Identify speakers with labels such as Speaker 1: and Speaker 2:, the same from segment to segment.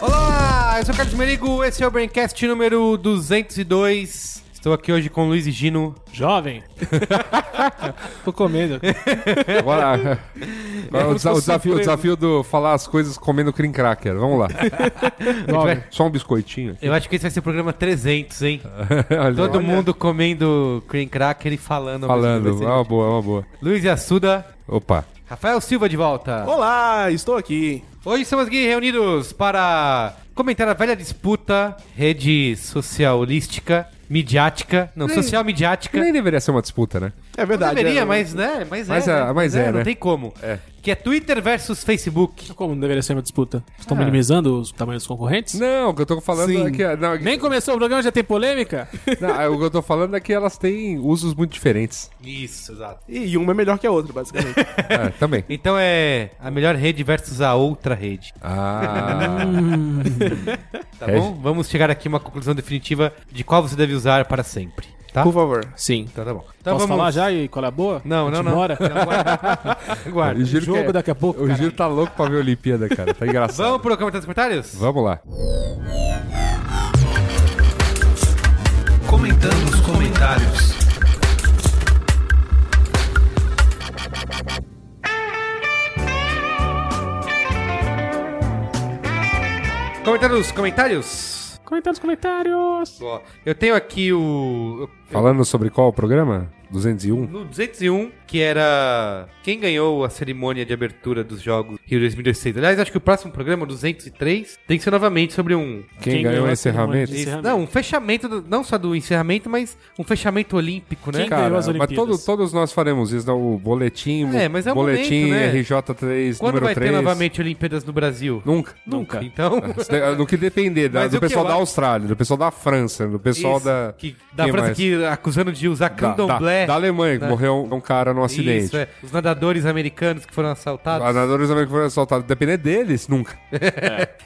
Speaker 1: Olá, eu sou o Carlos Merigo, esse é o Braincast número 202. Estou aqui hoje com o Luiz e Gino.
Speaker 2: Jovem. Tô comendo.
Speaker 3: Agora, agora o, desa- o desafio, o desafio do falar as coisas comendo cream cracker. Vamos lá.
Speaker 2: Jovem.
Speaker 3: Só um biscoitinho.
Speaker 1: Eu acho que esse vai ser o programa 300, hein?
Speaker 3: Olha,
Speaker 1: Todo
Speaker 3: É. olha,
Speaker 1: mundo comendo cream cracker e falando. ao mesmo
Speaker 3: falando.
Speaker 1: tempo.
Speaker 3: É uma boa, é uma boa.
Speaker 1: Luiz e Assuda.
Speaker 3: Opa.
Speaker 1: Rafael Silva de volta.
Speaker 4: Olá, estou aqui.
Speaker 1: Hoje estamos aqui reunidos para comentar a velha disputa rede socialística, midiática, não, social midiática.
Speaker 3: Nem deveria ser uma disputa, né?
Speaker 4: É
Speaker 1: Não
Speaker 4: verdade.
Speaker 1: deveria,
Speaker 4: é,
Speaker 1: mas né, mas,
Speaker 3: Mas
Speaker 1: é,
Speaker 3: é,
Speaker 1: né?
Speaker 3: mas é,
Speaker 1: não
Speaker 3: né?
Speaker 1: tem como.
Speaker 3: É.
Speaker 1: Que é Twitter versus Facebook.
Speaker 2: Como não deveria ser uma disputa? Estão
Speaker 1: Ah.
Speaker 2: minimizando os tamanhos dos concorrentes?
Speaker 3: Não, o que eu tô falando
Speaker 4: Sim.
Speaker 3: é que. Não,
Speaker 2: Nem começou o programa, já tem polêmica?
Speaker 3: não, o que eu tô falando é que elas têm usos muito diferentes.
Speaker 1: Isso, exato.
Speaker 4: E uma é melhor que a outra, basicamente.
Speaker 3: É, também.
Speaker 1: Então é a melhor rede versus a outra rede.
Speaker 3: Ah.
Speaker 1: Tá
Speaker 3: É.
Speaker 1: bom? Vamos chegar aqui a uma conclusão definitiva de qual você deve usar para sempre. Tá?
Speaker 4: Por favor.
Speaker 2: Sim.
Speaker 1: Então tá bom. Então
Speaker 2: Posso
Speaker 1: vamos.
Speaker 2: falar já e qual é a boa?
Speaker 1: Não,
Speaker 2: A
Speaker 1: não,
Speaker 2: gente
Speaker 1: não.
Speaker 2: Bora.
Speaker 3: o
Speaker 1: Guarda.
Speaker 3: Giro
Speaker 2: Jogo
Speaker 3: quer-
Speaker 2: daqui a pouco,
Speaker 3: O
Speaker 2: caralho.
Speaker 3: Giro tá louco pra ver a Olimpíada, cara. Tá engraçado.
Speaker 1: Vamos pro comentário dos comentários?
Speaker 3: Vamos lá.
Speaker 5: Comentando os comentários.
Speaker 1: Comentário dos comentários?
Speaker 2: Comentar nos comentários.
Speaker 1: Ó, Eu tenho aqui o. eu-
Speaker 3: Falando sobre qual o programa? 201?
Speaker 1: No 201, que era quem ganhou a cerimônia de abertura dos Jogos Rio 2016. Aliás, acho que o próximo programa, 203, tem que ser novamente sobre um.
Speaker 3: Quem, ganhou o
Speaker 2: a
Speaker 3: encerramento?
Speaker 2: cerimônia de encerramento?
Speaker 1: Não, um fechamento, do- não só do encerramento, mas um fechamento olímpico, né?
Speaker 2: Quem ganhou as
Speaker 3: mas
Speaker 2: Olimpíadas?
Speaker 3: todo- todos nós faremos isso, né? o boletim,
Speaker 1: É, mas é o
Speaker 3: boletim
Speaker 1: momento, né?
Speaker 3: RJ3,
Speaker 1: Quando
Speaker 3: número
Speaker 1: vai
Speaker 3: 3.
Speaker 1: ter novamente Olimpíadas no Brasil?
Speaker 3: Nunca.
Speaker 2: Nunca.
Speaker 1: Então.
Speaker 3: Isso daí é Do que depender, da-
Speaker 1: Mas o
Speaker 3: do
Speaker 1: que
Speaker 3: pessoal
Speaker 1: eu
Speaker 3: da
Speaker 1: acho-
Speaker 3: Austrália, do pessoal da França, do pessoal
Speaker 1: isso,
Speaker 3: é da.
Speaker 1: Que, da
Speaker 3: Quem
Speaker 1: França
Speaker 3: mais?
Speaker 1: que acusando de usar
Speaker 3: da, da,
Speaker 1: candomblé.
Speaker 3: da Alemanha, que
Speaker 1: Da-
Speaker 3: morreu um cara num acidente.
Speaker 1: né? Isso, é. Os nadadores americanos que foram assaltados.
Speaker 3: Os nadadores também que foram assaltados. Depender deles, nunca.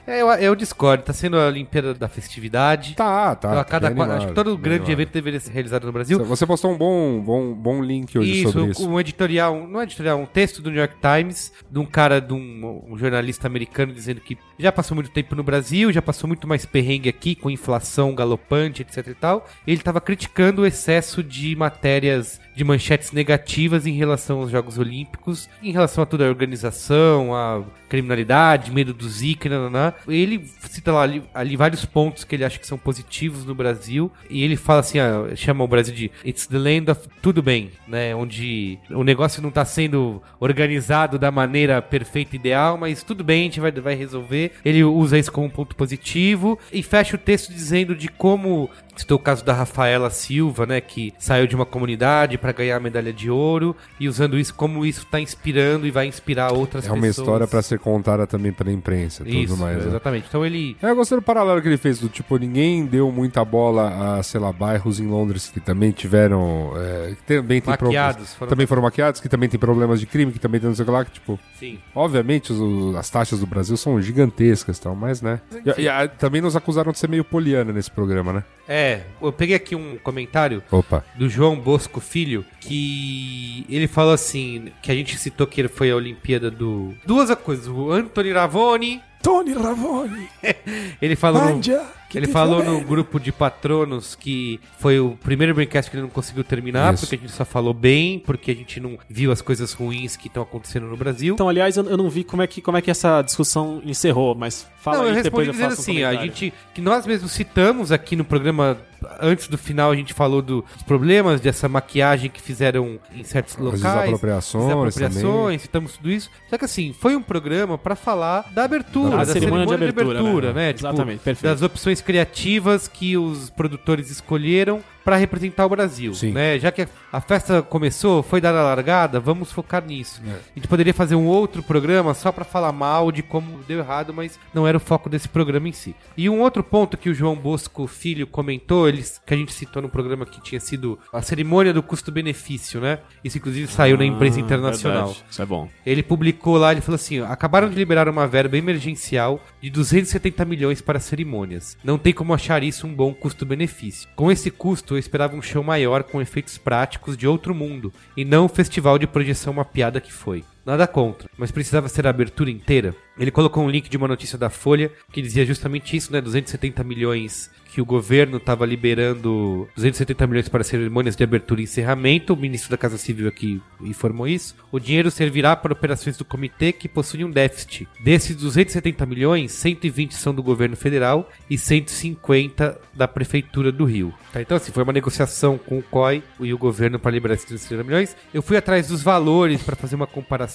Speaker 1: É, eu, eu discordo. Tá sendo a Olimpíada da festividade.
Speaker 3: Tá, tá.
Speaker 1: Então, a cada
Speaker 3: bem
Speaker 1: quatro-
Speaker 3: animado,
Speaker 1: acho que todo
Speaker 3: bem
Speaker 1: grande
Speaker 3: animado.
Speaker 1: evento deveria ser realizado no Brasil.
Speaker 3: Você postou um bom, bom, bom link hoje é
Speaker 1: Isso,
Speaker 3: sobre isso.
Speaker 1: um editorial, não é editorial, um texto do New York Times, de um cara, de um, um jornalista americano dizendo que já passou muito tempo no Brasil, já passou muito mais perrengue aqui, com inflação galopante, etc e tal. Ele tava criticando o excesso de matérias, de manchetes negativas em relação aos Jogos Olímpicos, em relação a toda a organização, a criminalidade, medo do Zika, nananá. Ele cita lá ali, ali vários pontos que ele acha que são positivos no Brasil, e ele fala assim, ah, chama o Brasil de It's the land of tudo bem, né? Onde o negócio não tá sendo organizado da maneira perfeita e ideal, mas tudo bem, a gente vai, vai resolver. Ele usa isso como um ponto positivo e fecha o texto dizendo de como citou o caso da Rafaela Silva, né, que saiu de uma comunidade para ganhar a medalha de ouro e usando isso como isso tá inspirando e vai inspirar outras
Speaker 3: É uma
Speaker 1: pessoas.
Speaker 3: história pra ser contada também pela imprensa e tudo
Speaker 1: isso,
Speaker 3: mais. né?
Speaker 1: exatamente. Então ele
Speaker 3: É, eu gostei do paralelo que ele fez, do tipo, ninguém deu muita bola a, sei lá, bairros em Londres que também tiveram. é, que também tem
Speaker 1: Maquiados,
Speaker 3: problemas.
Speaker 1: foram-
Speaker 3: Também foram maquiados, que também tem problemas de crime, que também tem não sei o que lá, que, tipo.
Speaker 1: Sim.
Speaker 3: Obviamente, os- os- as taxas do Brasil são gigantescas e tal, mas, né? E, e a- também nos acusaram de ser meio poliana nesse programa, né?
Speaker 1: É, eu peguei aqui um comentário
Speaker 3: Opa.
Speaker 1: do João Bosco Filho, que ele fala assim, que a gente citou que ele foi a Olimpíada do... Duas coisas, o Anthony Ravone,
Speaker 4: Tony Ravone.
Speaker 1: ele falou... no-
Speaker 4: Mandia,
Speaker 1: que
Speaker 4: que
Speaker 1: ele
Speaker 4: tem
Speaker 1: falou no
Speaker 4: talento.
Speaker 1: grupo de patronos que foi o primeiro Braincast que ele não conseguiu terminar,
Speaker 3: Isso.
Speaker 1: porque a gente só falou bem, porque a gente não viu as coisas ruins que estão acontecendo no Brasil.
Speaker 2: Então, aliás, eu eu não vi como é que, como é que essa discussão encerrou, mas fala
Speaker 1: não,
Speaker 2: aí
Speaker 1: eu
Speaker 2: que depois
Speaker 1: respondi
Speaker 2: eu
Speaker 1: dizendo
Speaker 2: faço um
Speaker 1: assim, a
Speaker 2: comentário.
Speaker 1: gente que nós mesmos citamos aqui no programa antes do final a gente falou do- dos problemas dessa maquiagem que fizeram em certos locais,
Speaker 3: desapropriações também.
Speaker 1: citamos tudo isso. Só que assim, foi um programa pra falar da abertura,
Speaker 3: Da
Speaker 1: da, cerimônia,
Speaker 2: cerimônia de
Speaker 1: de abertura,
Speaker 2: abertura,
Speaker 1: né?
Speaker 2: né? Exatamente,
Speaker 1: tipo,
Speaker 2: perfeito.
Speaker 1: das opções criativas que os produtores escolheram para representar o Brasil.
Speaker 3: Sim.
Speaker 1: né? Já que a- a festa começou, foi dada a largada, vamos focar nisso.
Speaker 3: É.
Speaker 1: A gente poderia fazer um outro programa só para falar mal de como deu errado, mas não era o foco desse programa em si. E um outro ponto que o João Bosco Filho comentou, eles, que a gente citou no programa que tinha sido a cerimônia do custo-benefício, né? Isso inclusive saiu na imprensa
Speaker 2: Ah,
Speaker 1: internacional.
Speaker 2: verdade. Isso é bom.
Speaker 1: Ele publicou lá, ele falou assim: ó, acabaram de liberar uma verba emergencial de 270 milhões para cerimônias. Não tem como achar isso um bom custo-benefício. Com esse custo, eu esperava um show maior com efeitos práticos de outro mundo, e não um festival de projeção uma piada que foi. Nada contra, mas precisava ser a abertura inteira. Ele colocou um link de uma notícia da Folha que dizia justamente isso, né? 270 milhões que o governo estava liberando 270 milhões para cerimônias de abertura e encerramento. O ministro da Casa Civil aqui informou isso. O dinheiro servirá para operações do comitê que possuem um déficit. Desses 270 milhões, 120 são do governo federal e 150 da prefeitura do Rio. Tá, então, assim, foi uma negociação com o COI e o governo para liberar esses 270 milhões. Eu fui atrás dos valores para fazer uma comparação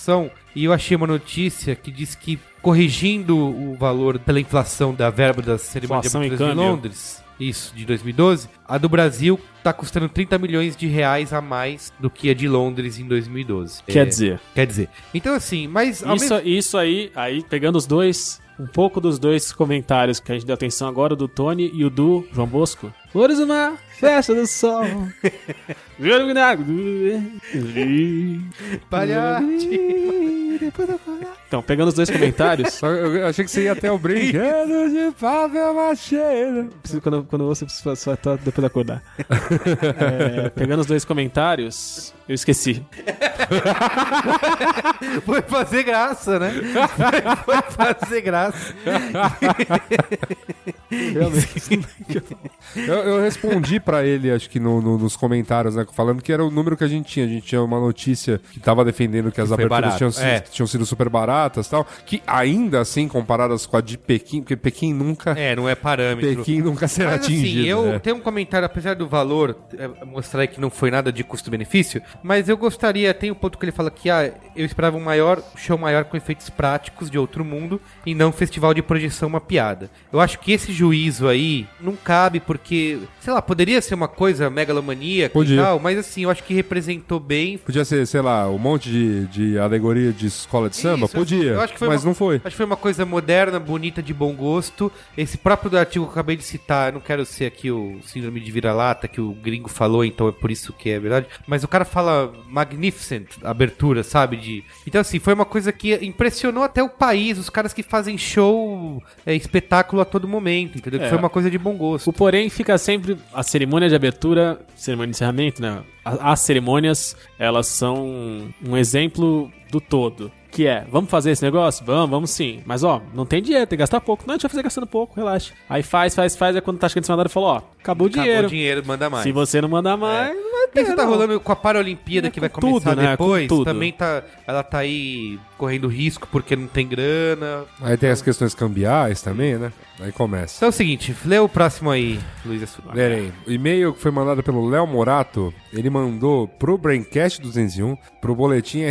Speaker 1: e eu achei uma notícia que diz que corrigindo o valor pela inflação da verba das cerimônias de
Speaker 2: Inflação e
Speaker 1: abertura de
Speaker 2: câmbio.
Speaker 1: Londres, Londres, isso, de 2012, a do Brasil tá custando 30 milhões de reais a mais do que a de Londres em 2012. É,
Speaker 2: Quer dizer,
Speaker 1: Quer dizer. Então, assim, mas ao
Speaker 2: isso, isso aí, aí pegando os dois, um pouco dos dois comentários que a gente deu atenção agora, o do Tony e o do João Bosco. Flores do mar, festa do sol. Juro que nada.
Speaker 1: mesmo
Speaker 2: é-
Speaker 1: palhaço.
Speaker 2: Então, pegando os dois comentários,
Speaker 3: Só- Eu achei que você ia até o break. Cheiro de Pavel Macheiro.
Speaker 2: preciso- quando, quando você precisa só tá depois de acordar. É, pegando os dois comentários, eu esqueci.
Speaker 1: Foi fazer graça, né? Foi fazer graça.
Speaker 3: Eu, eu respondi pra ele, acho que no- no- nos comentários, né? Falando que era o número que a gente tinha. A gente tinha uma notícia que tava defendendo que as
Speaker 1: foi
Speaker 3: aberturas
Speaker 1: barato,
Speaker 3: tinham, si-
Speaker 1: é.
Speaker 3: tinham sido super baratas e tal. Que ainda assim, comparadas com a de Pequim, porque Pequim nunca.
Speaker 1: É, não é parâmetro.
Speaker 3: Pequim nunca será
Speaker 1: Mas,
Speaker 3: atingido.
Speaker 1: Assim, eu
Speaker 3: né?
Speaker 1: tenho um comentário, apesar do valor, é, mostrar aí que não foi nada de custo-benefício, mas eu gostaria, tem um ponto que ele fala que ah, eu esperava um maior show maior com efeitos práticos de outro mundo e não festival de projeção uma piada. Eu acho que esse juízo aí não cabe porque, sei lá, poderia ser uma coisa megalomaníaca
Speaker 3: Podia.
Speaker 1: e tal, mas assim, eu acho que representou bem.
Speaker 3: Podia ser, sei lá, um monte de, de alegoria de escola de samba?
Speaker 1: Isso, eu-
Speaker 3: Podia,
Speaker 1: eu acho que foi
Speaker 3: mas
Speaker 1: uma-
Speaker 3: não foi.
Speaker 1: Acho que foi uma coisa moderna, bonita, de bom gosto. Esse próprio do artigo que eu acabei de citar, eu não quero ser aqui o síndrome de vira-lata que o gringo falou, então é por isso que é verdade. Mas o cara fala magnificent a abertura, sabe? De... Então, assim, foi uma coisa que impressionou até o país, os caras que fazem show, é, espetáculo a todo momento, entendeu? Que
Speaker 2: É.
Speaker 1: Foi uma coisa de bom
Speaker 2: O
Speaker 1: gosto.
Speaker 2: porém fica sempre a cerimônia de abertura, cerimônia de encerramento, né? A- As cerimônias, elas são um exemplo do todo. Que é, vamos fazer esse negócio? Vamos, vamos sim. Mas ó, não tem dinheiro, tem que gastar pouco. Não, a gente vai fazer gastando pouco, relaxa. Aí faz, faz, faz. É quando tá chegando em cima da hora, fala, ó, acabou
Speaker 1: Acabou
Speaker 2: o dinheiro.
Speaker 1: o dinheiro, manda mais.
Speaker 2: Se você não mandar mais, não vai ter.
Speaker 1: Isso tá
Speaker 2: É, não.
Speaker 1: rolando com a Paralimpíada
Speaker 2: É,
Speaker 1: que vai
Speaker 2: com
Speaker 1: começar
Speaker 2: tudo, né?
Speaker 1: depois.
Speaker 2: Com tudo.
Speaker 1: Também tá. Ela tá aí correndo risco porque não tem grana.
Speaker 3: Aí tem as questões cambiais também, né? Aí começa.
Speaker 1: Então é o seguinte, lê o próximo aí, Luiz Assunção.
Speaker 2: É,
Speaker 3: Lerem, o e-mail que foi mandado pelo Léo Morato, ele mandou pro Braincast 201, pro Boletim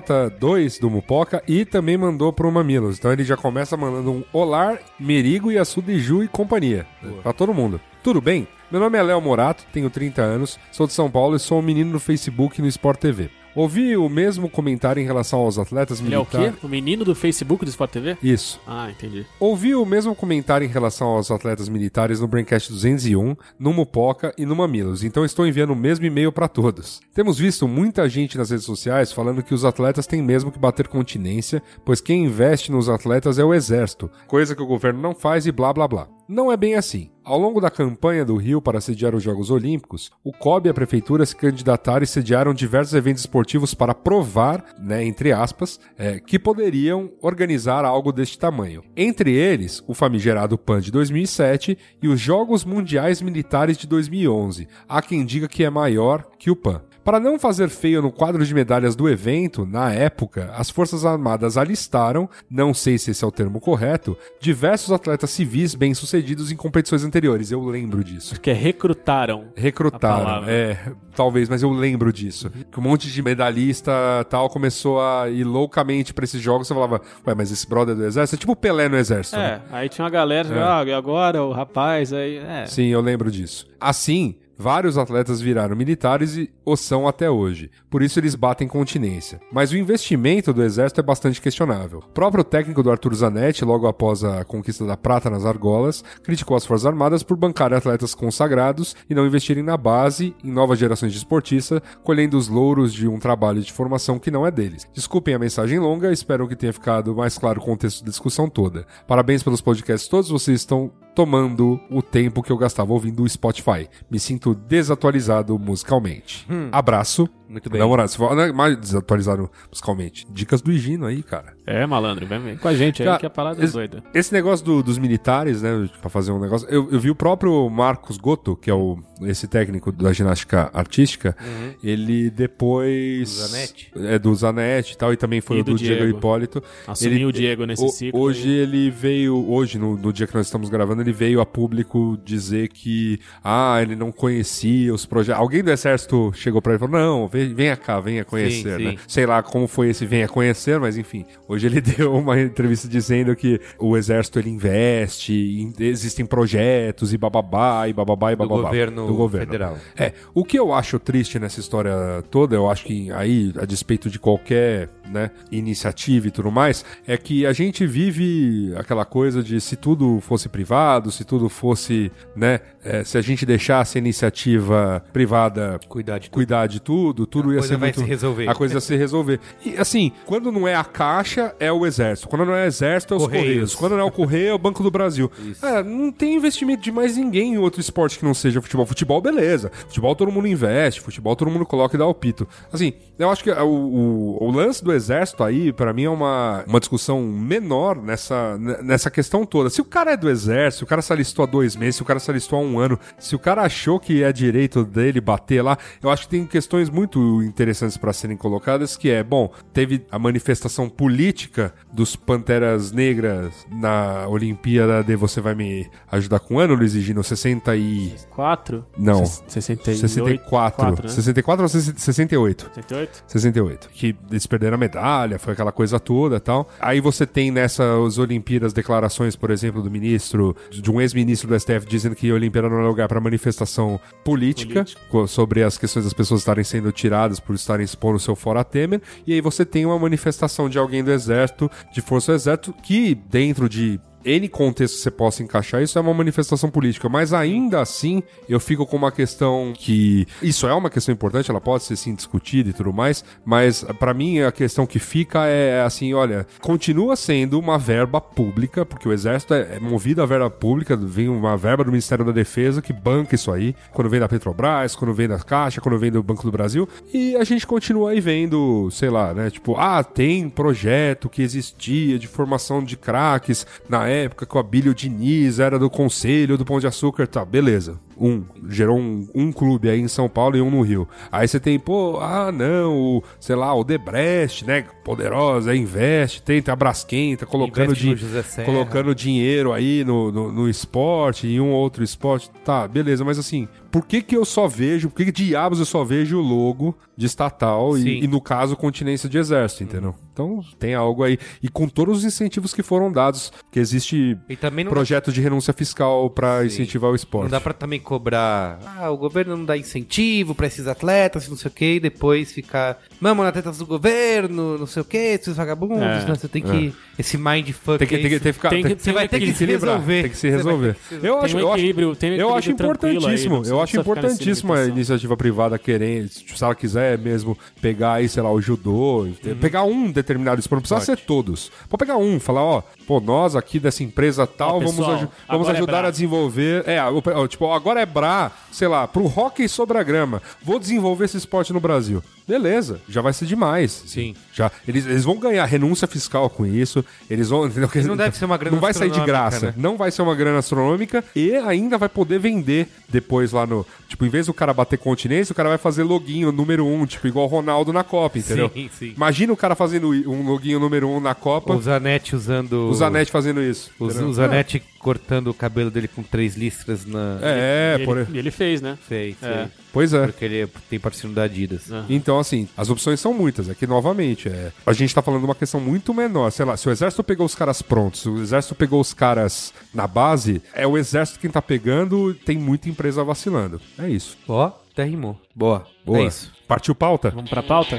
Speaker 3: RJ2 do Mupoca e também mandou pro Mamilos. Então ele já começa mandando um Olar, Merigo, Yassu, Ju e companhia. Pra todo mundo. Tudo bem? Meu nome é Léo Morato, tenho 30 anos, sou de São Paulo e sou um menino no Facebook e no Sport TV. Ouvi o mesmo comentário em relação aos atletas
Speaker 2: Ele é o
Speaker 3: militares.
Speaker 2: quê? O menino do Facebook do Sport TV?
Speaker 3: Isso.
Speaker 2: Ah, entendi.
Speaker 3: Ouvi o mesmo comentário em relação aos atletas militares no Braincast 201, no Mupoca e no Mamilos, então estou enviando o mesmo e-mail para todos. Temos visto muita gente nas redes sociais falando que os atletas têm mesmo que bater continência, pois quem investe nos atletas é o exército, coisa que o governo não faz e blá blá blá. Não é bem assim. Ao longo da campanha do Rio para sediar os Jogos Olímpicos, o COB e a Prefeitura se candidataram e sediaram diversos eventos esportivos para provar, né, entre aspas, eh, que poderiam organizar algo deste tamanho. Entre eles, o famigerado PAN de 2007 e os Jogos Mundiais Militares de 2011. Há quem diga que é maior que o PAN. Para não fazer feio no quadro de medalhas do evento, na época, as Forças Armadas alistaram, não sei se esse é o termo correto, diversos atletas civis bem-sucedidos em competições anteriores. Eu lembro disso.
Speaker 2: Porque recrutaram. A
Speaker 3: Recrutaram,
Speaker 2: palavra.
Speaker 3: é, talvez, mas eu lembro disso. Que um monte de medalhista tal começou a ir loucamente pra esses jogos. Você falava, ué, mas esse brother é do exército? É tipo o Pelé no exército. né?
Speaker 2: É, aí tinha uma galera, ah, e agora o rapaz, aí. É.
Speaker 3: Sim, eu lembro disso. Assim, Vários atletas viraram militares e o são até hoje. Por isso eles batem continência. Mas o investimento do exército é bastante questionável. O próprio técnico do Arthur Zanetti, logo após a conquista da prata nas argolas, criticou as Forças Armadas por bancarem atletas consagrados e não investirem na base, em novas gerações de esportistas, colhendo os louros de um trabalho de formação que não é deles. Desculpem a mensagem longa, espero que tenha ficado mais claro o contexto da discussão toda. Parabéns pelos podcasts todos, vocês estão tomando o tempo que eu gastava ouvindo o Spotify. Me sinto desatualizado musicalmente. Abraço.
Speaker 1: Hum. Muito bem.
Speaker 3: Na moral, se for, não é mais desatualizado musicalmente. Dicas do Higino aí, cara.
Speaker 2: É, malandro, vem, vem com a gente aí
Speaker 3: Cara,
Speaker 2: que a parada é
Speaker 3: esse-
Speaker 2: doida.
Speaker 3: Esse negócio do- dos militares, né, pra fazer um negócio. Eu, eu vi o próprio Marcos Goto, que é o, esse técnico da ginástica artística,
Speaker 2: Uhum.
Speaker 3: ele depois.
Speaker 1: Do Zanetti?
Speaker 3: É, do Zanetti e tal, e também foi
Speaker 2: E
Speaker 3: o do,
Speaker 2: do
Speaker 3: Diego,
Speaker 2: Diego.
Speaker 3: Hipólito.
Speaker 2: Assumiu o Diego nesse
Speaker 3: o-
Speaker 2: ciclo
Speaker 3: Hoje ele veio, hoje, no, no dia que nós estamos gravando, ele veio a público dizer que, ah, ele não conhecia os projetos. Alguém do exército chegou pra ele e falou: não, vem- venha cá, venha conhecer,
Speaker 1: sim.
Speaker 3: né? sei lá como foi esse venha conhecer, mas enfim. Hoje ele deu uma entrevista dizendo que o exército ele investe, em- existem projetos e bababá, e bababá, e bababá.
Speaker 1: governo federal.
Speaker 3: É, o que eu acho triste nessa história toda, eu acho que aí, a despeito de qualquer né, iniciativa e tudo mais, é que a gente vive aquela coisa de se tudo fosse privado, se tudo fosse, né, é, se a gente deixasse a iniciativa privada
Speaker 1: Cuidar de tudo.
Speaker 3: cuidar de tudo, tudo ia
Speaker 1: coisa
Speaker 3: ser
Speaker 1: vai
Speaker 3: muito-
Speaker 1: se resolver.
Speaker 3: A coisa ia se resolver. E assim, quando não é a caixa, é o exército. Quando não é exército, é os
Speaker 1: Correios.
Speaker 3: correios. Quando não é o correio, é o Banco do Brasil. Cara, não tem investimento de mais ninguém em outro esporte que não seja futebol. Futebol, beleza. Futebol todo mundo investe, futebol todo mundo coloca e dá o pito. Assim, eu acho que o, o- o lance do exército aí, pra mim, é uma, uma discussão menor nessa, ne- nessa questão toda. Se o cara é do exército, se o cara se alistou há dois meses, se o cara se alistou há um ano, se o cara achou que é direito dele bater lá, eu acho que tem questões muito interessantes pra serem colocadas, que é, bom, teve a manifestação política dos Panteras Negras na Olimpíada de você vai me ajudar com o ano, Luiz Egino, 60 e...
Speaker 2: 4?
Speaker 3: Não.
Speaker 2: 68,
Speaker 3: 64.
Speaker 2: 4, né?
Speaker 3: 64 ou 68?
Speaker 2: 68?
Speaker 3: 68. Que eles perderam a medalha, foi aquela coisa toda e tal. Aí você tem nessas Olimpíadas declarações, por exemplo, do ministro, de um ex-ministro do STF, dizendo que a Olimpíada não é lugar para manifestação política, co- sobre as questões das pessoas estarem sendo tiradas por estarem expondo o seu fora Temer. E aí você tem uma manifestação de alguém do Exército, de força do Exército, que dentro de N contexto que você possa encaixar, isso é uma manifestação política, mas ainda assim eu fico com uma questão que isso é uma questão importante, ela pode ser sim discutida e tudo mais, mas pra mim a questão que fica é assim, olha, continua sendo uma verba pública, porque o exército é é movido a verba pública, vem uma verba do Ministério da Defesa que banca isso aí, quando vem da Petrobras, quando vem da Caixa, quando vem do Banco do Brasil, e a gente continua aí vendo, sei lá, né, tipo, ah, tem projeto que existia de formação de craques na época que o Abílio Diniz era do Conselho do Pão de Açúcar, tá, beleza. Um, gerou um, um clube aí em São Paulo e um no Rio. Aí você tem, pô, ah, não, o, sei lá, o Debrecht, né, poderosa, investe, tem, tem a Braskem, tá colocando
Speaker 1: Investe no
Speaker 3: de-
Speaker 1: José Serra.
Speaker 3: colocando colocando dinheiro aí no, no, no esporte e um outro esporte. Tá, beleza, mas assim, por que que eu só vejo, por que, que diabos eu só vejo o logo de estatal
Speaker 1: Sim.
Speaker 3: e, e, no caso, continência de exército, entendeu? Então tem algo aí. E com todos os incentivos que foram dados, que existe
Speaker 1: E também não dá
Speaker 3: projeto de renúncia fiscal pra incentivar o esporte.
Speaker 1: Não dá pra também cobrar. Ah, o governo não dá incentivo pra esses atletas, não sei o quê, e depois ficar. Vamos, atletas do governo, não sei o quê, esses vagabundos,
Speaker 2: É,
Speaker 1: né? Você tem que. Esse mindfuck.
Speaker 3: Tem que,
Speaker 1: aí,
Speaker 3: tem que,
Speaker 1: você-
Speaker 3: tem que ficar.
Speaker 2: Tem que-
Speaker 1: Você vai ter que se
Speaker 3: equilibrar,
Speaker 1: resolver.
Speaker 3: Tem que se
Speaker 1: Você vai ter
Speaker 3: resolver.
Speaker 1: que se
Speaker 3: Eu
Speaker 2: Tem
Speaker 3: acho,
Speaker 2: um
Speaker 3: eu acho,
Speaker 2: equilíbrio- tem um
Speaker 3: eu acho
Speaker 2: equilíbrio tranquilo aí,
Speaker 3: importantíssimo.
Speaker 2: não precisa-
Speaker 3: eu
Speaker 2: não
Speaker 3: acho
Speaker 2: precisa ficar nesse
Speaker 3: importantíssimo a
Speaker 2: limitação.
Speaker 3: iniciativa privada querer, se ela quiser mesmo, pegar aí, sei lá, o judô,
Speaker 2: Uhum.
Speaker 3: pegar um determinado esporte, não precisa ser todos. Pode pegar um, falar, ó, pô, nós aqui dessa empresa tal, vamos,
Speaker 2: pessoal,
Speaker 3: aju- vamos
Speaker 2: agora é
Speaker 3: ajudar
Speaker 2: Bra.
Speaker 3: a desenvolver. É, o- ó, tipo, ó, agora é Bra, sei lá, pro hockey sobre a grama. Vou desenvolver esse esporte no Brasil. Beleza, já vai ser demais. Sim. Já, eles, eles vão ganhar renúncia fiscal com isso. Eles vão. entendeu?
Speaker 1: não deve ser uma grana
Speaker 3: Não vai sair de
Speaker 1: astronômica,
Speaker 3: graça.
Speaker 1: né?
Speaker 3: Não vai ser uma grana astronômica e ainda vai poder vender depois lá no. Tipo, em vez do cara bater continência, o cara vai fazer loginho número um, tipo, igual o Ronaldo na Copa, entendeu?
Speaker 1: Sim, sim.
Speaker 3: Imagina o cara fazendo um loginho número um na Copa,
Speaker 1: O Zanetti usando.
Speaker 3: o Zanetti fazendo isso.
Speaker 1: O,
Speaker 3: entendeu?
Speaker 2: né?
Speaker 1: o Zanetti cortando o cabelo dele com três listras na.
Speaker 3: É,
Speaker 2: e
Speaker 3: por
Speaker 2: ele, e ele fez, né?
Speaker 1: Sei, sei.
Speaker 2: É.
Speaker 3: Pois é.
Speaker 1: Porque ele tem patrocínio da Adidas.
Speaker 3: Então, assim, as opções são muitas. Aqui, novamente, é, a gente tá falando de uma questão muito menor. Sei lá, se o exército pegou os caras prontos, se o exército pegou os caras na base, é o exército quem tá pegando, tem muita empresa vacilando. É isso.
Speaker 1: Ó, até rimou. Boa.
Speaker 3: Boa.
Speaker 1: É isso.
Speaker 3: Partiu pauta?
Speaker 2: Vamos pra pauta?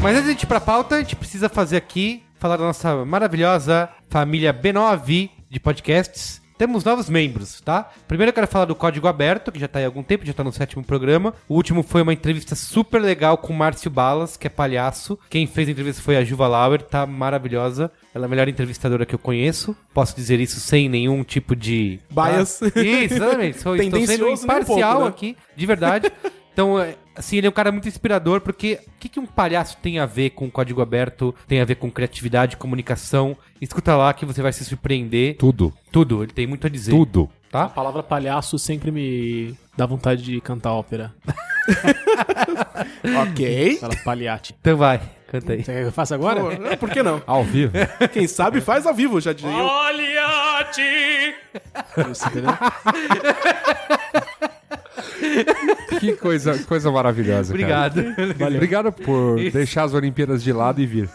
Speaker 1: Mas antes de gente ir pra pauta, a gente precisa fazer aqui, falar da nossa maravilhosa família B9 de podcasts. Temos novos membros, tá? Primeiro eu quero falar do Código Aberto, que já tá aí há algum tempo, já tá no sétimo programa. O último foi uma entrevista super legal com o Márcio Balas, que é palhaço. Quem fez a entrevista foi a Juva Lauer, tá maravilhosa. Ela é a melhor entrevistadora que eu conheço. Posso dizer isso sem nenhum tipo de...
Speaker 4: Bias.
Speaker 1: Tá? Isso, exatamente. Sou, estou sendo
Speaker 4: Tendencioso nem um pouco,
Speaker 1: imparcial
Speaker 4: né?
Speaker 1: aqui, de verdade. Então, é, assim, ele é um cara muito inspirador, porque o que, que um palhaço tem a ver com código aberto, tem a ver com criatividade, comunicação? Escuta lá que você vai se surpreender.
Speaker 3: Tudo.
Speaker 1: Tudo, ele tem muito a dizer.
Speaker 3: Tudo.
Speaker 2: A
Speaker 1: Tá?
Speaker 2: palavra palhaço sempre me dá vontade de cantar ópera.
Speaker 4: ok.
Speaker 2: Fala palhate.
Speaker 1: Então vai, canta aí.
Speaker 2: Você quer que eu faça agora?
Speaker 4: Pô, é, por que não?
Speaker 3: Ao vivo.
Speaker 4: Quem sabe faz ao vivo, já diria eu.
Speaker 2: Isso, entendeu?
Speaker 3: que coisa, coisa maravilhosa, cara.
Speaker 1: Obrigado.
Speaker 3: Obrigado por
Speaker 1: Isso.
Speaker 3: deixar as Olimpíadas de lado e vir.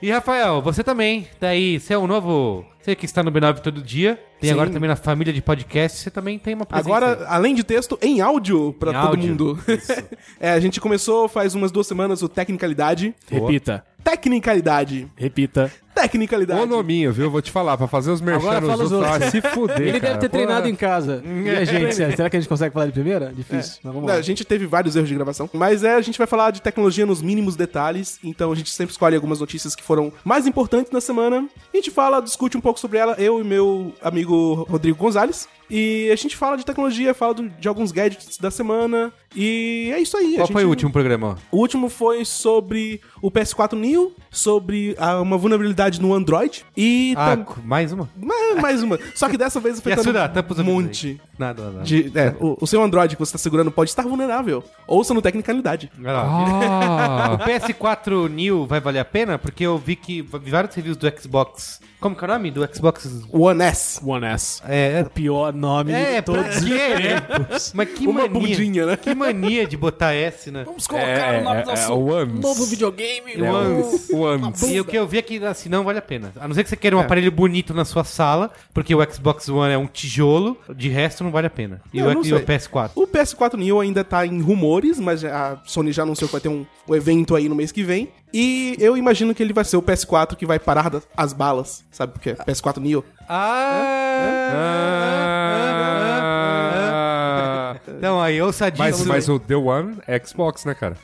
Speaker 1: E Rafael, você também, daí, você é um novo. Você que está no B9 todo dia, tem
Speaker 4: Sim.
Speaker 1: agora também na família de podcast, você também tem uma presença.
Speaker 4: Agora, além de texto, em áudio pra
Speaker 1: Em
Speaker 4: todo
Speaker 1: áudio.
Speaker 4: mundo. é, a gente começou faz umas duas semanas o Tecnicalidade.
Speaker 2: repita,
Speaker 4: Tecnicalidade.
Speaker 2: repita.
Speaker 4: Tecnicalidade.
Speaker 3: Ô nominho, viu? Vou te falar, pra fazer os merchan
Speaker 2: Agora fala
Speaker 3: nos
Speaker 2: os
Speaker 3: outros,
Speaker 2: outros.
Speaker 3: vai se fuder,
Speaker 2: Ele
Speaker 3: cara.
Speaker 2: deve ter
Speaker 3: Pô,
Speaker 2: treinado em casa. E a gente, sério, será que a gente consegue falar de primeira? Difícil. Mas vamos
Speaker 4: Não,
Speaker 2: lá.
Speaker 4: a gente teve vários erros de gravação, mas é, a gente vai falar de tecnologia nos mínimos detalhes, então a gente sempre escolhe algumas notícias que foram mais importantes na semana. A gente fala, discute um pouco sobre ela, eu e meu amigo Rodrigo Gonzalez. E a gente fala de tecnologia, fala do- de alguns gadgets da semana. E é isso aí. a
Speaker 1: Qual
Speaker 4: gente-
Speaker 1: foi o último programa?
Speaker 4: O último foi sobre o PS4 New, sobre ah, uma vulnerabilidade no Android. E
Speaker 1: Ah,
Speaker 4: tam-
Speaker 1: cu- mais uma?
Speaker 4: mais, mais uma. Só que dessa vez
Speaker 1: E a
Speaker 4: afetando
Speaker 1: Sudá, tampa os
Speaker 4: um
Speaker 1: ouvidos aí.
Speaker 4: monte.
Speaker 1: Nada, nada. nada.
Speaker 4: De, é, o, o seu Android que você está segurando pode estar vulnerável. Ouça no Tecnicalidade.
Speaker 1: Vai lá.
Speaker 3: Ah,
Speaker 1: O PS4 New vai valer a pena? Porque eu vi que vi vários reviews do Xbox. Como que é o nome? Do Xbox.
Speaker 4: One S.
Speaker 2: One S.
Speaker 1: É. é-
Speaker 2: Pior nome
Speaker 1: É,
Speaker 2: de todos
Speaker 1: pra
Speaker 2: os
Speaker 1: quê, né?
Speaker 2: tempos.
Speaker 1: Mas que
Speaker 4: Uma
Speaker 1: mania.
Speaker 4: bundinha, né?
Speaker 1: Que mania de botar S, né?
Speaker 6: Vamos
Speaker 3: é,
Speaker 6: colocar
Speaker 3: é,
Speaker 6: o nome do
Speaker 3: é, é,
Speaker 6: nosso
Speaker 3: o AMS.
Speaker 6: novo videogame. Tá,
Speaker 3: É,
Speaker 1: Once.
Speaker 3: o- o AMS.
Speaker 1: E o que eu vi é que assim não vale a pena. A não ser que você queira
Speaker 3: É.
Speaker 1: um aparelho bonito na sua sala, porque o Xbox One é um tijolo, de resto não vale a pena. E,
Speaker 4: Eu
Speaker 1: o,
Speaker 4: não
Speaker 1: e o
Speaker 4: sei.
Speaker 1: PS4.
Speaker 4: O PS4 New ainda tá em rumores, mas a Sony já anunciou que vai ter um, um evento aí no mês que vem. E eu imagino que ele vai ser o PS4 que vai parar das- as balas, sabe por quê? PS4 New.
Speaker 1: Ah!
Speaker 3: Ah,
Speaker 1: Então aí, ousadinho.
Speaker 3: mas, mas o The One é Xbox, né, cara?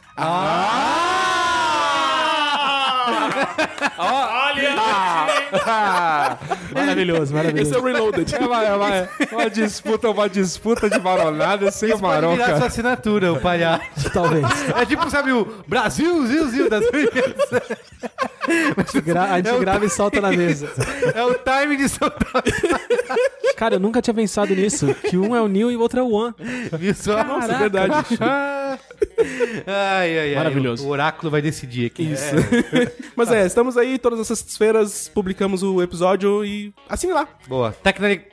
Speaker 2: Maravilhoso,
Speaker 4: Esse é
Speaker 2: maravilhoso.
Speaker 4: o Reloaded.
Speaker 3: É uma, é uma- é uma disputa, uma disputa de maronada sem
Speaker 1: Isso pode
Speaker 3: marão,
Speaker 1: virar sua
Speaker 3: cara.
Speaker 1: assinatura, o palhaço.
Speaker 2: Talvez.
Speaker 3: Tá
Speaker 1: É tipo, sabe, o Brasil, Zil, Zil das
Speaker 2: Gra- a gente
Speaker 1: É o-
Speaker 2: grava e solta na mesa.
Speaker 1: É o time de São Paulo.
Speaker 2: Cara, eu nunca tinha pensado nisso. Que um é o New e o outro é o One.
Speaker 1: Viu só?
Speaker 4: Nossa, é verdade.
Speaker 1: ai, ai, ai.
Speaker 2: Maravilhoso.
Speaker 1: O oráculo vai decidir aqui. Isso.
Speaker 4: Mas é, estamos aí todas as sextas-feiras, publicamos o episódio e assine lá.
Speaker 1: É, Boa. Tecnic...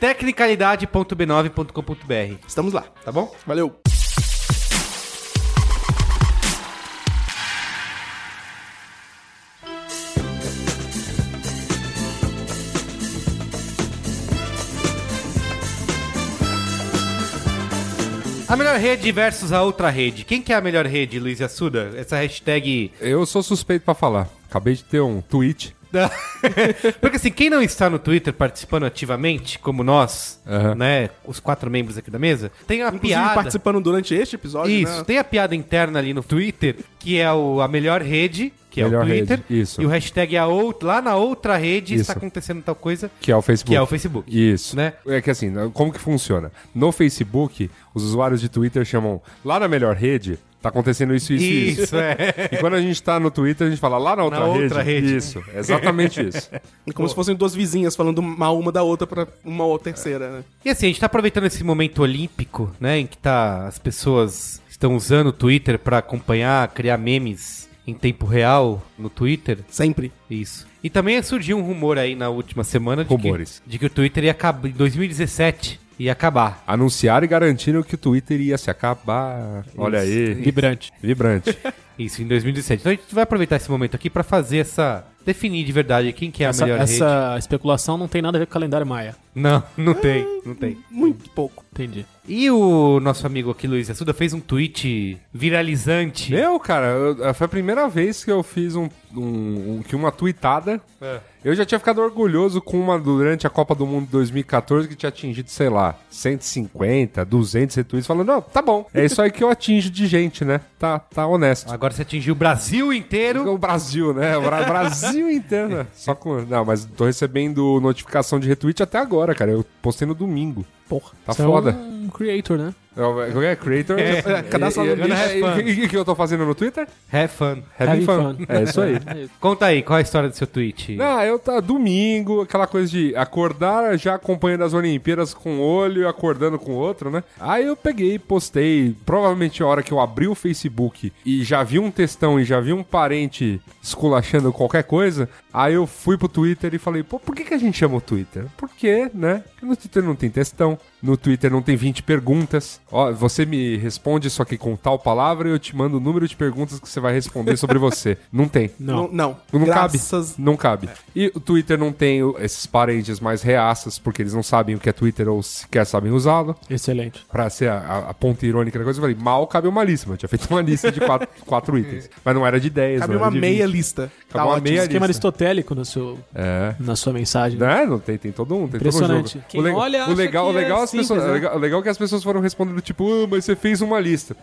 Speaker 1: Tecnicalidade.b9.com.br,
Speaker 4: Estamos lá.
Speaker 1: tá bom?
Speaker 4: Valeu.
Speaker 1: A melhor rede versus a outra rede. Quem que é a melhor rede, Luiz e Assuda? Essa hashtag...
Speaker 3: Eu sou suspeito pra falar. Acabei de ter um tweet.
Speaker 1: Porque assim, quem não está no Twitter participando ativamente, como nós,
Speaker 3: Aham.
Speaker 1: né, os quatro membros aqui da mesa, tem a
Speaker 4: Inclusive
Speaker 1: piada...
Speaker 4: participando durante este episódio,
Speaker 1: Isso,
Speaker 4: né?
Speaker 1: tem a piada interna ali no Twitter, que é o, a melhor rede, que é
Speaker 3: Melhor
Speaker 1: o Twitter.
Speaker 3: rede, isso.
Speaker 1: E o hashtag é a out, lá na outra rede
Speaker 3: Isso.
Speaker 1: está acontecendo tal coisa,
Speaker 3: Que é o Facebook.
Speaker 1: que é o Facebook.
Speaker 3: Isso.
Speaker 1: Né?
Speaker 3: É que assim, como que funciona? No Facebook, os usuários de Twitter chamam lá na melhor rede Tá acontecendo isso, isso, isso.
Speaker 1: Isso, é.
Speaker 3: E quando a gente tá no Twitter, a gente fala lá na outra,
Speaker 1: Na outra rede.
Speaker 3: Isso, exatamente isso.
Speaker 4: É como se fossem duas vizinhas falando mal uma da outra pra uma ou terceira, né?
Speaker 1: E assim, a gente tá aproveitando esse momento olímpico, né, em que tá as pessoas estão usando o Twitter pra acompanhar, criar memes em tempo real no Twitter.
Speaker 4: Sempre.
Speaker 1: Isso. E também surgiu um rumor aí na última semana de, que-
Speaker 3: Rumores.
Speaker 1: de Que, o Twitter ia acabar em 2017 ia acabar.
Speaker 3: Anunciaram e garantiram que o Twitter ia se acabar. Olha aí.
Speaker 2: Vibrante.
Speaker 3: Vibrante.
Speaker 1: Isso em 2017. Então a gente vai aproveitar esse momento aqui pra fazer essa definir de verdade quem que é
Speaker 2: Essa,
Speaker 1: a melhor rede.
Speaker 2: essa especulação não tem nada a ver com o calendário maia.
Speaker 1: Não, não tem, não tem.
Speaker 4: Muito pouco.
Speaker 2: Entendi.
Speaker 1: E o nosso amigo aqui, Luiz Assuda, fez um tweet viralizante.
Speaker 3: Meu, cara, eu- eh, foi a primeira vez que eu fiz um, um- um- que uma tweetada. Eu já tinha ficado orgulhoso com uma durante a Copa do Mundo 2014 que tinha atingido, sei lá, 150, 200 retweets, falando, não, tá bom, é isso aí que eu atinjo de gente, né? Tá, tá honesto.
Speaker 1: Agora você atingiu o Brasil inteiro.
Speaker 3: O Brasil, né? O Bra- Brasil inteiro. né? Só com. Não, mas tô recebendo notificação de retweet até agora, cara. Eu postei no domingo.
Speaker 2: Porra.
Speaker 3: Tá
Speaker 2: Você
Speaker 3: foda.
Speaker 2: É um creator, né?
Speaker 3: É o- Qual é? Creator? É,
Speaker 1: cadastro lá no bicho.
Speaker 3: E o que eu tô fazendo no Twitter?
Speaker 1: Have fun.
Speaker 3: Having fun. É isso aí.
Speaker 1: Conta aí, qual é a história do seu tweet?
Speaker 3: Não, eu tá domingo, aquela coisa de acordar já acompanhando as Olimpíadas com um olho e acordando com o outro, né? Aí eu peguei, e postei, provavelmente a hora que eu abri o Facebook e já vi um textão e já vi um parente esculachando qualquer coisa, aí eu fui pro Twitter e falei, pô, por que, que a gente chama o Twitter? Porque, né? No Twitter não tem textão, no Twitter não tem 20 perguntas. Ó, você me responde isso aqui com tal palavra e eu te mando o número de perguntas que você vai responder sobre você. Não tem.
Speaker 2: Não.
Speaker 4: Não.
Speaker 3: Não
Speaker 4: Graças...
Speaker 3: cabe. Não cabe. E o Twitter não tem o- esses parentes mais reaças, porque eles não sabem o que é Twitter ou sequer sabem usá-lo.
Speaker 2: Excelente.
Speaker 3: Pra ser a, a- a ponta irônica da coisa, eu falei, mal cabe uma lista. mas Eu tinha feito uma lista de quatro, quatro itens. Mas não era de 10,
Speaker 4: Cabe
Speaker 3: não era
Speaker 4: uma
Speaker 3: de
Speaker 4: meia
Speaker 3: 20.
Speaker 4: lista. Tá
Speaker 3: Cabe uma
Speaker 4: ótimo.
Speaker 3: meia
Speaker 2: Esquema
Speaker 3: lista.
Speaker 2: aristotélico no seu,
Speaker 3: É.
Speaker 2: na sua mensagem.
Speaker 3: Né? Não tem, tem todo um, tem todo um jogo.
Speaker 2: Impressionante. Quem
Speaker 3: o le-
Speaker 2: olha
Speaker 3: o
Speaker 2: acha
Speaker 3: legal, o
Speaker 2: que é
Speaker 3: legal, as
Speaker 2: simples,
Speaker 3: pessoas,
Speaker 2: né?
Speaker 3: o legal, o legal é que as pessoas foram respondendo tipo, ah, mas você fez uma lista.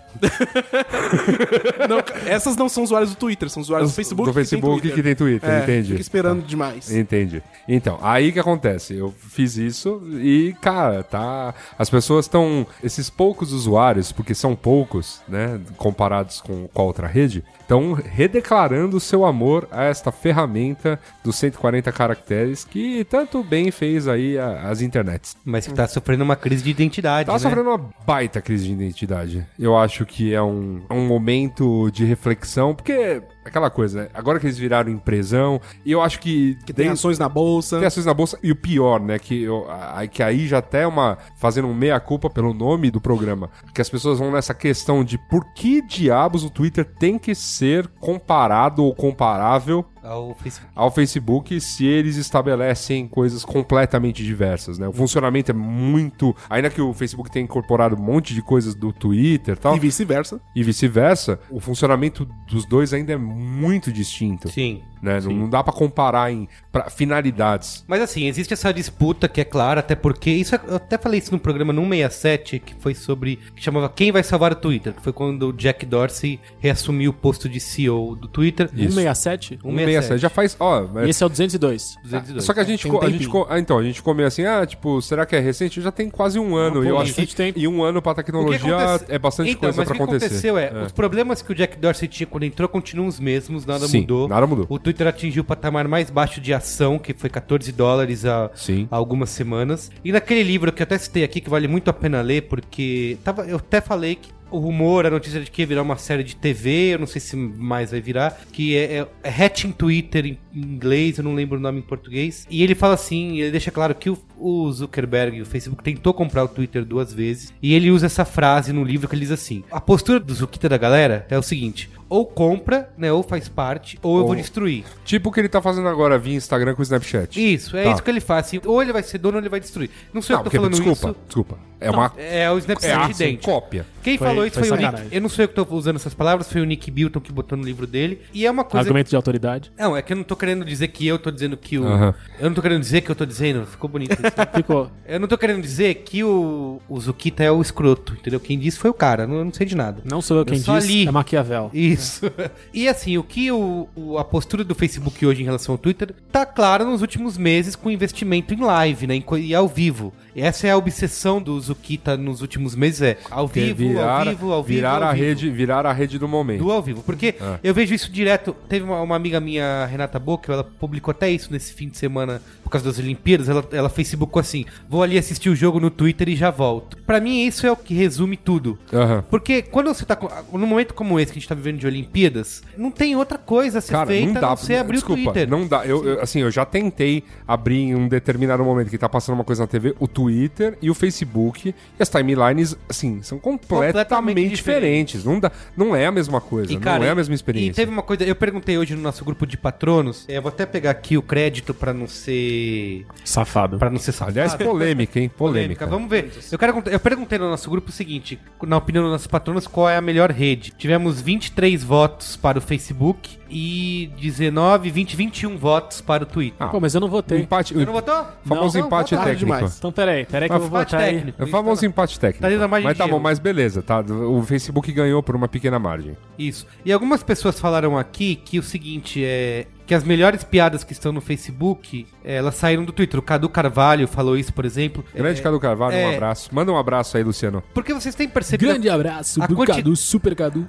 Speaker 4: Não, essas não são usuários do Twitter, são usuários do Facebook.
Speaker 3: do Facebook que tem Twitter,
Speaker 4: É,
Speaker 3: entende?
Speaker 4: Fica esperando demais.
Speaker 3: Entendi. Então, aí que acontece? Eu fiz isso e, cara, tá. As pessoas estão. Esses poucos usuários, porque são poucos, né? Comparados com, com a outra rede, estão redeclarando o seu amor a esta ferramenta dos 140 caracteres que tanto bem fez aí a- as internets.
Speaker 4: Né?
Speaker 1: Mas que tá sofrendo uma crise de identidade,
Speaker 3: Tá
Speaker 1: né?
Speaker 3: sofrendo uma baita crise de identidade. Eu acho que é um, é um momento de reflexão, porque é aquela coisa, né? Agora que eles viraram empresão, e eu acho que.
Speaker 4: Que tem ações na bolsa.
Speaker 3: Tem ações na bolsa e o pior, né? Que, eu, a- que aí já até uma. fazendo um meia-culpa pelo nome do programa. Que as pessoas vão nessa questão de por que diabos o Twitter tem que ser comparado ou comparável
Speaker 1: Ao Facebook.
Speaker 3: ao Facebook se eles estabelecem coisas completamente diversas, né? O funcionamento é muito. Ainda que o Facebook tenha incorporado um monte de coisas do Twitter e tal,
Speaker 4: E vice-versa.
Speaker 3: e vice-versa, o funcionamento dos dois ainda é muito distinto.
Speaker 1: Sim.
Speaker 3: Né? Não, não dá pra comparar em pra finalidades.
Speaker 1: Mas assim, existe essa disputa que é clara, até porque. Isso é- eu até falei isso no programa 167, que foi sobre. que chamava Quem Vai Salvar o Twitter? Que foi quando o Jack Dorsey reassumiu o posto de CEO do Twitter.
Speaker 2: 167?
Speaker 3: 167. Já faz. Ó, tá.
Speaker 2: E esse é o 202.
Speaker 1: 202.
Speaker 3: Só que a gente,
Speaker 2: Tem um
Speaker 3: ficou- a gente
Speaker 2: tempinho.
Speaker 3: ficou- ah, então, a gente ficou meio assim, ah, tipo, será que é recente? Já tem quase um ano, e eu
Speaker 2: pô,
Speaker 3: acho
Speaker 2: bastante
Speaker 3: que
Speaker 2: tempo.
Speaker 3: e um ano pra
Speaker 1: O que
Speaker 3: tecnologia
Speaker 1: aconte-
Speaker 3: é bastante
Speaker 1: Então,
Speaker 3: coisa
Speaker 1: mas
Speaker 3: pra
Speaker 1: o que
Speaker 3: acontecer.
Speaker 1: aconteceu é, os problemas que o Jack Dorsey tinha quando entrou continuam os mesmos, nada
Speaker 3: Sim,
Speaker 1: mudou.
Speaker 3: nada mudou.
Speaker 1: O Twitter atingiu o patamar mais baixo de ação, que foi 14 dólares há,
Speaker 3: Sim.
Speaker 1: há algumas semanas. E naquele livro que eu até citei aqui, que vale muito a pena ler, porque tava, eu até falei que o rumor, a notícia de que ia virar uma série de TV, eu não sei se mais vai virar, que é, é, é Hatching Twitter em em inglês, eu não lembro o nome em português. E ele fala assim, ele deixa claro que o, o Zuckerberg, o Facebook, tentou comprar o Twitter duas vezes, e ele usa essa frase no livro que ele diz assim, a postura do Zuquita da galera é o seguinte, ou compra, né, ou faz parte, ou eu vou destruir.
Speaker 3: Tipo o que ele tá fazendo agora via Instagram com o Snapchat.
Speaker 1: Ah. Isso, é
Speaker 3: Tá.
Speaker 1: isso que ele faz. Assim, ou ele vai ser dono ou ele vai destruir. Não sei
Speaker 3: Não,
Speaker 1: o que eu
Speaker 3: porque,
Speaker 1: tô falando
Speaker 3: desculpa,
Speaker 1: isso.
Speaker 3: desculpa. É
Speaker 1: Não,
Speaker 3: uma
Speaker 1: É o
Speaker 3: é
Speaker 1: Snapchat
Speaker 3: a
Speaker 1: de dente.
Speaker 3: cópia.
Speaker 1: Quem
Speaker 2: Foi-
Speaker 1: falou isso
Speaker 2: foi
Speaker 1: foi, o
Speaker 2: sacanagem.
Speaker 1: Nick. Eu não sei eu que tô usando essas palavras, foi o Nick Bilton que botou no livro dele. E é uma coisa.
Speaker 2: Argumento de autoridade.
Speaker 1: Não, é que eu não tô querendo dizer que eu tô dizendo que o.
Speaker 3: Aham.
Speaker 1: Eu não tô querendo dizer que eu tô dizendo. Ficou bonito isso. né?
Speaker 2: Ficou.
Speaker 1: eu não tô querendo dizer que o, o Zukita é o escroto, entendeu? Quem disse foi o cara. Não, eu não sei de nada.
Speaker 2: Não sou eu quem
Speaker 1: só
Speaker 2: disse,
Speaker 1: li.
Speaker 2: é Maquiavel.
Speaker 1: E Isso. E assim, o que o, o- a postura do Facebook hoje em relação ao Twitter tá clara nos últimos meses com investimento em live, né? em co- e ao vivo. Essa é a obsessão do Zukita nos últimos meses, é ao
Speaker 3: Que é
Speaker 1: vivo, ao vivo, ao vivo.
Speaker 3: virar
Speaker 1: ao
Speaker 3: a
Speaker 1: vivo.
Speaker 3: rede, virar a rede do momento.
Speaker 1: Do ao vivo. Porque
Speaker 3: Ah.
Speaker 1: eu vejo isso direto. Teve uma, uma amiga minha, Renata Boca, ela publicou até isso nesse fim de semana por causa das Olimpíadas. Ela, ela facebookou assim: vou ali assistir o jogo no Twitter e já volto. Pra mim, isso é o que resume tudo.
Speaker 3: Aham.
Speaker 1: Porque quando você tá. com- Num momento como esse que a gente tá vivendo de Olimpíadas, não tem outra coisa a ser
Speaker 3: Cara,
Speaker 1: feita
Speaker 3: não dá.
Speaker 1: a não ser abrir
Speaker 3: Desculpa,
Speaker 1: o Twitter.
Speaker 3: não dá. Eu, eu- assim, eu já tentei abrir em um determinado momento que tá passando uma coisa na TV, o Twitter e o Facebook. E as timelines, assim, são completamente,
Speaker 1: Completamente
Speaker 3: diferentes. Não, dá, não é a mesma coisa. não é a mesma experiência.
Speaker 1: E teve uma coisa, eu perguntei hoje no nosso grupo de patronos, é, eu vou até pegar aqui o crédito pra não ser.
Speaker 2: Safado.
Speaker 1: para não ser safado.
Speaker 3: Aliás, polêmica, hein? Polêmica.
Speaker 1: Vamos ver. Eu, quero, contar- eu perguntei no nosso grupo o seguinte, na opinião dos nossos patronos, qual é a melhor rede. Tivemos 23 votos para o Facebook e 19, 20, 21 votos para o Twitter.
Speaker 3: Ah,
Speaker 2: Pô, mas eu não
Speaker 3: O
Speaker 2: votei.
Speaker 3: empate,
Speaker 1: Você
Speaker 3: o
Speaker 1: não votou? É
Speaker 3: famoso
Speaker 2: Não, não,
Speaker 3: empate
Speaker 4: tá tarde
Speaker 3: técnico.
Speaker 4: demais.
Speaker 2: Então peraí, peraí que eu vou
Speaker 1: Empate
Speaker 2: votar aí.
Speaker 1: técnico.
Speaker 3: É o famoso empate técnico.
Speaker 1: Tá dentro da margem
Speaker 3: mas
Speaker 1: de
Speaker 3: tá bom,
Speaker 1: erro.
Speaker 3: mas beleza, tá? O Facebook ganhou por uma pequena margem.
Speaker 1: Isso. E algumas pessoas falaram aqui que o seguinte é que as melhores piadas que estão no Facebook, elas saíram do Twitter. O Cadu Carvalho falou isso, por exemplo.
Speaker 3: Grande
Speaker 1: É,
Speaker 3: Cadu Carvalho, um
Speaker 1: é.
Speaker 3: abraço. Manda um abraço aí, Luciano.
Speaker 1: Porque vocês têm percebido
Speaker 2: Grande abraço
Speaker 1: A
Speaker 2: pro
Speaker 1: quanti-
Speaker 2: Cadu, super Cadu.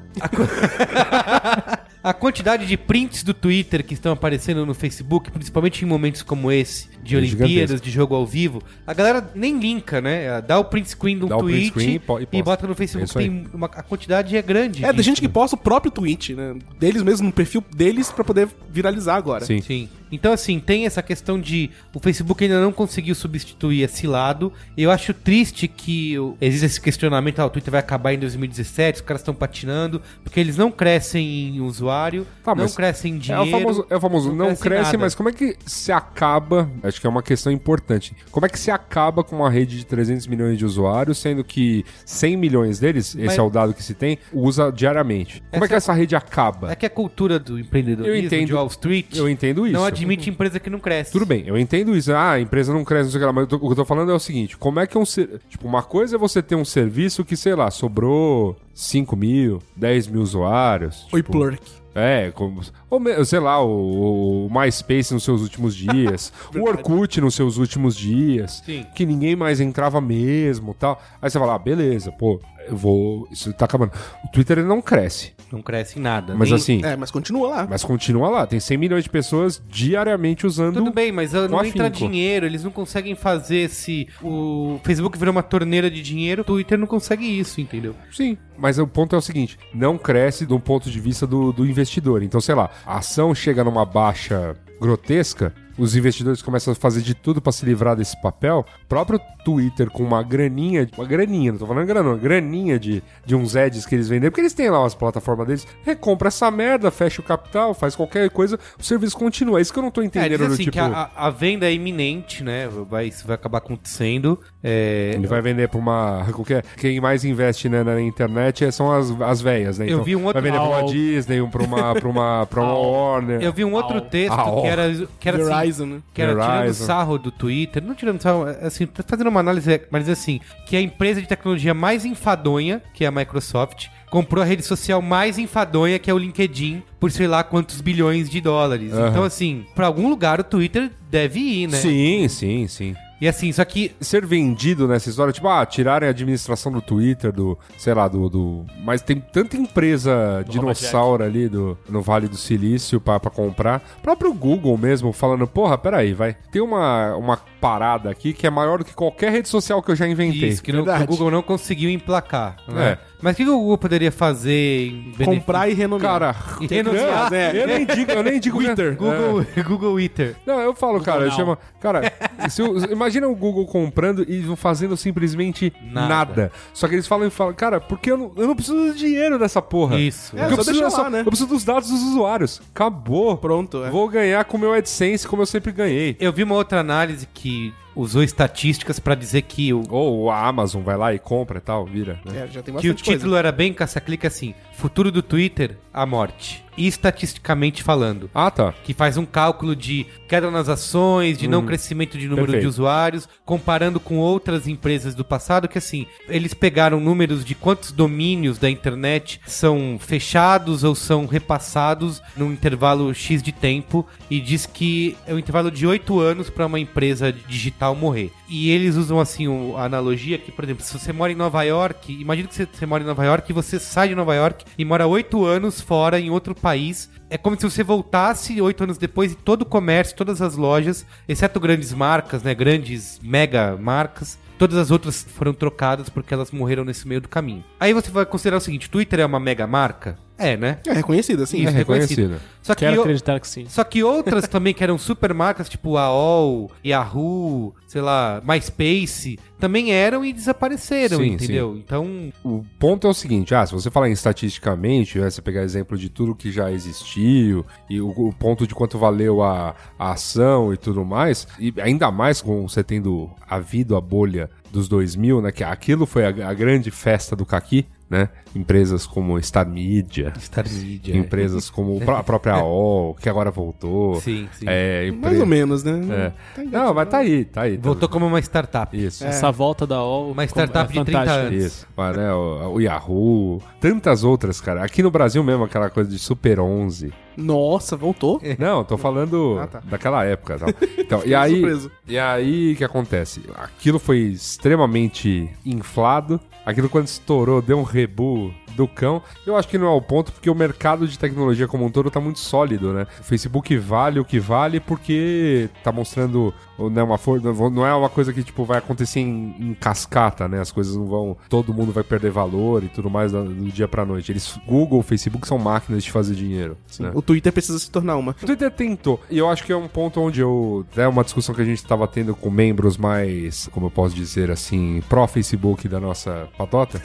Speaker 1: a quantidade de prints do Twitter que estão aparecendo no Facebook, principalmente em momentos como esse, de
Speaker 3: É
Speaker 1: Olimpíadas,
Speaker 3: gigantesco.
Speaker 1: de jogo ao vivo. A galera nem linka, né? Ela Dá o print screen de um
Speaker 3: Dá o print
Speaker 1: tweet
Speaker 3: screen e po- e
Speaker 1: e,
Speaker 3: posta.
Speaker 1: bota no
Speaker 3: É
Speaker 1: Facebook.
Speaker 3: isso aí.
Speaker 1: Tem uma- a quantidade é grande.
Speaker 4: É, tem
Speaker 1: disso.
Speaker 4: gente que posta o próprio tweet, né? Deles mesmo, no perfil deles, pra poder viralizar agora.
Speaker 3: Sim.
Speaker 1: Sim. Então, assim, tem essa questão de o Facebook ainda não conseguiu substituir esse lado. Eu acho triste que o- existe esse questionamento, ah, o Twitter vai acabar em 2017, os caras estão patinando, porque eles não crescem em usuário,
Speaker 3: Tá,
Speaker 1: não
Speaker 3: mas
Speaker 1: crescem em
Speaker 3: É
Speaker 1: dinheiro.
Speaker 3: o famoso, é o famoso não, cresce,
Speaker 1: nada.
Speaker 3: mas como é que se acaba? Acho que é uma questão importante. Como é que se acaba com uma rede de 300 milhões de usuários, sendo que 100 milhões deles,
Speaker 1: Mas-
Speaker 3: esse é o dado que se tem, usa diariamente? Como é que essa rede acaba?
Speaker 1: É que a cultura do empreendedorismo,
Speaker 3: Eu entendo.
Speaker 1: de Wall Street,
Speaker 3: Eu entendo isso.
Speaker 1: não admite empresa que não cresce.
Speaker 3: Tudo bem, eu entendo isso. Ah, a empresa não cresce, não sei o que lá, mas eu tô- o que eu tô falando é o seguinte: como é que é um. ser- Tipo, uma coisa é você ter um serviço que, sei lá, sobrou 5 mil, 10 mil usuários.
Speaker 4: Oi,
Speaker 3: tipo,
Speaker 4: Plurk.
Speaker 3: É, como, ou me- sei lá, o, o MySpace nos seus últimos dias, o Orkut nos seus últimos dias,
Speaker 1: Sim.
Speaker 3: que ninguém mais entrava mesmo tal. Aí você fala, ah, beleza, pô, eu vou. Isso tá acabando. O Twitter ele não cresce,
Speaker 1: Não cresce em nada.
Speaker 3: mas
Speaker 1: Nem-
Speaker 3: assim,
Speaker 4: É, mas continua lá.
Speaker 3: mas continua lá. Tem 100 milhões de pessoas diariamente usando.
Speaker 1: Tudo bem, mas ah, não entra
Speaker 3: afinco.
Speaker 1: dinheiro, eles não conseguem fazer esse. O Facebook virou uma torneira de dinheiro, o Twitter não consegue isso, entendeu?
Speaker 3: Sim, mas o ponto é o seguinte: não cresce do ponto de vista do, do investidor. Então, sei lá, a ação chega numa baixa grotesca, os investidores começam a fazer de tudo para se livrar desse papel. O próprio Twitter, com uma graninha, uma graninha, não tô falando grana, não, graninha de, de uns ads que eles vendem, porque eles têm lá umas plataformas deles, recompra essa merda, fecha o capital, faz qualquer coisa, o serviço continua. É isso que eu não tô
Speaker 1: É,
Speaker 3: entendendo
Speaker 1: diz
Speaker 3: do
Speaker 1: assim,
Speaker 3: tipo.
Speaker 1: que a, a venda é iminente, né? Vai, isso vai acabar acontecendo. É,
Speaker 3: Ele vai vender pra uma. qualquer- Quem mais investe né, na internet é- são as, as véias, né?
Speaker 1: Eu vi um outro-
Speaker 3: Vai vender pra
Speaker 2: Au.
Speaker 3: uma Disney, um pra uma, pra uma, pra uma Warner.
Speaker 1: eu vi um outro
Speaker 2: Au.
Speaker 1: texto
Speaker 3: É. Au.
Speaker 1: que era, que era assim,
Speaker 4: Verizon, né?
Speaker 1: que era tirando
Speaker 3: Verizon.
Speaker 1: sarro do Twitter, não tirando sarro, assim, tá fazendo uma análise, mas assim, que a empresa de tecnologia mais enfadonha, que é a Microsoft, comprou a rede social mais enfadonha, que é o LinkedIn, por sei lá quantos bilhões de dólares.
Speaker 3: Aham.
Speaker 1: Então, assim, pra algum lugar o Twitter deve ir, né?
Speaker 3: Sim, sim, sim.
Speaker 1: E assim, só que
Speaker 3: Ser vendido nessa história, tipo, ah, tirarem a administração do Twitter, do, sei lá, do. do- Mas tem tanta empresa dinossauro ali do, no Vale do Silício pra, pra comprar. O próprio Google mesmo falando, porra, peraí, vai. Tem uma, uma parada aqui que é maior do que qualquer rede social que eu já inventei.
Speaker 1: isso, que, não- que o
Speaker 4: Verdade.
Speaker 1: Google não conseguiu emplacar. né?
Speaker 3: É.
Speaker 1: Mas o que que o Google poderia fazer em benefício?
Speaker 4: Comprar e renomear.
Speaker 3: Cara,
Speaker 1: E renunciar.
Speaker 3: eu nem digo, eu nem digo
Speaker 1: Twitter,
Speaker 3: né? É.
Speaker 1: Google, Google Twitter.
Speaker 3: Não, eu falo, cara, eu
Speaker 2: não.
Speaker 3: chamo. Cara, se o- imagina o Google comprando e fazendo simplesmente
Speaker 1: Nada.
Speaker 3: nada. Só que eles falam e falam, cara, porque eu não, eu não preciso do dinheiro dessa porra.
Speaker 1: Isso.
Speaker 3: O
Speaker 4: É,
Speaker 3: que eu,
Speaker 4: só
Speaker 3: preciso
Speaker 4: deixa
Speaker 3: é só-
Speaker 4: lá, né?
Speaker 3: eu preciso dos dados dos usuários. Acabou.
Speaker 4: Pronto, é.
Speaker 3: Vou ganhar com o meu AdSense como eu sempre ganhei.
Speaker 1: Eu vi uma outra análise que usou estatísticas pra dizer que o,
Speaker 3: Ou a Amazon vai lá e compra e tal, vira. Né?
Speaker 4: É, já tem
Speaker 1: que o
Speaker 4: bastante
Speaker 1: título
Speaker 4: coisa.
Speaker 1: era bem caça-clique assim: Futuro do Twitter, a morte. E estatisticamente falando.
Speaker 3: Ah, tá.
Speaker 1: Que faz um cálculo de queda nas ações, de não crescimento de número
Speaker 3: Perfeito.
Speaker 1: de usuários, comparando com outras empresas do passado, que assim, eles pegaram números de quantos domínios da internet são fechados ou são repassados num intervalo X de tempo e diz que é um intervalo de 8 anos para uma empresa digital morrer. E eles usam assim o- a analogia que, por exemplo, se você mora em Nova York, imagina que você, você mora em Nova York e você sai de Nova York e mora oito anos fora em outro país. É como se você voltasse oito anos depois e todo o comércio, todas as lojas, exceto grandes marcas, né, grandes mega marcas, todas as outras foram trocadas porque elas morreram nesse meio do caminho. Aí você vai considerar o seguinte, Twitter é uma mega marca? É, né?
Speaker 4: É reconhecido, assim.
Speaker 3: É
Speaker 1: Isso, reconhecido.
Speaker 3: reconhecido.
Speaker 1: Só que
Speaker 2: Quero
Speaker 1: eu-
Speaker 2: acreditar que sim.
Speaker 1: só que outras também que eram super marcas, tipo AOL, Yahoo, sei lá, MySpace, também eram e desapareceram,
Speaker 3: Sim,
Speaker 1: entendeu? Então,
Speaker 3: O ponto é o seguinte, ah, se você falar em estatisticamente, né, você pegar exemplo de tudo que já existiu e o, o ponto de quanto valeu a, a ação e tudo mais, e ainda mais com você tendo havido a bolha dos 2000, né, que aquilo foi a, a grande festa do caqui, né? Empresas como Star Media,
Speaker 1: Star
Speaker 4: É.
Speaker 1: Media.
Speaker 3: empresas como a própria AOL, que agora voltou.
Speaker 1: Sim, sim.
Speaker 3: É,
Speaker 4: Mais
Speaker 3: empre...
Speaker 4: ou menos, né?
Speaker 3: É. Não, mas tá aí, tá aí. tá-
Speaker 1: Voltou como uma startup.
Speaker 3: Isso.
Speaker 4: É.
Speaker 2: Essa volta da OL.
Speaker 1: Uma startup de 30
Speaker 2: fantástica.
Speaker 1: anos.
Speaker 3: Isso, mas, né, o, o Yahoo, tantas outras, cara. Aqui no Brasil mesmo, aquela coisa de Super 11.
Speaker 4: Nossa, voltou?
Speaker 3: Não, tô falando
Speaker 4: É. Ah, tá.
Speaker 3: daquela época. Tal. Então, e aí,
Speaker 4: surpreso.
Speaker 3: e aí, o que acontece? Aquilo foi extremamente inflado. Aquilo quando estourou, deu um rebu do cão. Eu acho que não é o ponto, porque o mercado de tecnologia como um todo tá muito sólido, né? O Facebook vale o que vale, porque tá mostrando né, uma força. Não é uma coisa que, tipo, vai acontecer em, em cascata, né? As coisas não vão. Todo mundo vai perder valor e tudo mais do, do dia pra noite. Eles, Google, Facebook são máquinas de fazer dinheiro. né?
Speaker 4: O Twitter precisa se tornar uma.
Speaker 3: O Twitter tentou. E eu acho que é um ponto onde eu. É uma discussão que a gente estava tendo com membros mais, como eu posso dizer assim, pró-Facebook da nossa patota.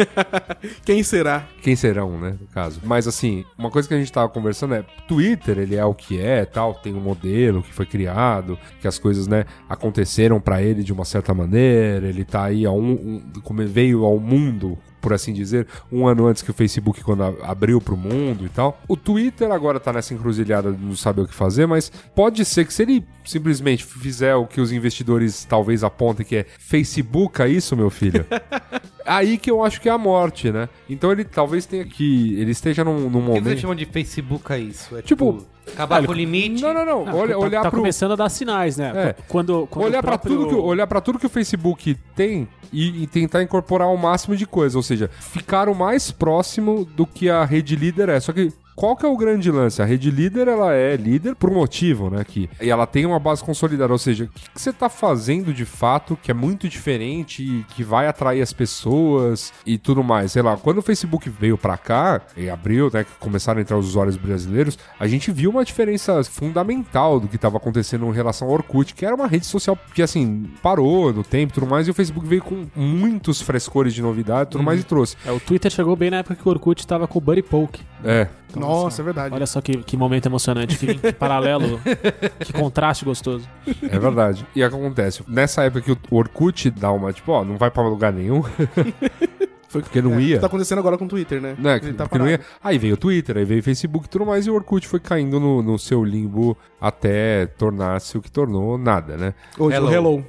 Speaker 4: Quem será?
Speaker 3: Quem serão, né? No caso. Mas assim, uma coisa que a gente tava conversando é: Twitter, ele é o que é, tal, tem um modelo que foi criado, que as coisas, né, aconteceram pra ele de uma certa maneira, ele tá aí a um, um- como ele veio ao mundo. Por assim dizer, um ano antes que o Facebook, quando a- abriu pro mundo e tal. O Twitter agora tá nessa encruzilhada de não saber o que fazer, mas pode ser que se ele simplesmente fizer o que os investidores talvez apontem, que é Facebook, é isso, meu filho? Aí que eu acho que é a morte, né? Então ele talvez tenha que. Ele esteja num, num
Speaker 1: Por que vocês
Speaker 3: momento.
Speaker 1: chamam de Facebook a isso? É
Speaker 3: Tipo,
Speaker 1: acabar
Speaker 2: olha,
Speaker 1: com o limite.
Speaker 3: Não, não, não. Olha,
Speaker 2: tá,
Speaker 3: olhar
Speaker 2: tá
Speaker 3: pro.
Speaker 2: começando a dar sinais, né?
Speaker 3: É.
Speaker 2: Quando, quando
Speaker 3: Olhar
Speaker 2: o
Speaker 3: pra
Speaker 2: próprio-
Speaker 3: tudo que olhar para tudo que o Facebook tem e, e tentar incorporar o máximo de coisa, ou seja, ficar o mais próximo do que a rede líder é. Só que qual que é o grande lance? A rede líder ela é líder por um motivo, né? Que e ela tem uma base consolidada, ou seja, o que, que você tá fazendo de fato que é muito diferente e que vai atrair as pessoas e tudo mais. Sei lá, quando o Facebook veio pra cá e abriu, né, que começaram a entrar os usuários brasileiros, a gente viu uma diferença fundamental do que estava acontecendo em relação ao Orkut, que era uma rede social que, assim, parou no tempo e tudo mais, e o Facebook veio com muitos frescores de novidade e tudo mais e trouxe.
Speaker 2: É, o Twitter chegou bem na época que o Orkut tava com o Buddy Polk.
Speaker 3: É,
Speaker 4: Nossa, é verdade.
Speaker 2: Olha só que, que momento emocionante, que, que paralelo, que contraste gostoso.
Speaker 3: é verdade. E é o que acontece, nessa época que o Orkut dá uma, tipo, ó, não vai pra lugar nenhum,
Speaker 4: Foi
Speaker 3: porque não ia.
Speaker 4: Tá acontecendo agora com o Twitter, né?
Speaker 3: Né,
Speaker 4: Ele tá
Speaker 3: porque não
Speaker 4: parado.
Speaker 3: ia- Aí veio o Twitter, aí veio o Facebook e tudo mais, e o Orkut foi caindo no, no seu limbo até tornar-se o que tornou nada, né?
Speaker 4: Hoje,
Speaker 1: Hello.
Speaker 4: o Hello.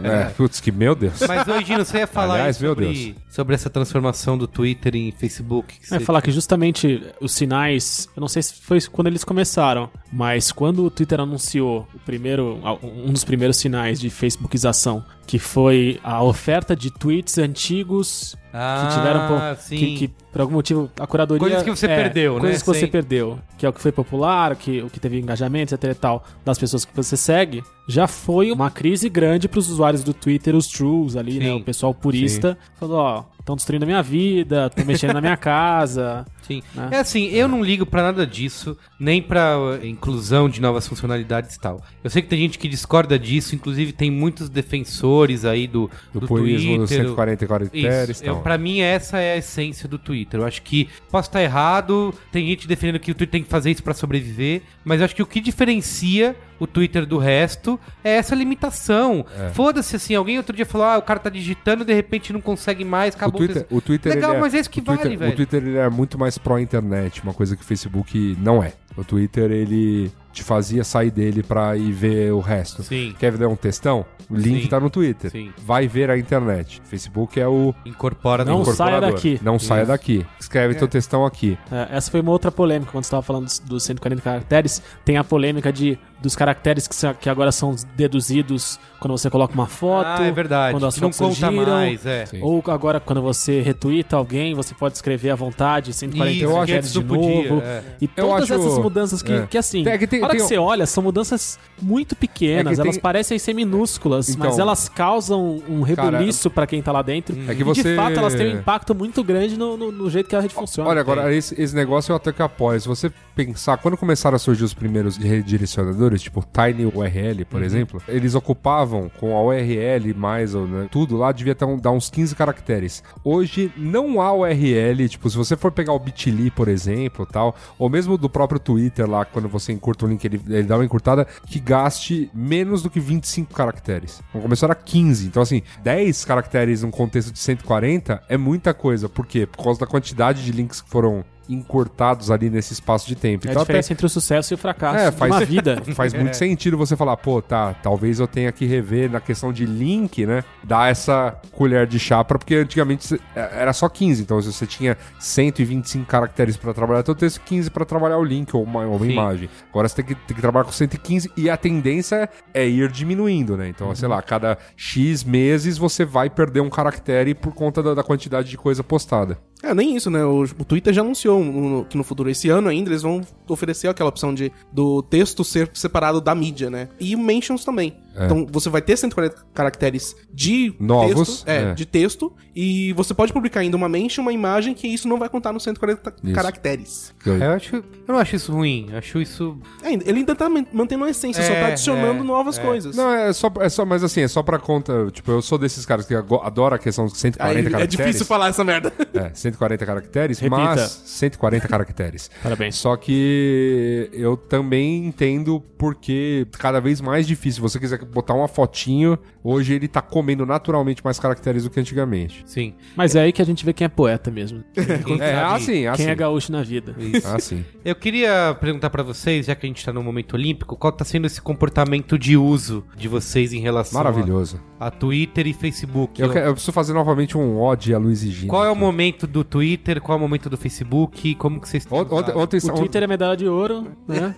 Speaker 1: né?
Speaker 3: é, putz, que meu Deus.
Speaker 1: Mas hoje não você ia falar
Speaker 3: Aliás,
Speaker 1: aí
Speaker 3: meu
Speaker 1: sobre, sobre essa transformação do Twitter em Facebook. que
Speaker 2: É
Speaker 1: você-
Speaker 2: falar que justamente os sinais, eu não sei se foi quando eles começaram, mas quando o Twitter anunciou o primeiro, um dos primeiros sinais de Facebookização, que foi a oferta de tweets antigos
Speaker 1: Ah,
Speaker 2: que tiveram por,
Speaker 1: sim.
Speaker 2: Que, que, por algum motivo a curadoria é,
Speaker 1: Coisas que você perdeu, né?
Speaker 2: coisas que você
Speaker 1: Sim.
Speaker 2: perdeu, que é o que foi popular, o que o que teve engajamento, etc e tal, das pessoas que você segue, já foi uma crise grande pros usuários do Twitter, os trolls ali, né,
Speaker 1: Sim.
Speaker 2: o pessoal purista, falou, ó, estão destruindo a minha vida, estão mexendo na minha casa,
Speaker 1: Sim.
Speaker 2: né?
Speaker 1: É assim, eu não ligo pra nada disso, nem pra uh, inclusão de novas funcionalidades e tal. Eu sei que tem gente que discorda disso, inclusive tem muitos defensores aí do,
Speaker 3: Do,
Speaker 1: do,
Speaker 3: purismo
Speaker 1: Twitter.
Speaker 3: dos 140 caracteres
Speaker 1: Isso.
Speaker 3: e então.
Speaker 1: Eu,
Speaker 3: tal.
Speaker 1: pra mim, essa é a essência do Twitter. Eu acho que posso estar errado, tem gente defendendo que o Twitter tem que fazer isso pra sobreviver, mas eu acho que o que diferencia o Twitter do resto é essa limitação.
Speaker 3: É.
Speaker 1: Foda-se, assim, alguém outro dia falou, ah, o cara tá digitando, de repente não consegue mais,
Speaker 3: O
Speaker 1: acabou
Speaker 3: Twitter,
Speaker 1: texto."
Speaker 3: o Twitter
Speaker 1: Legal,
Speaker 3: ele é,
Speaker 1: mas é isso que
Speaker 3: o Twitter,
Speaker 1: vale, velho.
Speaker 3: O Twitter ele é muito mais pró-internet, uma coisa que o Facebook não é. O Twitter, ele te fazia sair dele pra ir ver o resto.
Speaker 1: Sim.
Speaker 3: Quer ver um textão? O link
Speaker 1: Sim.
Speaker 3: tá no Twitter.
Speaker 1: Sim.
Speaker 3: Vai ver a internet. Facebook é o
Speaker 1: Incorpora
Speaker 2: Não
Speaker 1: no-
Speaker 2: saia
Speaker 3: incorporador.
Speaker 2: daqui.
Speaker 3: Não saia daqui. Escreve teu textão aqui.
Speaker 2: É, essa foi uma outra polêmica quando você estava falando dos, dos 140 caracteres. Tem a polêmica de dos caracteres que, sa- que agora são deduzidos quando você coloca uma foto.
Speaker 1: Ah, é verdade.
Speaker 2: Quando as
Speaker 1: que não
Speaker 2: fotos
Speaker 1: conta
Speaker 2: giram,
Speaker 1: mais, é.
Speaker 3: Sim.
Speaker 2: Ou agora quando você retweeta alguém, você pode escrever à vontade 140
Speaker 1: Isso, que
Speaker 2: caracteres
Speaker 1: antes
Speaker 2: de
Speaker 1: não podia,
Speaker 2: novo.
Speaker 1: é.
Speaker 2: E
Speaker 3: Eu
Speaker 2: todas
Speaker 3: acho-
Speaker 2: essas mudanças que,
Speaker 3: é.
Speaker 2: que assim,
Speaker 3: Tem- é que tem-
Speaker 2: a hora
Speaker 3: tem
Speaker 2: que
Speaker 3: um-
Speaker 2: você olha, são mudanças muito pequenas.
Speaker 3: É que
Speaker 2: elas
Speaker 3: tem-
Speaker 2: parecem ser minúsculas,
Speaker 3: Então-
Speaker 2: mas elas causam um
Speaker 3: Cara,
Speaker 2: rebuliço pra quem tá lá dentro.
Speaker 3: É que
Speaker 2: E
Speaker 3: você-
Speaker 2: de fato elas têm um impacto muito grande no, no- no jeito que a rede funciona.
Speaker 3: Olha, agora, esse, esse negócio eu até que apoio. Se você pensar, quando começaram a surgir os primeiros redirecionadores, tipo Tiny URL, por exemplo, eles ocupavam com a URL mais ou, né, tudo lá, devia ter um- dar uns 15 caracteres. Hoje não há URL, tipo, se você for pegar o Bitly, por exemplo, tal, ou mesmo do próprio Twitter lá, quando você encurta o link, ele, ele dá uma encurtada que gaste menos do que 25 caracteres. Então, começaram a 15. Então, assim, 10 caracteres num contexto de 140 é muita coisa. Por quê? Por causa da quantidade de links que foram encurtados ali nesse espaço de tempo.
Speaker 2: É a
Speaker 3: Então, até-
Speaker 2: diferença entre o sucesso e o fracasso
Speaker 3: É,
Speaker 2: de
Speaker 3: faz-
Speaker 2: uma vida.
Speaker 3: Faz muito sentido você falar, pô, tá, talvez eu tenha que rever na questão de link, né? Dar essa colher de chá, pra- porque antigamente cê- é- era só 15, então se você tinha 125 caracteres pra trabalhar, então tem 15 pra trabalhar o link ou uma, ou uma
Speaker 1: Sim.
Speaker 3: imagem. Agora você tem que, tem que trabalhar com 115 e a tendência é ir diminuindo, né? Então, sei
Speaker 1: Uhum.
Speaker 3: lá, cada X meses você vai perder um caractere por conta da, da quantidade de coisa postada.
Speaker 4: É, nem isso, né? O, o Twitter já anunciou um- um- que no futuro, esse ano ainda, eles vão oferecer aquela opção de do texto ser separado da mídia, né? E mentions também. Então você vai ter 140 caracteres de
Speaker 3: Novos,
Speaker 4: texto, é,
Speaker 3: é.
Speaker 4: de texto, e você pode publicar ainda uma mention, uma imagem, que isso não vai contar nos 140
Speaker 3: Isso.
Speaker 4: caracteres.
Speaker 1: É, Eu, acho, eu não acho isso ruim, acho isso.
Speaker 4: É, ele ainda tá man- mantendo a essência, só
Speaker 1: É,
Speaker 4: tá adicionando
Speaker 1: é,
Speaker 4: novas coisas.
Speaker 3: Não, é só, é só, mas assim, é só pra conta. Tipo, eu sou desses caras que ago- adora a questão dos 140
Speaker 4: Aí, é
Speaker 3: caracteres.
Speaker 4: difícil falar essa merda.
Speaker 3: É, 140 caracteres,
Speaker 2: Repita.
Speaker 3: mas 140 caracteres.
Speaker 2: Parabéns.
Speaker 3: Só que eu também entendo porque cada vez mais difícil. Se você quiser botar uma fotinho, hoje ele tá comendo naturalmente mais caracteres do que antigamente.
Speaker 1: Sim.
Speaker 2: Mas é aí que a gente vê quem é poeta mesmo.
Speaker 3: É, assim, assim.
Speaker 2: Quem é gaúcho na vida.
Speaker 3: assim.
Speaker 1: Eu queria perguntar pra vocês, já que a gente tá no momento olímpico, qual tá sendo esse comportamento de uso de vocês em relação
Speaker 3: Maravilhoso.
Speaker 1: a, a Twitter e Facebook?
Speaker 3: Eu, que- eu preciso fazer novamente um ode a Luiz e Gino.
Speaker 1: Qual é o momento do Twitter? Qual é o momento do Facebook? Como que vocês têm
Speaker 3: Ont- Ontem,
Speaker 1: usado?
Speaker 3: ontem,
Speaker 2: O Twitter é medalha de ouro, né?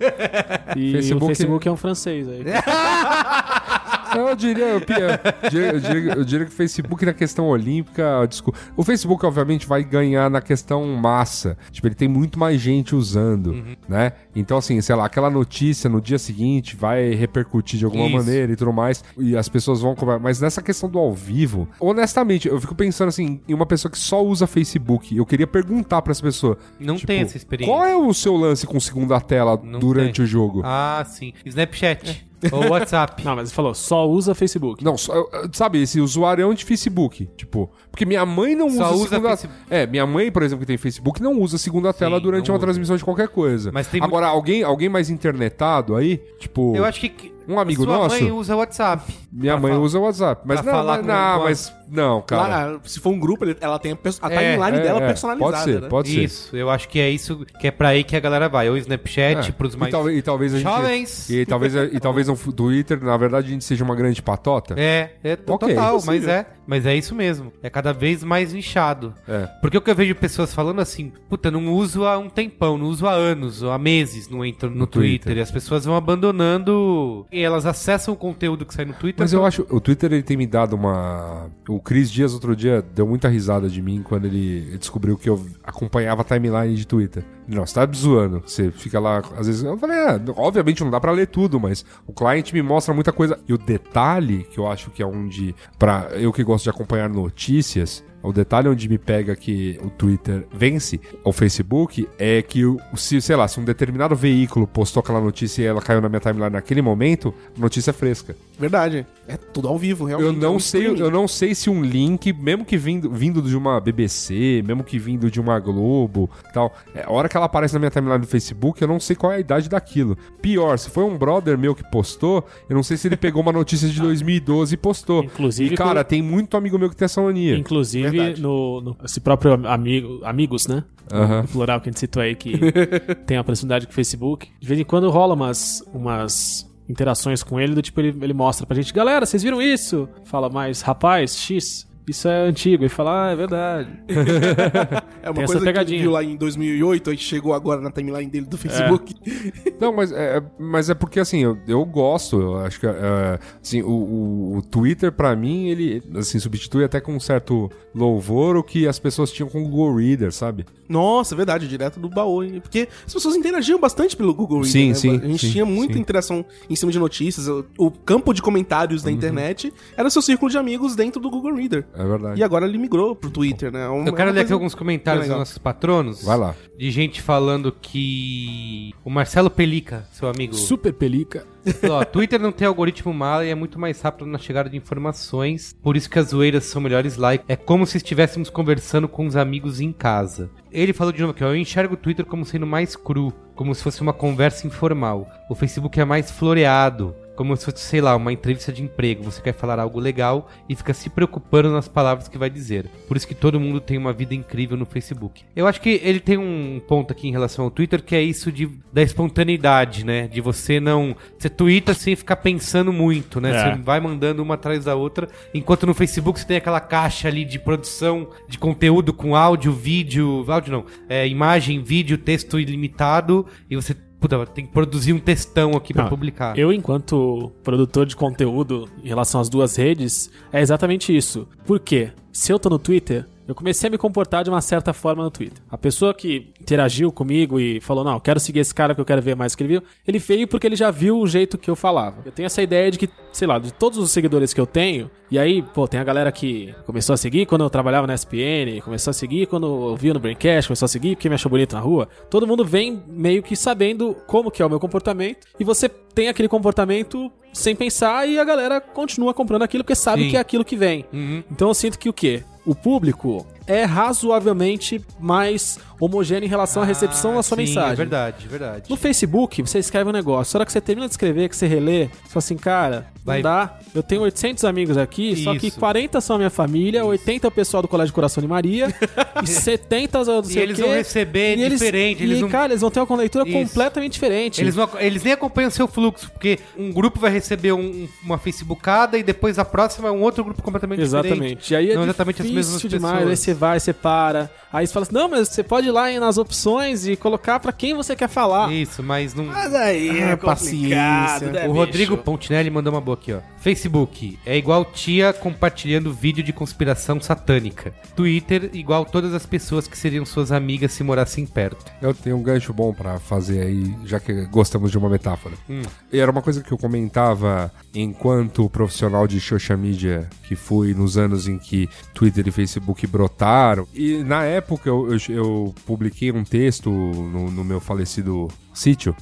Speaker 2: E
Speaker 3: Facebook-
Speaker 2: o Facebook é um francês aí.
Speaker 3: Eu diria, eu, diria- eu diria- eu diria- eu diria que o Facebook na questão olímpica, desculpa. O Facebook, obviamente, vai ganhar na questão massa. Tipo, ele tem muito mais gente usando,
Speaker 1: Uhum.
Speaker 3: né? Então, assim, sei lá, aquela notícia no dia seguinte vai repercutir de alguma
Speaker 1: Isso.
Speaker 3: maneira e tudo mais. E as pessoas vão comprar. Mas nessa questão do ao vivo, honestamente, eu fico pensando assim, em uma pessoa que só usa Facebook. Eu queria perguntar pra essa pessoa.
Speaker 1: Não
Speaker 3: tipo,
Speaker 1: tem essa experiência.
Speaker 3: Qual é o seu lance com segunda tela
Speaker 1: Não
Speaker 3: durante
Speaker 1: tem.
Speaker 3: o É. jogo?
Speaker 1: Ah, sim. Snapchat. Ou WhatsApp.
Speaker 2: Não, mas ele falou, só usa Facebook.
Speaker 3: Não, só, eu- eu- sabe, esse usuárião de Facebook, tipo, porque minha mãe não
Speaker 1: Só
Speaker 3: usa,
Speaker 1: usa
Speaker 3: segunda...
Speaker 1: Facebook.
Speaker 3: É, minha mãe, por exemplo, que tem Facebook, não usa segunda tela durante
Speaker 1: não
Speaker 3: uma
Speaker 1: usa.
Speaker 3: transmissão de qualquer coisa.
Speaker 1: Mas tem
Speaker 3: Agora, alguém, alguém mais internetado aí, tipo,
Speaker 1: Eu acho que.
Speaker 3: Um amigo
Speaker 1: sua mãe
Speaker 3: nosso?
Speaker 1: usa WhatsApp.
Speaker 3: minha
Speaker 1: pra
Speaker 3: mãe
Speaker 1: falar-
Speaker 3: usa o WhatsApp, mas
Speaker 1: pra
Speaker 3: não,
Speaker 1: falar
Speaker 3: mas,
Speaker 1: com-
Speaker 3: não,
Speaker 1: com a-
Speaker 3: mas não, cara.
Speaker 4: Lá, se for um grupo, ele- ela tem a, perso- a
Speaker 1: É,
Speaker 4: timeline
Speaker 3: É,
Speaker 4: dela
Speaker 3: é,
Speaker 4: personalizada,
Speaker 3: Pode ser,
Speaker 4: né?
Speaker 3: pode ser.
Speaker 1: Isso, eu acho que é isso que é pra aí que a galera vai. Ou Snapchat,
Speaker 3: É.
Speaker 1: pros
Speaker 3: e,
Speaker 1: tipo mais.
Speaker 3: talvez- e talvez a gente,
Speaker 1: jovens.
Speaker 3: E talvez, e talvez um f- Twitter, na verdade, a gente seja uma grande patota.
Speaker 1: É, é to-
Speaker 3: Ok.
Speaker 1: total,
Speaker 3: Sim.
Speaker 1: mas é. Mas é isso mesmo. É cada vez mais nichado.
Speaker 3: É.
Speaker 1: Porque o que eu vejo pessoas falando assim, puta, não uso há um tempão, não uso há anos, ou há meses, não entro no,
Speaker 3: No
Speaker 1: Twitter.
Speaker 3: Twitter.
Speaker 1: E as pessoas vão abandonando e elas acessam o conteúdo que sai no Twitter.
Speaker 3: Mas eu acho, o Twitter ele tem me dado uma. O Cris Dias outro dia deu muita risada de mim quando ele descobriu que eu acompanhava a timeline de Twitter. Não, você tá me zoando. Você fica lá, às vezes. Eu falei, é, obviamente não dá pra ler tudo, mas o cliente me mostra muita coisa. E o detalhe, que eu acho que é onde. para Eu que gosto de acompanhar notícias, O detalhe onde me pega que o Twitter vence o Facebook é que, o- se, sei lá, se um determinado veículo postou aquela notícia e ela caiu na minha timeline naquele momento, notícia é fresca.
Speaker 4: Verdade. É tudo ao vivo, realmente.
Speaker 3: Eu
Speaker 4: É um
Speaker 3: não sei,
Speaker 4: streaming.
Speaker 3: eu não sei se um link, mesmo que vindo, vindo de uma BBC, mesmo que vindo de uma Globo, tal, é, a hora que ela aparece na minha timeline do Facebook, eu não sei qual é a idade daquilo. Pior, se foi um brother meu que postou, eu não sei se ele pegou uma notícia
Speaker 4: Tá.
Speaker 3: de 2012 e postou.
Speaker 2: Inclusive
Speaker 3: e, cara,
Speaker 2: com-
Speaker 3: tem muito amigo meu que tem essa mania.
Speaker 2: Inclusive,
Speaker 4: Verdade.
Speaker 2: no, no- esse próprio am- amigo, amigos, né?
Speaker 3: Aham.
Speaker 2: No plural que a gente citou aí, que tem a proximidade com o Facebook. De vez em quando rola umas, umas interações com ele, do tipo, ele, ele mostra pra gente, galera, vocês viram isso? Fala, mas rapaz, X, isso é antigo. E fala, ah, é verdade.
Speaker 4: É
Speaker 2: Tem
Speaker 4: uma coisa
Speaker 2: essa
Speaker 4: que a gente
Speaker 2: pegadinha.
Speaker 4: viu lá em 2008, aí chegou agora na timeline dele
Speaker 3: É.
Speaker 4: do Facebook.
Speaker 3: Não, mas é, mas é porque assim, eu, eu gosto, eu acho que é, assim, o, o- o Twitter pra mim, ele assim, substitui até com um certo louvor o que as pessoas tinham com o Google Reader, sabe?
Speaker 4: Nossa, verdade, direto do baú. hein? Porque as pessoas interagiam bastante pelo Google Reader.
Speaker 3: Sim,
Speaker 4: né?
Speaker 3: sim,
Speaker 4: A gente
Speaker 3: sim,
Speaker 4: tinha muita
Speaker 3: sim.
Speaker 4: interação em cima de notícias. O, o campo de comentários
Speaker 3: Uhum.
Speaker 4: da internet era seu círculo de amigos dentro do Google Reader.
Speaker 3: É verdade.
Speaker 4: E agora ele migrou pro Twitter, né? É uma-
Speaker 1: Eu quero
Speaker 4: é uma
Speaker 1: ler aqui
Speaker 4: coisa-
Speaker 1: alguns comentários dos
Speaker 4: legal.
Speaker 1: nossos patronos.
Speaker 3: Vai lá.
Speaker 1: De gente falando que. O Marcelo Pelica, seu amigo.
Speaker 2: Super pelica.
Speaker 1: Ó, Twitter não tem algoritmo mala e é muito mais rápido na chegada de informações. Por isso que as zoeiras são melhores lá. É como se estivéssemos conversando com os amigos em casa. Ele falou de novo aqui, ó. Eu enxergo o Twitter como sendo mais cru, como se fosse uma conversa informal. O Facebook é mais floreado. Como se fosse, sei lá, uma entrevista de emprego. Você quer falar algo legal e fica se preocupando nas palavras que vai dizer. Por isso que todo mundo tem uma vida incrível no Facebook. Eu acho que ele tem um ponto aqui em relação ao Twitter, que é isso de, da espontaneidade, né? De você não. Você twitta sem ficar pensando muito, né?
Speaker 2: É.
Speaker 1: Você vai mandando uma atrás da outra. Enquanto no Facebook você tem aquela caixa ali de produção de conteúdo com áudio, vídeo. Áudio não. É, imagem, vídeo, texto ilimitado. E você. Puta, tem que produzir um textão aqui pra
Speaker 2: Não,
Speaker 1: publicar.
Speaker 2: Ah, Eu, enquanto produtor de conteúdo em relação às duas redes, é exatamente isso. Por quê? Se eu tô no Twitter, eu comecei a me comportar de uma certa forma no Twitter. A pessoa que interagiu comigo e falou, não, eu quero seguir esse cara porque eu quero ver mais o que ele viu, ele veio porque ele já viu o jeito que eu falava. Eu tenho essa ideia de que, sei lá, de todos os seguidores que eu tenho, e aí, pô, tem a galera que começou a seguir quando eu trabalhava na SPN, começou a seguir quando eu via no Braincast, começou a seguir porque me achou bonito na rua. Todo mundo vem meio que sabendo como que é o meu comportamento, e você tem aquele comportamento sem pensar e a galera continua comprando aquilo porque sabe
Speaker 1: Sim. Uhum.
Speaker 2: que é aquilo que vem. Então eu sinto que o quê? O público é razoavelmente mais homogêneo em relação à recepção da sua
Speaker 1: Ah, sim,
Speaker 2: mensagem.
Speaker 1: É verdade, é verdade.
Speaker 2: No Facebook, você escreve um negócio. A hora que você termina de escrever, que você relê, você fala assim, cara, não
Speaker 1: Vai-
Speaker 2: dá. Eu tenho 800 amigos aqui, só que
Speaker 1: Isso.
Speaker 2: 40 são a minha família, 80 é o pessoal do Colégio Coração de Maria, e 70 são não sei o
Speaker 1: eles
Speaker 2: quê.
Speaker 1: vão receber
Speaker 2: E eles-
Speaker 1: diferente, eles
Speaker 2: e,
Speaker 1: não-
Speaker 2: cara, eles vão ter uma leitura
Speaker 1: Isso.
Speaker 2: completamente diferente.
Speaker 1: Eles, não ac- eles nem acompanham seu fluxo, porque um grupo vai receber um- uma Facebookada e depois a próxima é um outro grupo completamente diferente.
Speaker 2: Exatamente. E aí é
Speaker 1: não exatamente as
Speaker 2: difícil
Speaker 1: mesmas
Speaker 2: demais.
Speaker 1: pessoas.
Speaker 2: Aí você vai, você para. Aí você fala assim, não, mas você pode ir lá nas opções e colocar pra quem você quer falar.
Speaker 1: Isso, mas
Speaker 2: Ah,
Speaker 1: não.
Speaker 4: Mas aí, é
Speaker 2: né?
Speaker 4: paciência.
Speaker 1: o Rodrigo Pontinelli mandou uma boa aqui, ó. Facebook é igual tia compartilhando vídeo de conspiração satânica. Twitter, igual todas as pessoas que seriam suas amigas se morassem perto.
Speaker 3: Eu tenho um gancho bom pra fazer aí, já que gostamos de uma metáfora.
Speaker 1: Hum.
Speaker 3: E era uma coisa que eu comentava enquanto profissional de social media que fui nos anos em que Twitter e Facebook brotaram. E na época eu, eu- eu publiquei um texto no, no meu falecido sítio,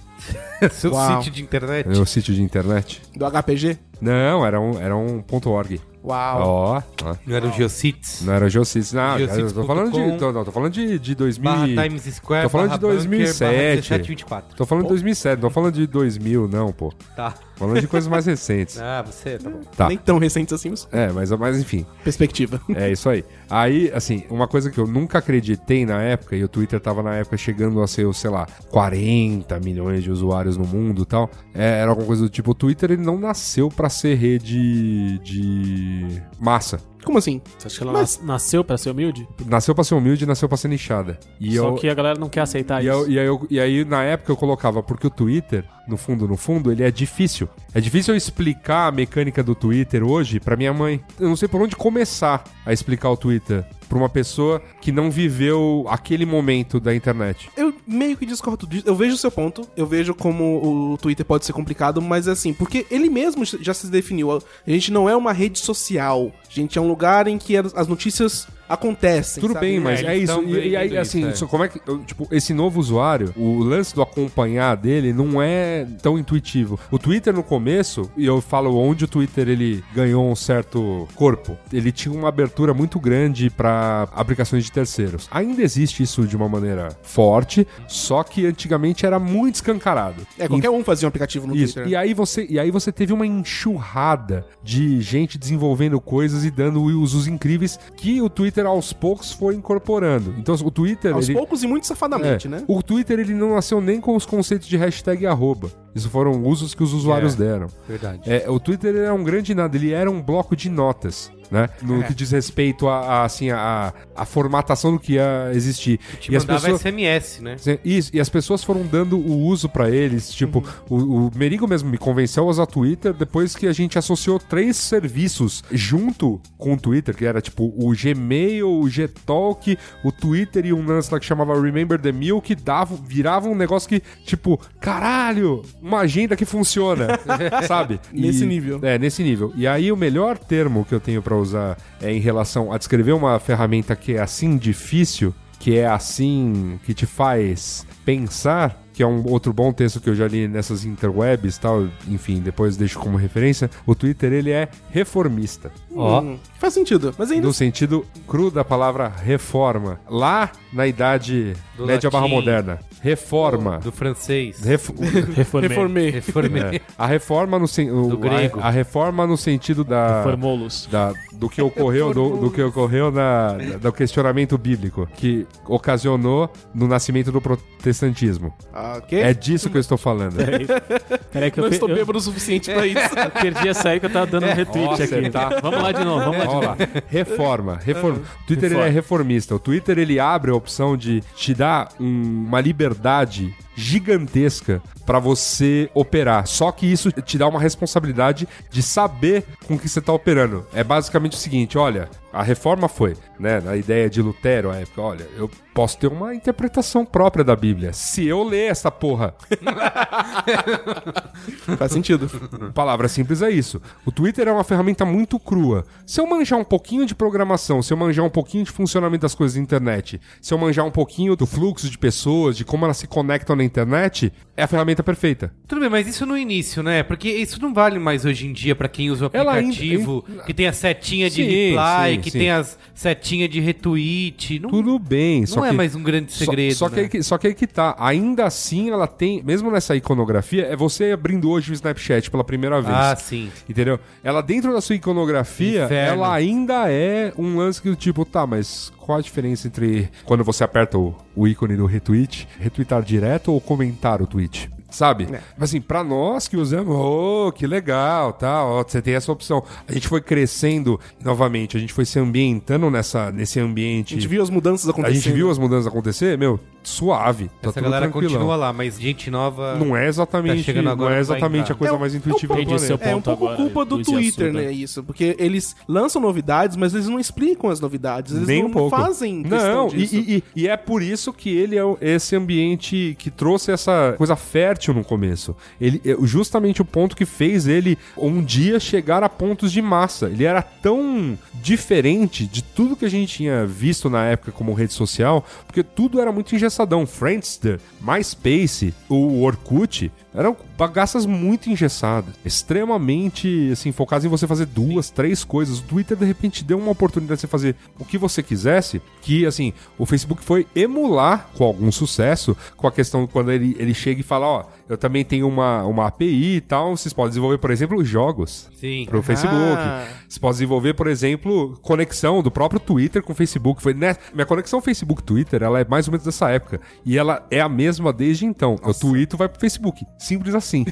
Speaker 1: Seu
Speaker 4: Uau.
Speaker 1: sítio de internet.
Speaker 3: meu sítio de internet.
Speaker 4: Do HPG?
Speaker 3: Não, era um, era um ponto .org.
Speaker 4: Uau.
Speaker 3: Ó, ó.
Speaker 1: Não era o Geocities?
Speaker 3: não era Geocities. Não, eu tô
Speaker 1: Geocities.com.
Speaker 3: falando de, tô, não, tô falando de, de 2000
Speaker 1: Barra
Speaker 3: e-
Speaker 1: Times Square.
Speaker 3: Tô falando
Speaker 1: barra
Speaker 3: de 2007.
Speaker 1: Bunker, barra 1724.
Speaker 3: Tô falando de 2007, não tô falando de 2000 não, pô.
Speaker 1: Tá.
Speaker 3: Falando de coisas mais recentes.
Speaker 1: Ah, você, tá bom.
Speaker 3: Tá.
Speaker 4: Nem tão recentes assim, mas
Speaker 3: É, mas, mas enfim,
Speaker 4: perspectiva.
Speaker 3: é isso aí. Aí, assim, uma coisa que eu nunca acreditei na época, e o Twitter tava na época chegando a ser, sei lá, 40 milhões de usuários no mundo e tal, é, era alguma coisa do tipo, o Twitter ele não nasceu pra ser rede de massa.
Speaker 4: Como assim?
Speaker 2: Você acha que ela nas- nasceu pra ser humilde?
Speaker 3: Nasceu pra ser humilde, nasceu pra ser nichada. E
Speaker 2: Só
Speaker 3: eu,
Speaker 2: que a galera não quer aceitar
Speaker 3: E,
Speaker 2: isso.
Speaker 3: eu- e aí eu- e aí, na época, eu colocava, porque o Twitter, no fundo, no fundo, ele é difícil. É difícil eu explicar a mecânica do Twitter hoje pra minha mãe. Eu não sei por onde começar a explicar o Twitter pra uma pessoa que não viveu aquele momento da internet.
Speaker 4: Eu meio que discordo disso. Eu vejo o seu ponto, eu vejo como o Twitter pode ser complicado, mas assim, porque ele mesmo já se definiu. A gente não é uma rede social. A gente é um lugar em que as as notícias acontecem.
Speaker 3: Tudo
Speaker 4: sabe?
Speaker 3: bem, mas
Speaker 1: É,
Speaker 3: é
Speaker 1: eles
Speaker 3: isso.
Speaker 1: tão
Speaker 3: E, e aí,
Speaker 1: vendo
Speaker 3: assim,
Speaker 1: isso, é.
Speaker 3: isso- como é que. eu, Tipo, esse novo usuário, o lance do acompanhar dele não é tão intuitivo. O Twitter no começo, e eu falo onde o Twitter ele ganhou um certo corpo, ele tinha uma abertura muito grande para aplicações de terceiros. Ainda existe isso de uma maneira forte, só que antigamente era muito escancarado.
Speaker 4: É, qualquer um fazia um aplicativo no
Speaker 3: Isso.
Speaker 4: Twitter.
Speaker 3: E
Speaker 4: né?
Speaker 3: aí você, e aí você teve uma enxurrada de gente desenvolvendo coisas e dando usos incríveis que o Twitter aos poucos foi incorporando. Então o Twitter
Speaker 4: Aos
Speaker 3: ele-
Speaker 4: poucos e muito safadamente,
Speaker 3: é.
Speaker 4: né?
Speaker 3: O Twitter ele não nasceu nem com os conceitos de hashtag e arroba. Isso foram usos que os usuários
Speaker 1: É.
Speaker 3: deram.
Speaker 1: Verdade.
Speaker 3: É, o Twitter era um grande nada, ele era um bloco de notas, né? No que diz respeito a, a, assim, a, a formatação do que ia existir.
Speaker 1: Te mandava SMS, né?
Speaker 3: Cê- Isso, e as pessoas foram dando o uso pra eles. Tipo, o, o Merigo mesmo me convenceu a usar Twitter depois que a gente associou três serviços junto com o Twitter, que era tipo o Gmail, o Gtalk, o Twitter e um lance lá que chamava Remember the Meal, que dava, virava um negócio que, tipo, caralho, uma agenda que funciona, sabe?
Speaker 4: Nesse nível.
Speaker 3: É, nesse nível. E aí o melhor termo que eu tenho pra usar é em relação a descrever uma ferramenta que é assim difícil, que é assim que te faz pensar, que é um outro bom texto que eu já li nessas interwebs, e tal, enfim, depois deixo como referência. O Twitter ele é reformista.
Speaker 1: Ó.
Speaker 4: Hum, Faz sentido. Mas ainda
Speaker 3: No sentido cru da palavra reforma. Lá na idade
Speaker 1: Do
Speaker 3: média barra
Speaker 1: latim.
Speaker 3: moderna. Reforma.
Speaker 1: Do francês.
Speaker 3: Refo-
Speaker 2: Reformei.
Speaker 4: reformei.
Speaker 1: Reformei.
Speaker 3: É. a reforma no sen- o-
Speaker 1: Do grego.
Speaker 3: A, a reforma no sentido da
Speaker 2: Reformou-los.
Speaker 3: da- do que ocorreu do, do que ocorreu na, da- do questionamento bíblico que ocasionou no nascimento do protestantismo.
Speaker 4: Ah, ok.
Speaker 3: É disso que eu estou falando.
Speaker 2: Peraí que
Speaker 4: não
Speaker 2: eu,
Speaker 4: estou
Speaker 2: pe- eu,
Speaker 4: bêbado assim, o suficiente
Speaker 3: É.
Speaker 4: pra isso.
Speaker 2: eu perdi essa aí que eu tava dando um retweet
Speaker 3: Nossa,
Speaker 2: aqui.
Speaker 3: tá.
Speaker 2: Vamos lá de novo, vamos lá de
Speaker 3: Ó
Speaker 2: novo.
Speaker 3: lá, reforma, reforma. O Twitter ele é reformista. O Twitter ele abre a opção de te dar um- uma liberdade gigantesca pra você operar. Só que isso te dá uma responsabilidade de saber com que você tá operando. É basicamente o seguinte, olha, a reforma foi, né, na ideia de Lutero, a época, olha, eu posso ter uma interpretação própria da Bíblia. Se eu ler essa porra,
Speaker 4: Faz sentido.
Speaker 3: Palavra simples é isso. O Twitter é uma ferramenta muito crua. Se eu manjar um pouquinho de programação, se eu manjar um pouquinho de funcionamento das coisas da internet, se eu manjar um pouquinho do fluxo de pessoas, de como elas se conectam na internet, é a ferramenta perfeita.
Speaker 1: Tudo bem, mas isso no início, né? Porque isso não vale mais hoje em dia pra quem usa o
Speaker 3: Ela ainda-
Speaker 1: aplicativo, que tem a setinha de
Speaker 3: Sim,
Speaker 1: reply,
Speaker 3: sim,
Speaker 1: que
Speaker 3: sim.
Speaker 1: tem as setinha de retweet. Não,
Speaker 3: Tudo bem,
Speaker 1: não
Speaker 3: só
Speaker 1: é
Speaker 3: que...
Speaker 1: mais um grande
Speaker 3: só-
Speaker 1: segredo.
Speaker 3: Só, que
Speaker 1: né?
Speaker 3: aí que, só que aí que tá. Ainda assim, ela tem. Mesmo nessa iconografia, é você abrindo hoje o Snapchat pela primeira vez.
Speaker 1: Ah, sim.
Speaker 3: Entendeu? Ela dentro da sua iconografia,
Speaker 1: Inferno.
Speaker 3: ela ainda é um lance que tipo, tá, mas qual a diferença entre quando você aperta o, o ícone do retweet, retweetar direto ou comentar o tweet? Sabe?
Speaker 4: É.
Speaker 3: Mas assim, pra nós que usamos, oh, que legal, tá? Ó, você tem essa opção. A gente foi crescendo novamente, a gente foi se ambientando nessa, nesse
Speaker 4: A
Speaker 3: ambiente.
Speaker 4: gente viu as mudanças
Speaker 3: Tipo, a
Speaker 4: acontecendo.
Speaker 3: gente viu as mudanças acontecer, meu, suave. Tá
Speaker 1: Essa
Speaker 3: tudo
Speaker 1: galera
Speaker 3: tranquilão.
Speaker 1: continua lá, mas gente nova.
Speaker 3: Não é
Speaker 1: Tá
Speaker 3: exatamente,
Speaker 1: chegando
Speaker 3: não
Speaker 1: agora,
Speaker 3: é
Speaker 1: vai
Speaker 3: exatamente
Speaker 1: entrar.
Speaker 3: a coisa
Speaker 4: É o-
Speaker 3: mais
Speaker 4: é o
Speaker 3: intuitiva do
Speaker 4: ponto-
Speaker 3: planeta.
Speaker 2: seu
Speaker 4: É um
Speaker 2: ponto
Speaker 4: pouco
Speaker 2: agora,
Speaker 4: culpa do
Speaker 2: Luiz
Speaker 4: Twitter,
Speaker 2: Assuda.
Speaker 4: né? Isso, porque eles lançam novidades, mas eles não explicam as novidades. Eles
Speaker 3: Nem
Speaker 4: não
Speaker 3: um pouco.
Speaker 4: fazem questão
Speaker 3: Não, e,
Speaker 4: disso.
Speaker 3: e- e- e é por isso que ele é o- esse ambiente que trouxe essa coisa fértil no começo. Ele é justamente o ponto que fez ele um dia chegar a pontos de massa. Ele era tão diferente de tudo que a gente tinha visto na época como rede social, porque tudo era muito engessadão. Friendster, MySpace, o Orkut, eram bagaças muito engessadas, extremamente assim, focadas em você fazer duas, três coisas. O Twitter de repente deu uma oportunidade de você fazer o que você quisesse, que assim, o Facebook foi emular com algum sucesso com a questão de quando ele, ele chega e fala, ó, eu também tenho uma, uma API e tal, vocês podem desenvolver, por exemplo, jogos
Speaker 1: Sim.
Speaker 3: pro Facebook.
Speaker 4: Ah.
Speaker 3: Você pode desenvolver, por exemplo, conexão do próprio Twitter com o Facebook. Foi nessa... Minha conexão Facebook-Twitter, ela é mais ou menos dessa época. E ela é a mesma desde então. Eu tweeto, vai pro Facebook. Simples assim.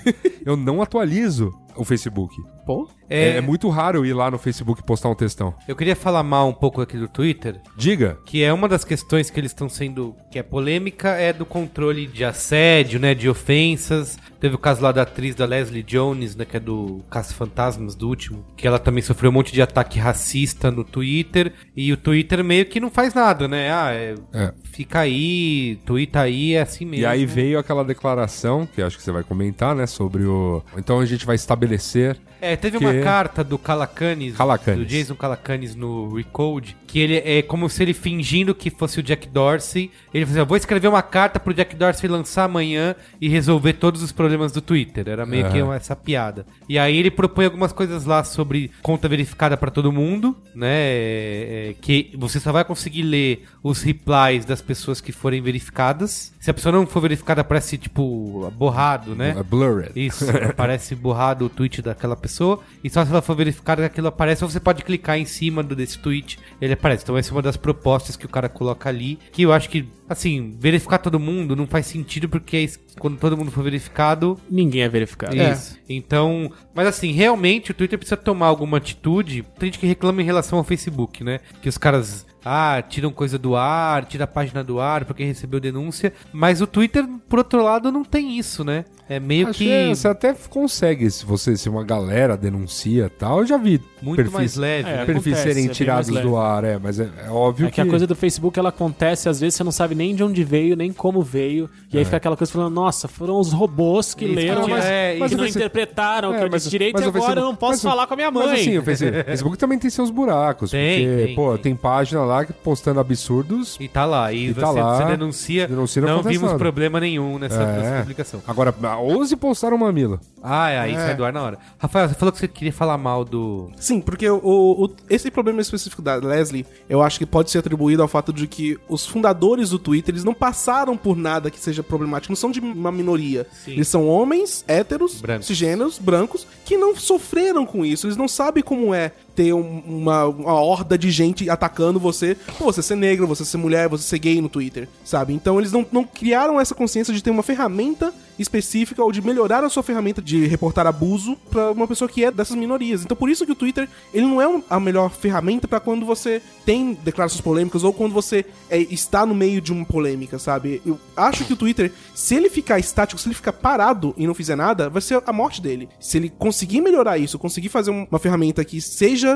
Speaker 3: eu não atualizo o Facebook.
Speaker 2: Pô.
Speaker 3: É...
Speaker 1: É,
Speaker 3: é muito raro eu ir lá no Facebook postar um textão.
Speaker 1: Eu queria falar mal um pouco aqui do Twitter,
Speaker 3: Diga.
Speaker 1: que é uma das questões que eles estão sendo, que é polêmica, é do controle de assédio, né, de ofensas. Teve o caso lá da atriz da Leslie Jones, né, que é do Caça Fantasmas, do último, que ela também sofreu um monte de ataque racista no Twitter, e o Twitter meio que não faz nada, né, ah, é-
Speaker 3: É.
Speaker 1: fica aí, twitta aí, é assim mesmo.
Speaker 3: E aí
Speaker 1: né?
Speaker 3: veio aquela declaração, que eu acho que você vai comentar, né? Sobre o. Então a gente vai estabelecer.
Speaker 1: É, teve
Speaker 3: que-
Speaker 1: uma carta do Calacanis,
Speaker 3: Calacanis.
Speaker 1: do Jason Calacanis no Recode, que ele é como se ele fingindo que fosse o Jack Dorsey. Ele falou assim: "Eu vou escrever uma carta pro Jack Dorsey lançar amanhã e resolver todos os problemas do Twitter. Era meio que
Speaker 3: Aham.
Speaker 1: uma- essa piada. E aí ele propõe algumas coisas lá sobre conta verificada pra todo mundo, né? é, é, que você só vai conseguir ler os replies das pessoas que forem verificadas. Se a pessoa não for verificada, parece, tipo, borrado, né?
Speaker 3: É blurred.
Speaker 1: Isso, aparece borrado o tweet daquela pessoa. E só se ela for verificada que aquilo aparece, ou você pode clicar em cima do, desse tweet, ele aparece. Então essa é uma das propostas que o cara coloca ali. Que eu acho que, assim, verificar todo mundo não faz sentido, porque é isso- quando todo mundo for verificado,
Speaker 2: Ninguém é verificado.
Speaker 1: isso. Então, mas assim, realmente o Twitter precisa tomar alguma atitude. Tem gente que reclama em relação ao Facebook, né? Que os caras, ah, tiram coisa do ar, tira a página do ar porque recebeu denúncia. Mas o Twitter, por outro lado, não tem isso, né? É meio
Speaker 3: Acho
Speaker 1: que
Speaker 3: que você até consegue, se você, se uma galera denuncia e tal, eu já vi
Speaker 1: muito
Speaker 3: perfis,
Speaker 1: mais leve.
Speaker 2: É,
Speaker 1: né?
Speaker 3: perfis
Speaker 2: acontece, é
Speaker 3: serem
Speaker 2: bem
Speaker 3: tirados
Speaker 2: mais leve.
Speaker 3: do ar, é, mas é, é óbvio
Speaker 2: É que a coisa do Facebook ela acontece, às vezes você não sabe nem de onde veio, nem como veio. E aí fica aquela coisa falando, nossa, foram os robôs que
Speaker 1: Isso,
Speaker 2: leram,
Speaker 1: cara,
Speaker 2: mas,
Speaker 1: é,
Speaker 2: que
Speaker 1: mas
Speaker 2: não
Speaker 3: o Face-
Speaker 2: interpretaram,
Speaker 3: É,
Speaker 2: que eu disse direito, e
Speaker 3: o
Speaker 2: agora
Speaker 3: Facebook-
Speaker 2: eu não posso
Speaker 3: mas o-
Speaker 2: falar com a minha mãe.
Speaker 3: Mas assim, o Facebook, Facebook também tem seus buracos.
Speaker 1: Tem,
Speaker 3: porque,
Speaker 1: tem,
Speaker 3: pô,
Speaker 1: tem.
Speaker 3: tem. página lá que postando absurdos.
Speaker 1: E tá lá, e,
Speaker 3: E
Speaker 1: você,
Speaker 3: tá lá,
Speaker 1: você denuncia,
Speaker 3: denuncia, não
Speaker 1: não
Speaker 3: acontece
Speaker 1: vimos
Speaker 3: nada.
Speaker 1: problema nenhum nessa, nessa
Speaker 3: É.
Speaker 1: publicação.
Speaker 3: Agora, ouse postar um mamilo.
Speaker 1: Ah, é, aí sai do ar na hora. Rafael, você falou que você queria falar mal do...
Speaker 4: Sim, porque o- o- esse problema específico da Leslie, eu acho que pode ser atribuído ao fato de que os fundadores do Twitter, eles não passaram por nada que seja problemático, não são de uma minoria.
Speaker 1: Sim.
Speaker 4: Eles são homens, héteros,
Speaker 1: Brancos.
Speaker 4: cisgêneros, brancos, que não sofreram com isso. Eles não sabem como é ter um- uma, uma horda de gente atacando você por você ser negro, você ser mulher, você ser gay no Twitter, sabe? Então eles não, não criaram essa consciência de ter uma ferramenta específica ou de melhorar a sua ferramenta de reportar abuso pra uma pessoa que é dessas minorias. Então por isso que o Twitter, ele não é um- a melhor ferramenta pra quando você tem declarações polêmicas ou quando você é, está no meio de uma polêmica, sabe? Eu acho que o Twitter, se ele ficar estático, se ele ficar parado e não fizer nada, vai ser a morte dele. Se ele conseguir melhorar isso, conseguir fazer um- uma ferramenta que seja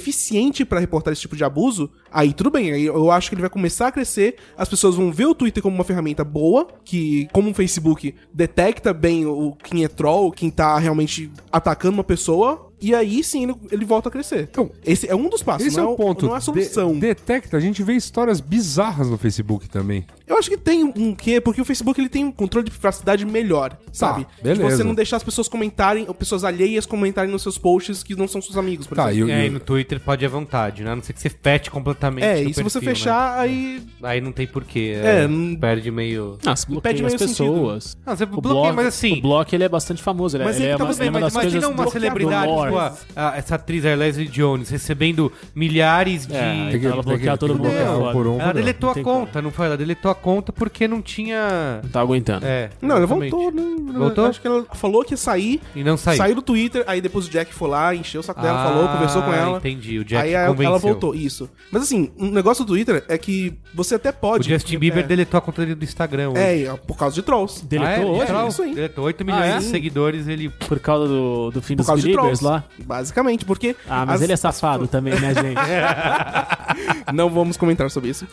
Speaker 4: eficiente pra reportar esse tipo de abuso, aí tudo bem, aí eu acho que ele vai começar a crescer, as pessoas vão ver o Twitter como uma ferramenta boa, que como o Facebook detecta bem o quem é troll, quem tá realmente atacando uma pessoa, e aí sim ele, ele volta a crescer.
Speaker 3: Então,
Speaker 4: esse é um dos passos,
Speaker 3: Esse é
Speaker 4: não
Speaker 3: o ponto.
Speaker 4: Não é a solução.
Speaker 3: De- detecta, a gente vê histórias bizarras no Facebook também.
Speaker 4: Eu acho que tem um quê, porque o Facebook ele tem um controle de privacidade melhor, sabe?
Speaker 3: Tá, beleza.
Speaker 4: De você não deixar as pessoas comentarem, ou pessoas alheias comentarem nos seus posts que não são seus amigos, por
Speaker 3: Tá,
Speaker 4: exemplo.
Speaker 2: é,
Speaker 3: e, o-
Speaker 1: E aí
Speaker 3: e
Speaker 1: é,
Speaker 3: o-
Speaker 1: no Twitter pode ir à vontade, né? A não ser que você feche completamente
Speaker 4: É,
Speaker 1: no
Speaker 4: e se você
Speaker 1: perfil, né?
Speaker 4: fechar, aí.
Speaker 1: Aí não tem porquê. hum,
Speaker 4: É, não-
Speaker 1: Perde meio...
Speaker 2: Ah, se
Speaker 4: Pede
Speaker 2: bloqueia as
Speaker 4: meio sentido.
Speaker 2: pessoas.
Speaker 1: Não, você
Speaker 2: O
Speaker 1: bloqueia,
Speaker 2: Block-
Speaker 1: mas assim...
Speaker 2: O Block, ele é bastante famoso. Ele,
Speaker 4: Mas
Speaker 2: ele
Speaker 4: ele
Speaker 2: é
Speaker 4: tá
Speaker 2: uma,
Speaker 4: tudo bem,
Speaker 2: uma das
Speaker 1: Mas imagina
Speaker 2: coisas
Speaker 1: uma
Speaker 2: do- É,
Speaker 1: celebridade,
Speaker 2: do
Speaker 1: tipo
Speaker 2: lore.
Speaker 1: a- a- essa atriz, a Leslie Jones, recebendo milhares de...
Speaker 2: É,
Speaker 3: tem que-
Speaker 2: então ela
Speaker 3: tem que-
Speaker 2: bloquear
Speaker 3: tem
Speaker 2: todo
Speaker 3: que
Speaker 2: mundo.
Speaker 3: bloquear
Speaker 2: é
Speaker 3: um por
Speaker 2: foda.
Speaker 3: um.
Speaker 1: Ela
Speaker 3: não.
Speaker 1: deletou a
Speaker 2: tem
Speaker 1: conta, não foi? Ela deletou a conta porque não tinha...
Speaker 2: Tá aguentando.
Speaker 1: É,
Speaker 4: Não, ela
Speaker 1: exatamente.
Speaker 4: voltou, né?
Speaker 1: Voltou?
Speaker 4: Acho que ela falou que ia sair,
Speaker 1: E não saiu.
Speaker 4: saiu, do Twitter, aí depois o Jack foi lá, encheu o saco dela,
Speaker 1: Ah,
Speaker 4: falou, conversou com ela.
Speaker 1: entendi, o Jack
Speaker 4: aí ela-
Speaker 1: convenceu.
Speaker 4: ela voltou, isso. Mas assim, um negócio do Twitter é que você até
Speaker 1: O
Speaker 4: pode.
Speaker 1: Justin Bieber
Speaker 4: é,
Speaker 1: deletou a conta dele do Instagram. hoje.
Speaker 4: É, por causa de trolls.
Speaker 2: Deletou
Speaker 1: Ah, é?
Speaker 2: hoje?
Speaker 1: Geral?
Speaker 4: isso aí.
Speaker 1: Deletou 8 milhões
Speaker 4: Ah, é?
Speaker 1: de seguidores, ele...
Speaker 2: Por causa do, do fim
Speaker 4: Por
Speaker 2: dos
Speaker 4: causa de
Speaker 2: believers
Speaker 4: trolls.
Speaker 2: lá.
Speaker 4: Basicamente, porque.
Speaker 2: Ah, mas
Speaker 4: as-
Speaker 2: ele é safado também, né, gente?
Speaker 4: Não vamos comentar sobre isso.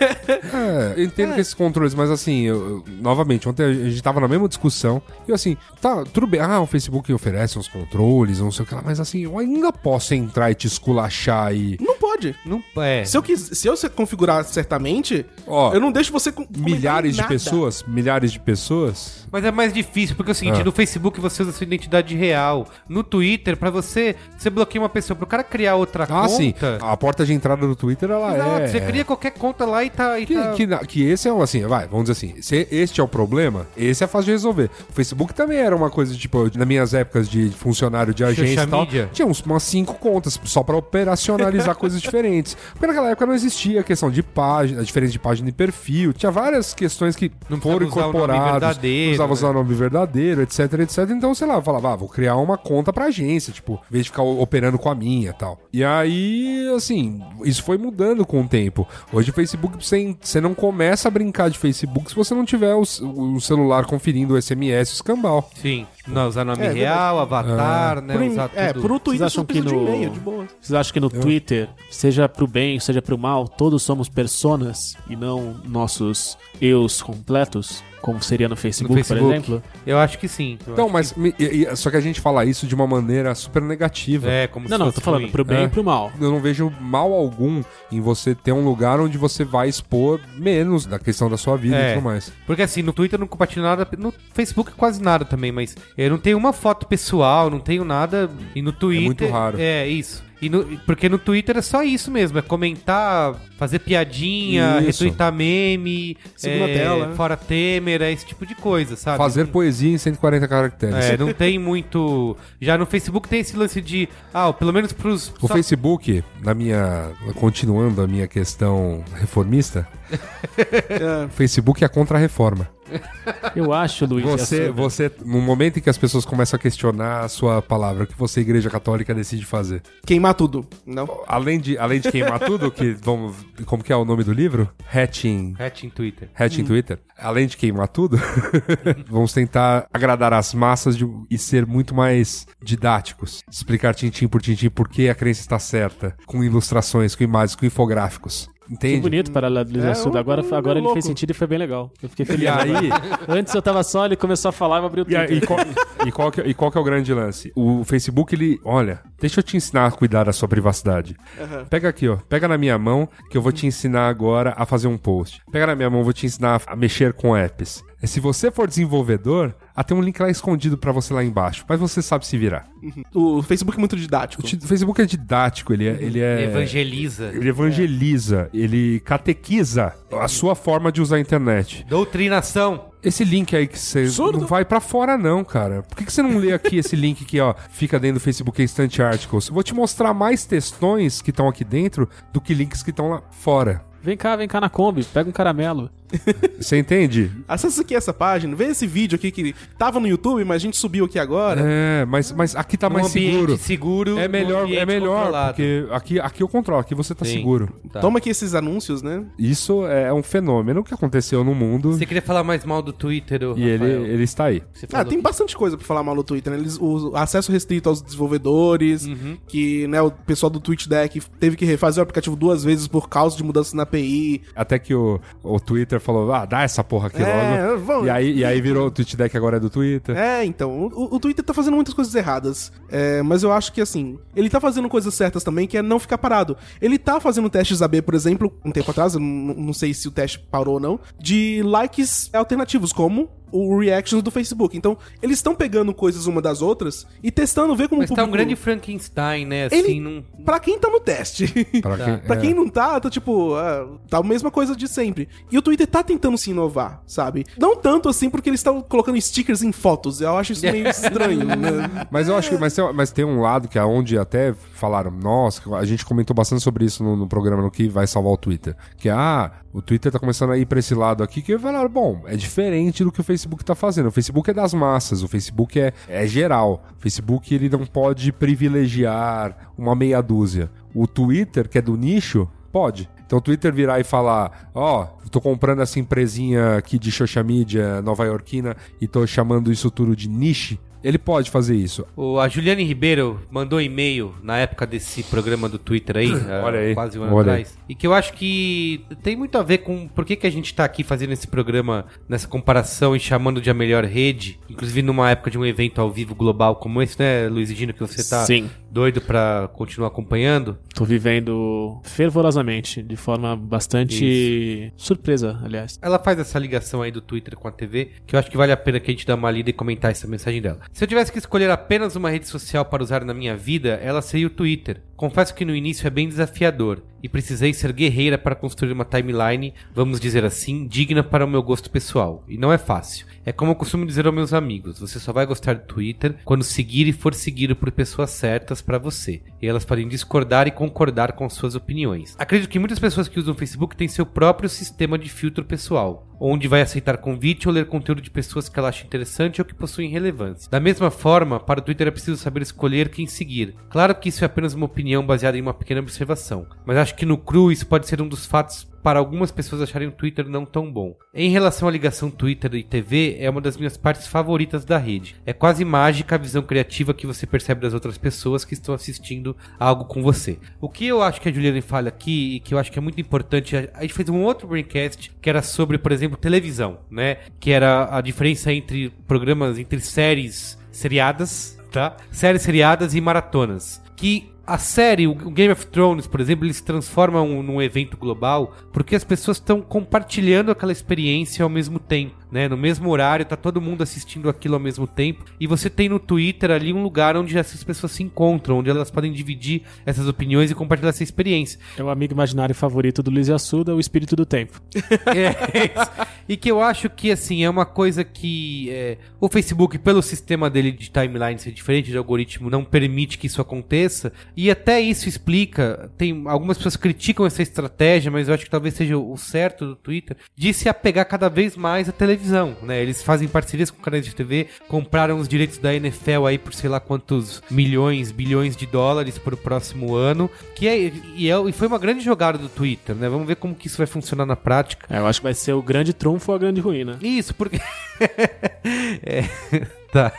Speaker 3: É, eu entendo que esses controles, mas assim, eu- eu- novamente, ontem a gente tava na mesma discussão. E eu assim, tá, tudo bem. Ah, o Facebook oferece uns controles, não sei o que lá, mas assim, eu ainda posso entrar e te esculachar e.
Speaker 4: Não pode.
Speaker 1: Não, é.
Speaker 4: Se eu, quis, se eu se- configurar certamente,
Speaker 3: Ó,
Speaker 4: eu não deixo você com comentar
Speaker 3: milhares de
Speaker 4: nada.
Speaker 3: pessoas, milhares de pessoas.
Speaker 1: Mas é mais difícil, porque é o seguinte,
Speaker 3: Ah.
Speaker 1: no Facebook você usa sua identidade real. No Twitter, pra você, você bloqueia uma pessoa. Pro cara criar outra
Speaker 3: Ah,
Speaker 1: conta...
Speaker 3: sim. A porta de entrada entrada no Twitter,
Speaker 4: Ah,
Speaker 3: ela
Speaker 1: Exato,
Speaker 3: é.
Speaker 1: você cria qualquer conta lá e tá. E
Speaker 3: Que,
Speaker 1: tá...
Speaker 3: que na- que esse é um assim, vai, vamos dizer assim, se este é o problema, esse é fácil de resolver. O Facebook também era uma coisa, tipo, eu- nas minhas épocas de funcionário de agência e tal,
Speaker 1: mídia.
Speaker 3: tinha uns, umas cinco contas só pra operacionalizar coisas diferentes. Porque naquela época não existia a questão de página, a diferença de página e perfil, tinha várias questões que
Speaker 1: Não
Speaker 3: foram
Speaker 1: precisava usar o nome
Speaker 3: incorporadas,
Speaker 1: verdadeiro,
Speaker 3: não precisava
Speaker 1: né?
Speaker 3: usar o nome verdadeiro, etc, etc. Então, sei lá, eu falava, ah, vou criar uma conta pra agência, tipo, em vez de ficar o- operando com a minha e tal. E aí, assim, isso foi mudando com o tempo. Hoje o Facebook, você você não começa a brincar de Facebook se você não tiver o, c- o celular conferindo o SMS, o escambau.
Speaker 1: Sim. Não, usar nome
Speaker 4: É, é
Speaker 1: real, avatar, né?
Speaker 4: Pro em-
Speaker 1: usar
Speaker 4: é,
Speaker 1: tudo.
Speaker 4: pro Twitter
Speaker 2: acham
Speaker 4: só precisa
Speaker 2: que
Speaker 4: de
Speaker 2: no-
Speaker 4: e-mail, de boa.
Speaker 2: Vocês acham que no Twitter, seja pro bem, seja pro mal, todos somos personas e não nossos eus completos, como seria no Facebook, por
Speaker 1: Facebook.
Speaker 2: exemplo?
Speaker 1: Eu acho que sim. Eu
Speaker 3: Então,
Speaker 1: acho
Speaker 3: mas me- e- e- só que a gente fala isso de uma maneira super
Speaker 1: que-
Speaker 3: negativa.
Speaker 1: É, como
Speaker 2: Não,
Speaker 1: se
Speaker 2: não, eu
Speaker 1: fosse
Speaker 2: tô falando
Speaker 1: ruim.
Speaker 2: pro bem
Speaker 3: É.
Speaker 2: e pro mal.
Speaker 3: Eu não vejo mal algum em você ter um lugar onde você vai expor menos da questão da sua vida
Speaker 1: É.
Speaker 3: e tudo mais.
Speaker 1: Porque assim, no Twitter eu não compartilho nada, no Facebook quase nada também, mas eu não tenho uma foto pessoal, não tenho nada. E no Twitter.
Speaker 3: muito raro.
Speaker 1: É, isso. E no- porque no Twitter é só isso mesmo, é comentar, fazer piadinha,
Speaker 3: Isso.
Speaker 1: retweetar meme,
Speaker 4: Segunda
Speaker 1: é,
Speaker 4: tela, né?
Speaker 1: fora Temer, é esse tipo de coisa, sabe?
Speaker 3: Fazer
Speaker 1: Não-
Speaker 3: poesia em 140 caracteres.
Speaker 1: É, não tem muito. Já no Facebook tem esse lance de. Ah, pelo menos pros.
Speaker 3: O
Speaker 1: só-
Speaker 3: Facebook, na minha. Continuando a minha questão reformista,
Speaker 4: É.
Speaker 3: o Facebook é a contra-reforma.
Speaker 2: Eu acho,
Speaker 1: é,
Speaker 2: Luiz.
Speaker 3: Você,
Speaker 2: essa-
Speaker 3: você, no momento em que as pessoas começam a questionar a sua palavra, o que você, Igreja Católica, decide fazer?
Speaker 4: Queimar tudo. Não?
Speaker 3: Além de, além de queimar tudo, que vamos. Como que é o nome do livro? Hatching.
Speaker 1: Hatching Twitter.
Speaker 3: Hatch em Twitter. Além de queimar tudo, vamos tentar agradar as massas de- e ser muito mais didáticos. Explicar tintim por tintim por que a crença está certa. Com ilustrações, com imagens, com infográficos.
Speaker 2: Que
Speaker 3: Entende?
Speaker 2: bonito paralelização.
Speaker 4: É, um-
Speaker 2: agora
Speaker 4: um
Speaker 2: agora ele
Speaker 4: louco.
Speaker 2: fez sentido e foi bem legal. Eu fiquei feliz.
Speaker 3: E aí,
Speaker 2: Antes eu tava só, ele começou a falar e eu abri o
Speaker 3: e, aí,
Speaker 2: Twitter.
Speaker 3: e qual, e qual que, é- e qual que é o grande lance? O Facebook, ele. Olha, deixa eu te ensinar a cuidar da sua privacidade. Pega aqui, ó. Pega na minha mão, que eu vou te ensinar agora a fazer um post. Pega na minha mão, eu vou te ensinar a mexer com apps. E Se você for desenvolvedor, ah, tem um link lá escondido pra você lá embaixo, mas você sabe se virar.
Speaker 4: O Facebook é muito didático.
Speaker 3: O ti- o Facebook é didático, ele é. Ele é-
Speaker 1: Evangeliza.
Speaker 3: ele evangeliza, ele catequiza a sua forma de usar a internet.
Speaker 1: Doutrinação.
Speaker 3: Esse link aí que você não vai pra fora não, cara. Por que, que você não lê aqui esse link que, ó, fica dentro do Facebook Instant Articles? Eu vou te mostrar mais textões que estão aqui dentro do que links que estão lá fora.
Speaker 2: Vem cá, vem cá na Kombi, pega um caramelo.
Speaker 3: Você entende?
Speaker 4: Acessa aqui essa página, vê esse vídeo aqui que tava no YouTube, mas a gente subiu aqui agora.
Speaker 3: É, mas, mas aqui tá
Speaker 1: Num
Speaker 3: mais
Speaker 1: Um ambiente
Speaker 3: seguro.
Speaker 1: seguro.
Speaker 3: É
Speaker 1: num
Speaker 3: melhor, é
Speaker 1: ambiente
Speaker 3: melhor,
Speaker 1: controlado.
Speaker 3: porque aqui, aqui eu controlo, aqui você tá
Speaker 1: Sim.
Speaker 3: seguro.
Speaker 1: Tá.
Speaker 4: Toma aqui esses anúncios, né?
Speaker 3: Isso é um fenômeno que aconteceu no mundo
Speaker 1: Você queria falar mais mal do Twitter, ô
Speaker 3: e ele,
Speaker 1: Rafael?
Speaker 3: ele está aí.
Speaker 1: Você
Speaker 4: Ah,
Speaker 1: falou
Speaker 4: tem bastante coisa pra falar mal no Twitter, né? Eles, o acesso restrito aos desenvolvedores,
Speaker 3: Uhum.
Speaker 4: que né, o pessoal do Twitch Deck teve que refazer o aplicativo duas vezes por causa de mudanças na API.
Speaker 3: Até que o, o Twitter falou, ah, dá essa porra aqui
Speaker 4: É,
Speaker 3: logo.
Speaker 4: vamos-
Speaker 3: E aí, e aí virou o Twitch Deck agora é do Twitter.
Speaker 4: É, então, o, o Twitter tá fazendo muitas coisas erradas. É, mas eu acho que, assim, ele tá fazendo coisas certas também, que é não ficar parado. Ele tá fazendo testes AB, por exemplo, um tempo atrás, eu não não sei se o teste parou ou não, de likes alternativos, como o Reactions do Facebook. Então, eles estão pegando coisas uma das outras e testando, ver como
Speaker 1: Mas
Speaker 4: o
Speaker 1: tá um
Speaker 4: público-
Speaker 1: grande Frankenstein, né? Assim,
Speaker 4: Ele-
Speaker 1: não...
Speaker 4: Pra quem tá no teste.
Speaker 3: Pra
Speaker 1: Tá.
Speaker 3: quem,
Speaker 4: Pra
Speaker 3: é.
Speaker 4: quem não tá, tá tipo, ah, tá a mesma coisa de sempre. E o Twitter tá tentando se inovar, sabe? Não tanto assim porque eles estão colocando stickers em fotos. Eu acho isso meio estranho, né?
Speaker 3: Mas eu acho que mas tem, mas tem um lado que é onde até falaram, nossa, que a gente comentou bastante sobre isso no, no programa no que vai salvar o Twitter. Que ah, o Twitter tá começando a ir pra esse lado aqui, que falaram, bom, é diferente do que o Facebook tá fazendo. O Facebook é das massas, o Facebook é, é geral. O Facebook ele não pode privilegiar uma meia dúzia. O Twitter, que é do nicho, pode. Então o Twitter virar e falar, ó, tô comprando essa empresinha aqui de social media nova-iorquina e tô chamando isso tudo de niche. Ele pode fazer isso.
Speaker 1: O, a Juliane Ribeiro mandou um e-mail na época desse programa do Twitter aí, há
Speaker 3: Olha aí,
Speaker 1: quase um ano
Speaker 3: olha
Speaker 1: atrás. E que eu acho que tem muito a ver com por que, que a gente tá aqui fazendo esse programa, nessa comparação e chamando de a melhor rede. Inclusive numa época de um evento ao vivo global como esse, né, Luiz e Gino, que você tá
Speaker 2: Sim.
Speaker 1: doido pra continuar acompanhando.
Speaker 2: Tô vivendo fervorosamente, de forma bastante surpresa, aliás.
Speaker 1: Ela faz essa ligação aí do Twitter com a TV, que eu acho que vale a pena que a gente dê uma lida e comentar essa mensagem dela. Se eu tivesse que escolher apenas uma rede social para usar na minha vida, ela seria o Twitter. Confesso que no início é bem desafiador. e precisei ser guerreira para construir uma timeline, vamos dizer assim, digna para o meu gosto pessoal. E não é fácil. É como eu costumo dizer aos meus amigos, você só vai gostar do Twitter quando seguir e for seguido por pessoas certas para você. E elas podem discordar e concordar com suas opiniões. Acredito que muitas pessoas que usam o Facebook têm seu próprio sistema de filtro pessoal, onde vai aceitar convite ou ler conteúdo de pessoas que ela acha interessante ou que possuem relevância. Da mesma forma, para o Twitter é preciso saber escolher quem seguir. Claro que isso é apenas uma opinião baseada em uma pequena observação, mas acho que no cru isso pode ser um dos fatos para algumas pessoas acharem o Twitter não tão bom. Em relação à ligação Twitter e TV, é uma das minhas partes favoritas da rede. É quase mágica a visão criativa que você percebe das outras pessoas que estão assistindo algo com você. O que eu acho que a Juliana fala aqui e que eu acho que é muito importante, a gente fez um outro braincast que era sobre, por exemplo, televisão, né? Que era a diferença entre programas, entre séries seriadas, tá? Séries seriadas e maratonas. Que a série, o Game of Thrones, por exemplo, eles transformam um, num evento global porque as pessoas estão compartilhando aquela experiência ao mesmo tempo, né? No mesmo horário, tá todo mundo assistindo aquilo ao mesmo tempo. E você tem no Twitter ali um lugar onde essas pessoas se encontram, onde elas podem dividir essas opiniões e compartilhar essa experiência.
Speaker 2: É o amigo imaginário favorito do Luiz Assuda, o espírito do tempo.
Speaker 1: É, e que eu acho que, assim, é uma coisa que é, o Facebook, pelo sistema dele de timeline ser diferente, de algoritmo, não permite que isso aconteça. E até isso explica, tem algumas pessoas criticam essa estratégia, mas eu acho que talvez seja o certo do Twitter, de se apegar cada vez mais à televisão, né? Eles fazem parcerias com canais de TV, compraram os direitos da NFL aí por sei lá quantos milhões, bilhões de dólares pro próximo ano, que é, e, é- e foi uma grande jogada do Twitter, né? Vamos ver como que isso vai funcionar na prática.
Speaker 2: É, eu acho que vai ser o grande trunfo ou a grande ruína.
Speaker 1: Isso, porque. é, tá.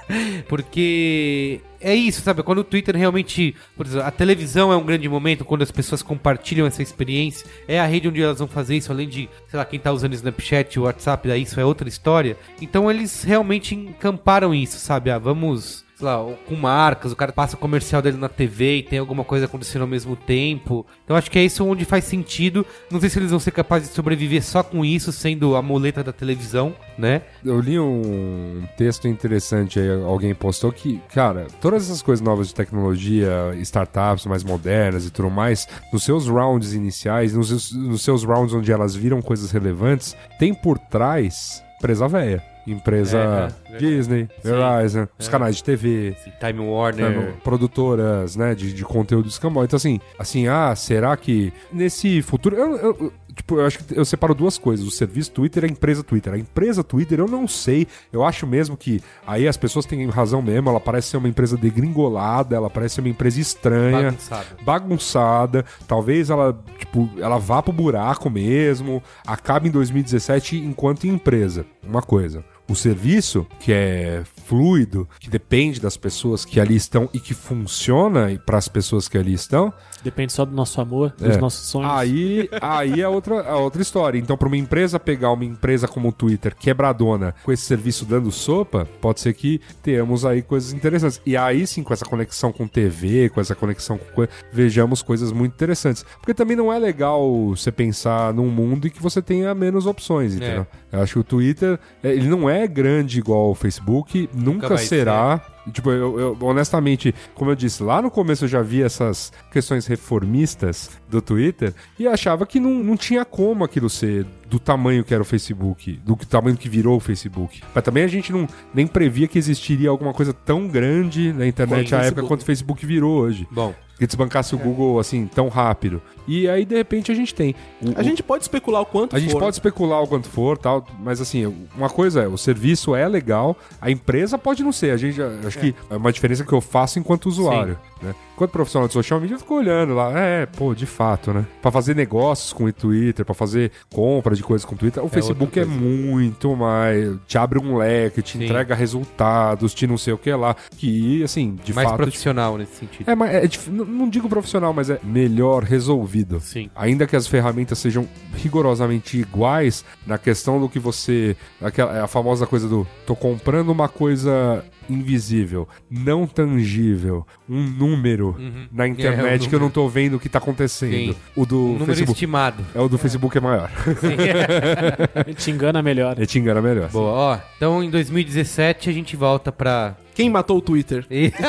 Speaker 1: Porque. É isso, sabe? Quando o Twitter realmente. Por exemplo, a televisão é um grande momento quando as pessoas compartilham essa experiência. É a rede onde elas vão fazer isso, além de, sei lá, quem tá usando Snapchat, WhatsApp, daí isso é outra história. Então eles realmente encamparam isso, sabe? Ah, vamos sei lá, com marcas, o cara passa o comercial dele na TV e tem alguma coisa acontecendo ao mesmo tempo. Então acho que é isso onde faz sentido. Não sei se eles vão ser capazes de sobreviver só com isso, sendo a muleta da televisão, né?
Speaker 3: Eu li um texto interessante aí, alguém postou que, cara, todas essas coisas novas de tecnologia, startups mais modernas e tudo mais, nos seus rounds iniciais, nos seus, nos seus rounds onde elas viram coisas relevantes, tem por trás empresa velha. Empresa
Speaker 1: É, é.
Speaker 3: Disney,
Speaker 1: Sim. É.
Speaker 3: Verizon, os canais de TV,
Speaker 1: Esse Time
Speaker 3: né,
Speaker 1: Warner.
Speaker 3: produtoras, né, de, de conteúdo escambau. Então, assim, assim, ah, será que nesse futuro... Eu, eu- eu- tipo, eu acho que eu separo duas coisas, o serviço Twitter e a empresa Twitter. A empresa Twitter, eu não sei, eu acho mesmo que aí as pessoas têm razão mesmo, ela parece ser uma empresa degringolada, ela parece ser uma empresa estranha
Speaker 1: Bagunçado.
Speaker 3: bagunçada, talvez ela, tipo, ela vá pro buraco mesmo, acabe em 2017 enquanto empresa. Uma coisa. O serviço, que é fluido, que depende das pessoas que ali estão e que funciona para as pessoas que ali estão,
Speaker 2: Depende só do nosso amor, dos
Speaker 3: É.
Speaker 2: nossos sonhos.
Speaker 1: Ah,
Speaker 3: Aí, aí é outra, é outra história. Então, pra uma empresa pegar uma empresa como o Twitter, quebradona, com esse serviço dando sopa, pode ser que tenhamos aí coisas interessantes. E aí sim, com essa conexão com TV, com essa conexão com coisa, vejamos coisas muito interessantes. Porque também não é legal você pensar num mundo em que você tenha menos opções, entendeu? Eu acho que o Twitter, é, ele não é grande igual o Facebook, nunca,
Speaker 1: vai
Speaker 3: será. Tipo, eu, eu- honestamente, como eu disse, lá no começo eu já vi essas questões reformistas do Twitter e achava que não, não tinha como aquilo ser do tamanho que era o Facebook, do que- tamanho que virou o Facebook. Mas também a gente não, nem previa que existiria alguma coisa tão grande na internet
Speaker 1: Quanto o
Speaker 3: à época
Speaker 1: Facebook. É.
Speaker 3: quanto o Facebook virou hoje.
Speaker 1: Bom,
Speaker 3: Que desbancasse o Google assim tão rápido. E aí, de repente, a gente tem. o-
Speaker 4: A gente pode especular o quanto
Speaker 3: a gente
Speaker 4: for.
Speaker 3: pode especular o quanto for, tal, mas assim, uma coisa é, o serviço é legal, a empresa pode não ser. A gente já- acho que é uma diferença que eu faço enquanto usuário, né? Enquanto profissional de social media, eu fico olhando lá, é, pô, de fato, né? Pra fazer negócios com o Twitter, pra fazer compra de coisas com o Twitter, o Facebook é
Speaker 1: outra
Speaker 3: muito mais, te abre um leque, te
Speaker 1: Sim.
Speaker 3: entrega resultados, te não sei o que lá, que assim, de
Speaker 1: mais
Speaker 3: fato,
Speaker 1: profissional nesse sentido.
Speaker 3: é, mas é dif- não- não digo profissional, mas é melhor resolvido.
Speaker 1: Sim.
Speaker 3: Ainda que as ferramentas sejam rigorosamente iguais na questão do que você. Aquela, é a famosa coisa do tô comprando uma coisa invisível, não tangível, um número na internet
Speaker 1: É, um
Speaker 3: que
Speaker 1: número.
Speaker 3: eu não tô vendo o que tá acontecendo.
Speaker 1: Sim.
Speaker 3: O do
Speaker 1: Um número
Speaker 3: Facebook.
Speaker 1: estimado.
Speaker 3: É o do Facebook é maior.
Speaker 2: Ele te engana melhor.
Speaker 3: Ele te engana melhor.
Speaker 1: Boa, ó. Então em 2017 a gente volta pra.
Speaker 4: Quem matou o Twitter?
Speaker 1: E-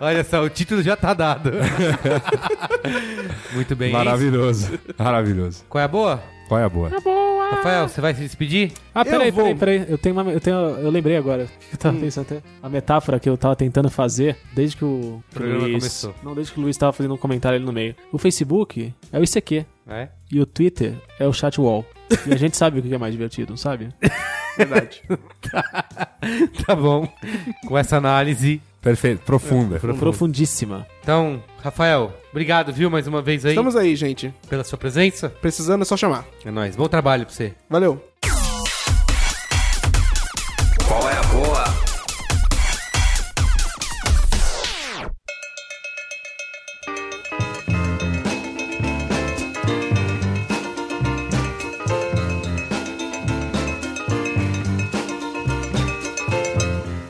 Speaker 1: Olha só, o título já tá dado. Muito bem. é isso?
Speaker 3: Maravilhoso. Maravilhoso.
Speaker 1: Qual é a boa?
Speaker 3: Qual é a boa?
Speaker 1: Rafael, você vai se despedir?
Speaker 2: Ah, peraí,
Speaker 4: Eu vou-
Speaker 2: peraí, peraí. Eu tenho uma. Eu, tenho, eu lembrei agora. Eu tava pensando até. A metáfora que eu tava tentando fazer desde que o, que o
Speaker 1: programa
Speaker 2: Luiz.
Speaker 1: começou.
Speaker 2: Não, desde que o Luiz tava fazendo um comentário ali no meio. O Facebook é o ICQ.
Speaker 1: É.
Speaker 2: E o Twitter é o chat wall. E a gente sabe o que é mais divertido, não sabe?
Speaker 4: é Verdade.
Speaker 1: Tá bom. Com essa análise.
Speaker 3: Perfeito. Profunda.
Speaker 2: É Profundíssima.
Speaker 1: Então, Rafael, obrigado, viu, mais uma vez aí,
Speaker 4: Estamos aí, gente.
Speaker 1: pela sua presença.
Speaker 4: Precisando é só chamar.
Speaker 1: É nóis. Bom trabalho pra você.
Speaker 4: Valeu.
Speaker 6: Qual é a boa?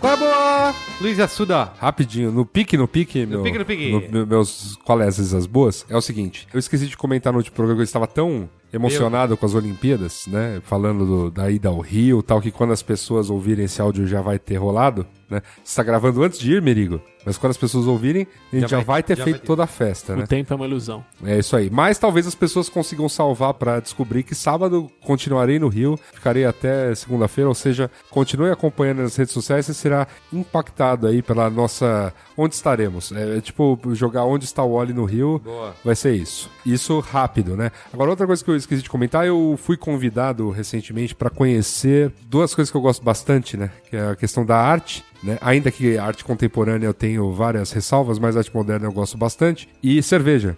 Speaker 1: Qual é a boa? Luiz Assuda.
Speaker 3: Rapidinho, no pique, no pique, meu,
Speaker 1: pique, no pique.
Speaker 3: meu- meus qualeses as boas, é o seguinte, eu esqueci de comentar no último programa que eu estava tão emocionado com as Olimpíadas, né, falando do- da ida ao Rio e tal, que quando as pessoas ouvirem esse áudio já vai ter rolado, né, você está gravando antes de ir, Merigo, mas quando as pessoas ouvirem, a gente já,
Speaker 1: Já vai-
Speaker 3: vai ter
Speaker 1: já
Speaker 3: feito
Speaker 1: vai ter.
Speaker 3: toda a festa, né.
Speaker 2: O tempo é uma ilusão.
Speaker 3: É isso aí. Mas talvez as pessoas consigam salvar pra descobrir que sábado continuarei no Rio, ficarei até segunda-feira, ou seja, continue acompanhando nas redes sociais, você será impactado aí pela nossa. Onde estaremos? É, é tipo jogar onde está o Oli no Rio.
Speaker 1: Boa.
Speaker 3: Vai ser isso. Isso rápido, né? Agora, outra coisa que eu esqueci de comentar, eu fui convidado recentemente para conhecer duas coisas que eu gosto bastante, né? Que é a questão da arte, né? Ainda que a arte contemporânea eu tenho várias ressalvas, mas a arte moderna eu gosto bastante. E cerveja,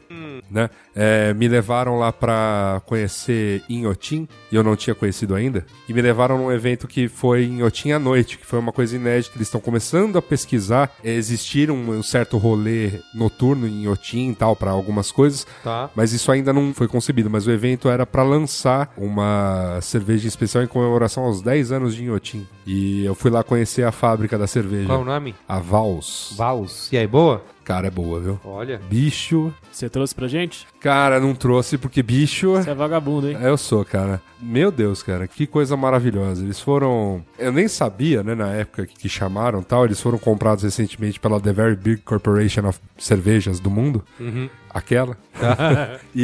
Speaker 3: né? É, me levaram lá para conhecer Inhotim, e eu não tinha conhecido ainda. E me levaram num evento que foi em Inhotim à noite, que foi uma coisa inédita. Eles estão começando a pesquisar é, existir um, um certo rolê noturno em Inhotim e tal, para algumas coisas.
Speaker 1: Tá.
Speaker 3: Mas isso ainda não foi concebido, mas o evento era pra lançar uma cerveja especial em comemoração aos 10 anos de Inhotim. E eu fui lá conhecer a fábrica da cerveja.
Speaker 1: Qual é o nome?
Speaker 3: A Vals.
Speaker 1: Vals. E aí, boa?
Speaker 3: Cara, é boa, viu?
Speaker 1: Olha.
Speaker 3: Bicho.
Speaker 2: Você trouxe pra gente?
Speaker 3: Cara, não trouxe porque bicho.
Speaker 2: Você é vagabundo, hein?
Speaker 3: É, Eu sou, cara. Meu Deus, cara, que coisa maravilhosa. Eles foram. Eu nem sabia, né, na época que, que chamaram e tal. Eles foram comprados recentemente pela The Very Big Corporation of Cervejas do Mundo. Aquela. e...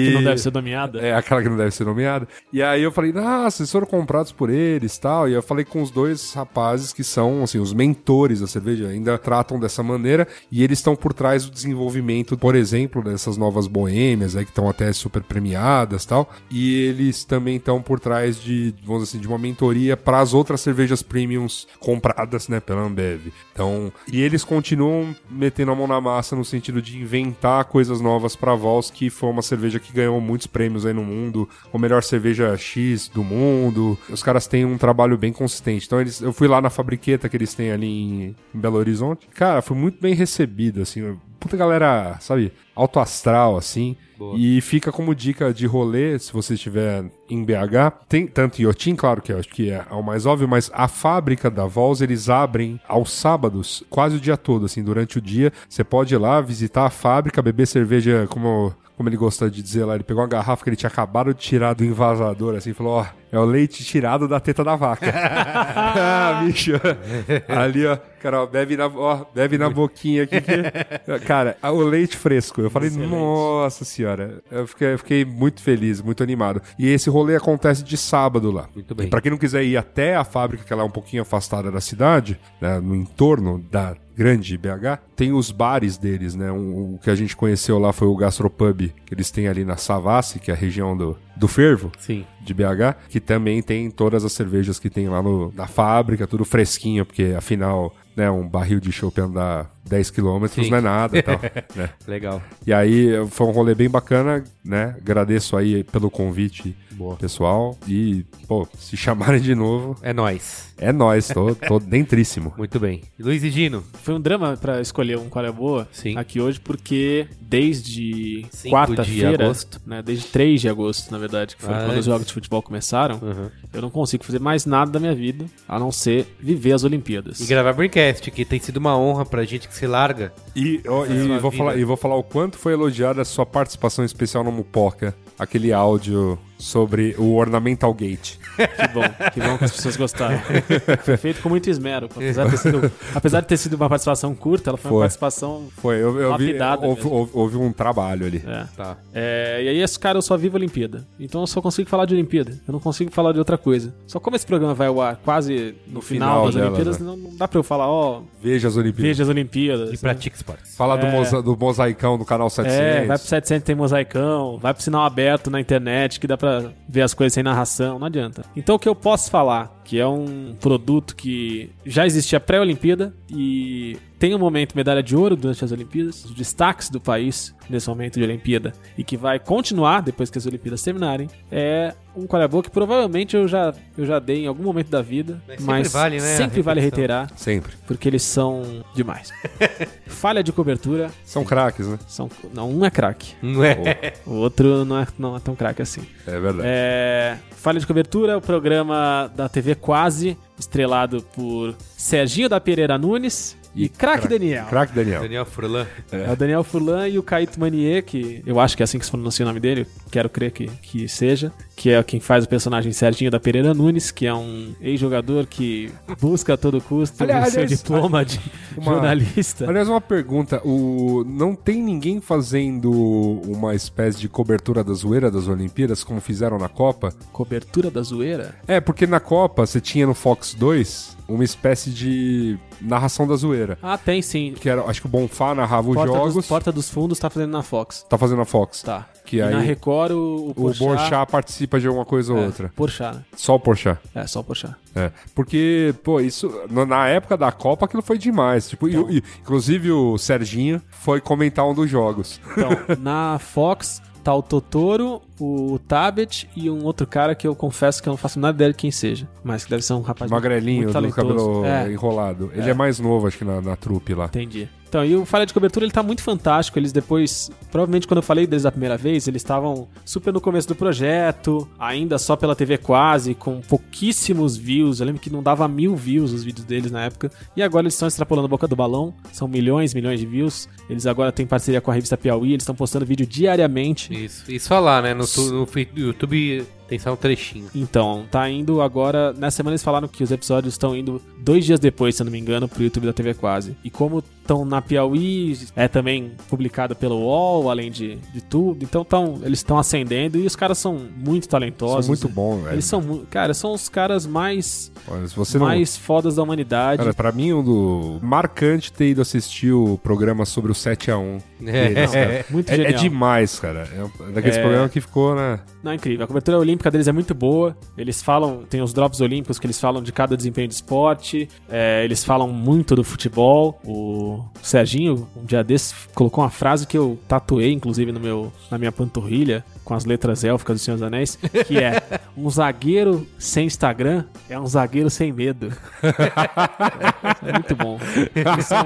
Speaker 2: Que Uhum. não deve ser dominada.
Speaker 3: É, aquela que não deve ser nomeada. E aí eu falei, nossa, vocês foram comprados por eles tal. E eu falei com os dois rapazes que são, assim, os mentores da cerveja, ainda tratam dessa maneira. E eles estão por trás do desenvolvimento, por exemplo, dessas novas boêmias aí que estão até super premiadas tal. E eles também estão por trás de, vamos dizer assim, de uma mentoria para as outras cervejas premiums compradas, né, pela Ambev. Então, e eles continuam metendo a mão na massa no sentido de inventar coisas novas pra Vols, que foi uma cerveja que ganhou muitos prêmios aí no mundo, ou melhor cerveja X do mundo. Os caras têm um trabalho bem consistente. Então, eles, eu fui lá na fabriqueta que eles têm ali em, em Belo Horizonte. Cara, foi muito bem recebido, assim. Puta galera, sabe, alto astral, assim. E fica como dica de rolê, se você estiver em BH, tem tanto Iotim, claro que eu acho que é o mais óbvio, mas a fábrica da Vols, eles abrem aos sábados, quase o dia todo, assim, durante o dia. Você pode ir lá visitar a fábrica, beber cerveja, como, como ele gosta de dizer lá, ele pegou uma garrafa que ele tinha acabado de tirar do envasador, assim, falou, ó, é o leite tirado da teta da vaca. ah, bicho. Ali, ó, cara, ó, bebe na, ó, bebe na boquinha aqui. que- Cara, o leite fresco. Eu falei, nossa senhora. Eu fiquei, eu fiquei muito feliz, muito animado. E esse rolê acontece de sábado lá.
Speaker 1: Muito bem.
Speaker 3: E pra quem não quiser ir até a fábrica, que ela é um pouquinho afastada da cidade, né, no entorno da grande BH, tem os bares deles, né? Um- o que a gente conheceu lá foi o Gastropub, que eles têm ali na Savassi, que é a região do, do fervo
Speaker 1: Sim.
Speaker 3: de BH, que também tem todas as cervejas que tem lá no, na fábrica, tudo fresquinho, porque afinal, né, um barril de chopp andar 10 quilômetros
Speaker 1: Sim.
Speaker 3: não é nada e tal, né?
Speaker 1: Legal.
Speaker 3: E aí foi um rolê bem bacana, né? Agradeço aí pelo convite, pessoal. E, pô, se chamarem de novo,
Speaker 1: É nóis.
Speaker 3: é nóis, tô, tô dentríssimo.
Speaker 1: Muito bem. Luiz e Gino.
Speaker 2: Foi um drama pra escolher um qual é boa
Speaker 1: Sim.
Speaker 2: aqui hoje, porque desde
Speaker 1: Cinco de
Speaker 2: quarta-feira,
Speaker 1: agosto.
Speaker 2: né, desde 3 de agosto, na verdade, que foi
Speaker 1: Ah,
Speaker 2: quando os
Speaker 1: antes.
Speaker 2: jogos de futebol começaram, eu não consigo fazer mais nada da minha vida a não ser viver as Olimpíadas.
Speaker 1: E gravar podcast, que tem sido uma honra pra gente que se larga.
Speaker 3: E, ó,
Speaker 1: Essa é
Speaker 3: e,
Speaker 1: uma
Speaker 3: vou
Speaker 1: vida.
Speaker 3: falar, e vou falar o quanto foi elogiada a sua participação especial no Mupoca, aquele áudio sobre o Ornamental Gate.
Speaker 2: Que bom, que bom que as pessoas gostaram. Foi feito com muito esmero. Apesar de ter sido, apesar de ter sido uma participação curta, ela foi,
Speaker 3: Foi.
Speaker 2: uma participação.
Speaker 3: Foi, eu, eu vi,
Speaker 2: Lapidado
Speaker 3: houve,
Speaker 2: mesmo.
Speaker 3: houve- houve um trabalho ali.
Speaker 2: É.
Speaker 1: Tá.
Speaker 2: É, e aí, esse cara, eu só vivo a Olimpíada. Então eu só consigo falar de Olimpíada. Eu não consigo falar de outra coisa. Só como esse programa vai ao ar quase no, final,
Speaker 3: final
Speaker 2: das
Speaker 3: dela,
Speaker 2: Olimpíadas,
Speaker 3: né?
Speaker 2: não, não dá pra eu falar, ó,
Speaker 3: Veja as Olimpíadas.
Speaker 2: veja as Olimpíadas.
Speaker 1: E
Speaker 2: né?
Speaker 1: pratica esportes.
Speaker 3: Falar do,
Speaker 2: É.
Speaker 3: mosa- do mosaicão do canal 700.
Speaker 2: É, vai pro 700 tem mosaicão, vai pro sinal aberto na internet que dá pra ver as coisas sem narração, não adianta. Então o que eu posso falar, que é um produto que já existia pré-Olimpíada e tem um momento medalha de ouro durante as Olimpíadas, os destaques do país nesse momento de Olimpíada e que vai continuar depois que as Olimpíadas terminarem, é um colabor que provavelmente eu já, eu já dei em algum momento da vida,
Speaker 1: Mas
Speaker 2: mas
Speaker 1: sempre vale, né, a
Speaker 2: sempre vale
Speaker 1: reflexão.
Speaker 2: reiterar,
Speaker 3: Sempre.
Speaker 2: porque eles são demais. Falha de cobertura,
Speaker 3: São craques, né?
Speaker 2: são, não, um é craque.
Speaker 1: Não é?
Speaker 2: O outro não é, não é tão craque assim.
Speaker 3: É verdade.
Speaker 2: É, falha de cobertura, o programa da TV Quase, estrelado por Serginho da Pereira Nunes e, craque Daniel.
Speaker 3: Craque Daniel.
Speaker 1: Daniel Furlan.
Speaker 2: É o Daniel Furlan e o Caíto Manier, que eu acho que é assim que se pronuncia o nome dele, quero crer que, que seja, que é quem faz o personagem Serginho da Pereira Nunes, que é um ex-jogador que busca a todo custo
Speaker 3: Aliás,
Speaker 2: o seu
Speaker 3: aliás,
Speaker 2: diploma de
Speaker 3: uma-
Speaker 2: jornalista.
Speaker 3: Aliás, uma pergunta. O... Não tem ninguém fazendo uma espécie de cobertura da zoeira das Olimpíadas, como fizeram na Copa?
Speaker 2: Cobertura da zoeira?
Speaker 3: É, porque na Copa você tinha no Fox 2 uma espécie de narração da zoeira.
Speaker 2: Ah, tem sim.
Speaker 3: Que era, acho que o Bonfá narrava os
Speaker 2: Porta
Speaker 3: jogos.
Speaker 2: dos, Porta dos Fundos tá fazendo na Fox.
Speaker 3: Tá fazendo a Fox.
Speaker 2: Tá.
Speaker 3: Que
Speaker 2: e
Speaker 3: aí
Speaker 2: na Record o, o
Speaker 3: O
Speaker 2: Porchat...
Speaker 3: Borchá participa de alguma coisa ou
Speaker 2: é,
Speaker 3: outra.
Speaker 2: Porchat, né?
Speaker 3: Só o Porchat.
Speaker 2: É, só o Porchat.
Speaker 3: É, porque, pô, isso na- na época da Copa aquilo foi demais. Tipo, e- e- inclusive o Serginho foi comentar um dos jogos.
Speaker 2: Então, na Fox tá o Totoro, o Tabet e um outro cara que eu confesso que eu não faço nada ideia de quem seja. Mas que deve ser um rapaz muito-
Speaker 3: Magrelinho,
Speaker 2: muito
Speaker 3: do
Speaker 2: talentoso.
Speaker 3: cabelo
Speaker 2: É,
Speaker 3: enrolado. Ele é. mais novo, acho que, na, na trupe lá.
Speaker 2: entendi. Então, e o Falha de Cobertura, ele tá muito fantástico. Eles depois... Provavelmente quando eu falei deles a primeira vez, eles estavam super no começo do projeto, ainda só pela TV quase, com pouquíssimos views. Eu lembro que não dava mil views os vídeos deles na época. E agora eles estão extrapolando a boca do balão. São milhões, milhões de views. Eles agora têm parceria com a revista Piauí. Eles estão postando vídeo diariamente.
Speaker 1: Isso. E só lá, né? No, tu- no fi- no YouTube tem só um trechinho.
Speaker 2: Então, tá indo agora. Na semana eles falaram que os episódios estão indo dois dias depois, se eu não me engano, pro YouTube da TV Quase. E como estão na Piauí, é também publicado pelo UOL, além de, de tudo. Então, tão, eles estão ascendendo e os caras são muito talentosos.
Speaker 3: São muito bom, velho.
Speaker 2: né? Eles são, mu- cara, são os caras mais,
Speaker 3: Olha, se você não.
Speaker 2: mais fodas da humanidade.
Speaker 3: Cara, pra mim, um do. Marcante ter ido assistir o programa sobre o 7x1. deles, cara.
Speaker 1: É.
Speaker 2: muito
Speaker 3: É, é
Speaker 2: genial.
Speaker 3: demais, cara. É um- daqueles programas que ficou, né?
Speaker 2: Não, é incrível. A cobertura olímpica deles é muito boa. Eles falam, tem os drops olímpicos que eles falam de cada desempenho de esporte. É, eles falam muito do futebol. O Serginho, um dia desse, colocou uma frase que eu tatuei, inclusive, no meu, na minha panturrilha, com as letras élficas do Senhor dos Anéis, que é um zagueiro sem Instagram é um zagueiro sem medo. É, é muito bom. Eles são-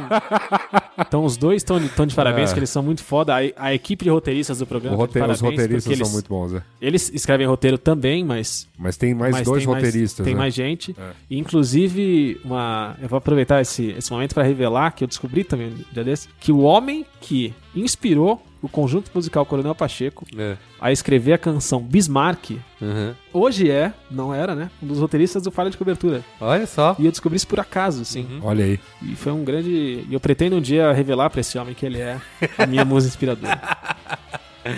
Speaker 2: Então os dois estão de, tão de parabéns,
Speaker 3: É.
Speaker 2: que eles são muito foda. A, a equipe de roteiristas do programa
Speaker 3: O
Speaker 2: tá de
Speaker 3: roteiro- os
Speaker 2: parabéns,
Speaker 3: roteiristas
Speaker 2: porque eles,
Speaker 3: são muito bons, né?
Speaker 2: eles escrevem roteiro também, mas.
Speaker 3: Mas tem mais
Speaker 2: mas
Speaker 3: dois
Speaker 2: tem
Speaker 3: roteiristas.
Speaker 2: tem
Speaker 3: né?
Speaker 2: mais gente.
Speaker 1: É.
Speaker 2: E, inclusive, uma, eu vou aproveitar esse, esse momento para revelar que eu descobri também um dia desse, que o homem que inspirou o conjunto musical Coronel Pacheco
Speaker 1: É.
Speaker 2: a escrever a canção Bismarck,
Speaker 1: Uhum.
Speaker 2: hoje é, não era, né? Um dos roteiristas do Falha de Cobertura.
Speaker 1: Olha só.
Speaker 2: E eu descobri isso por acaso, assim.
Speaker 1: Uhum.
Speaker 3: Olha aí.
Speaker 2: E foi um grande. E eu pretendo um dia revelar pra esse homem que ele é a minha musa inspiradora.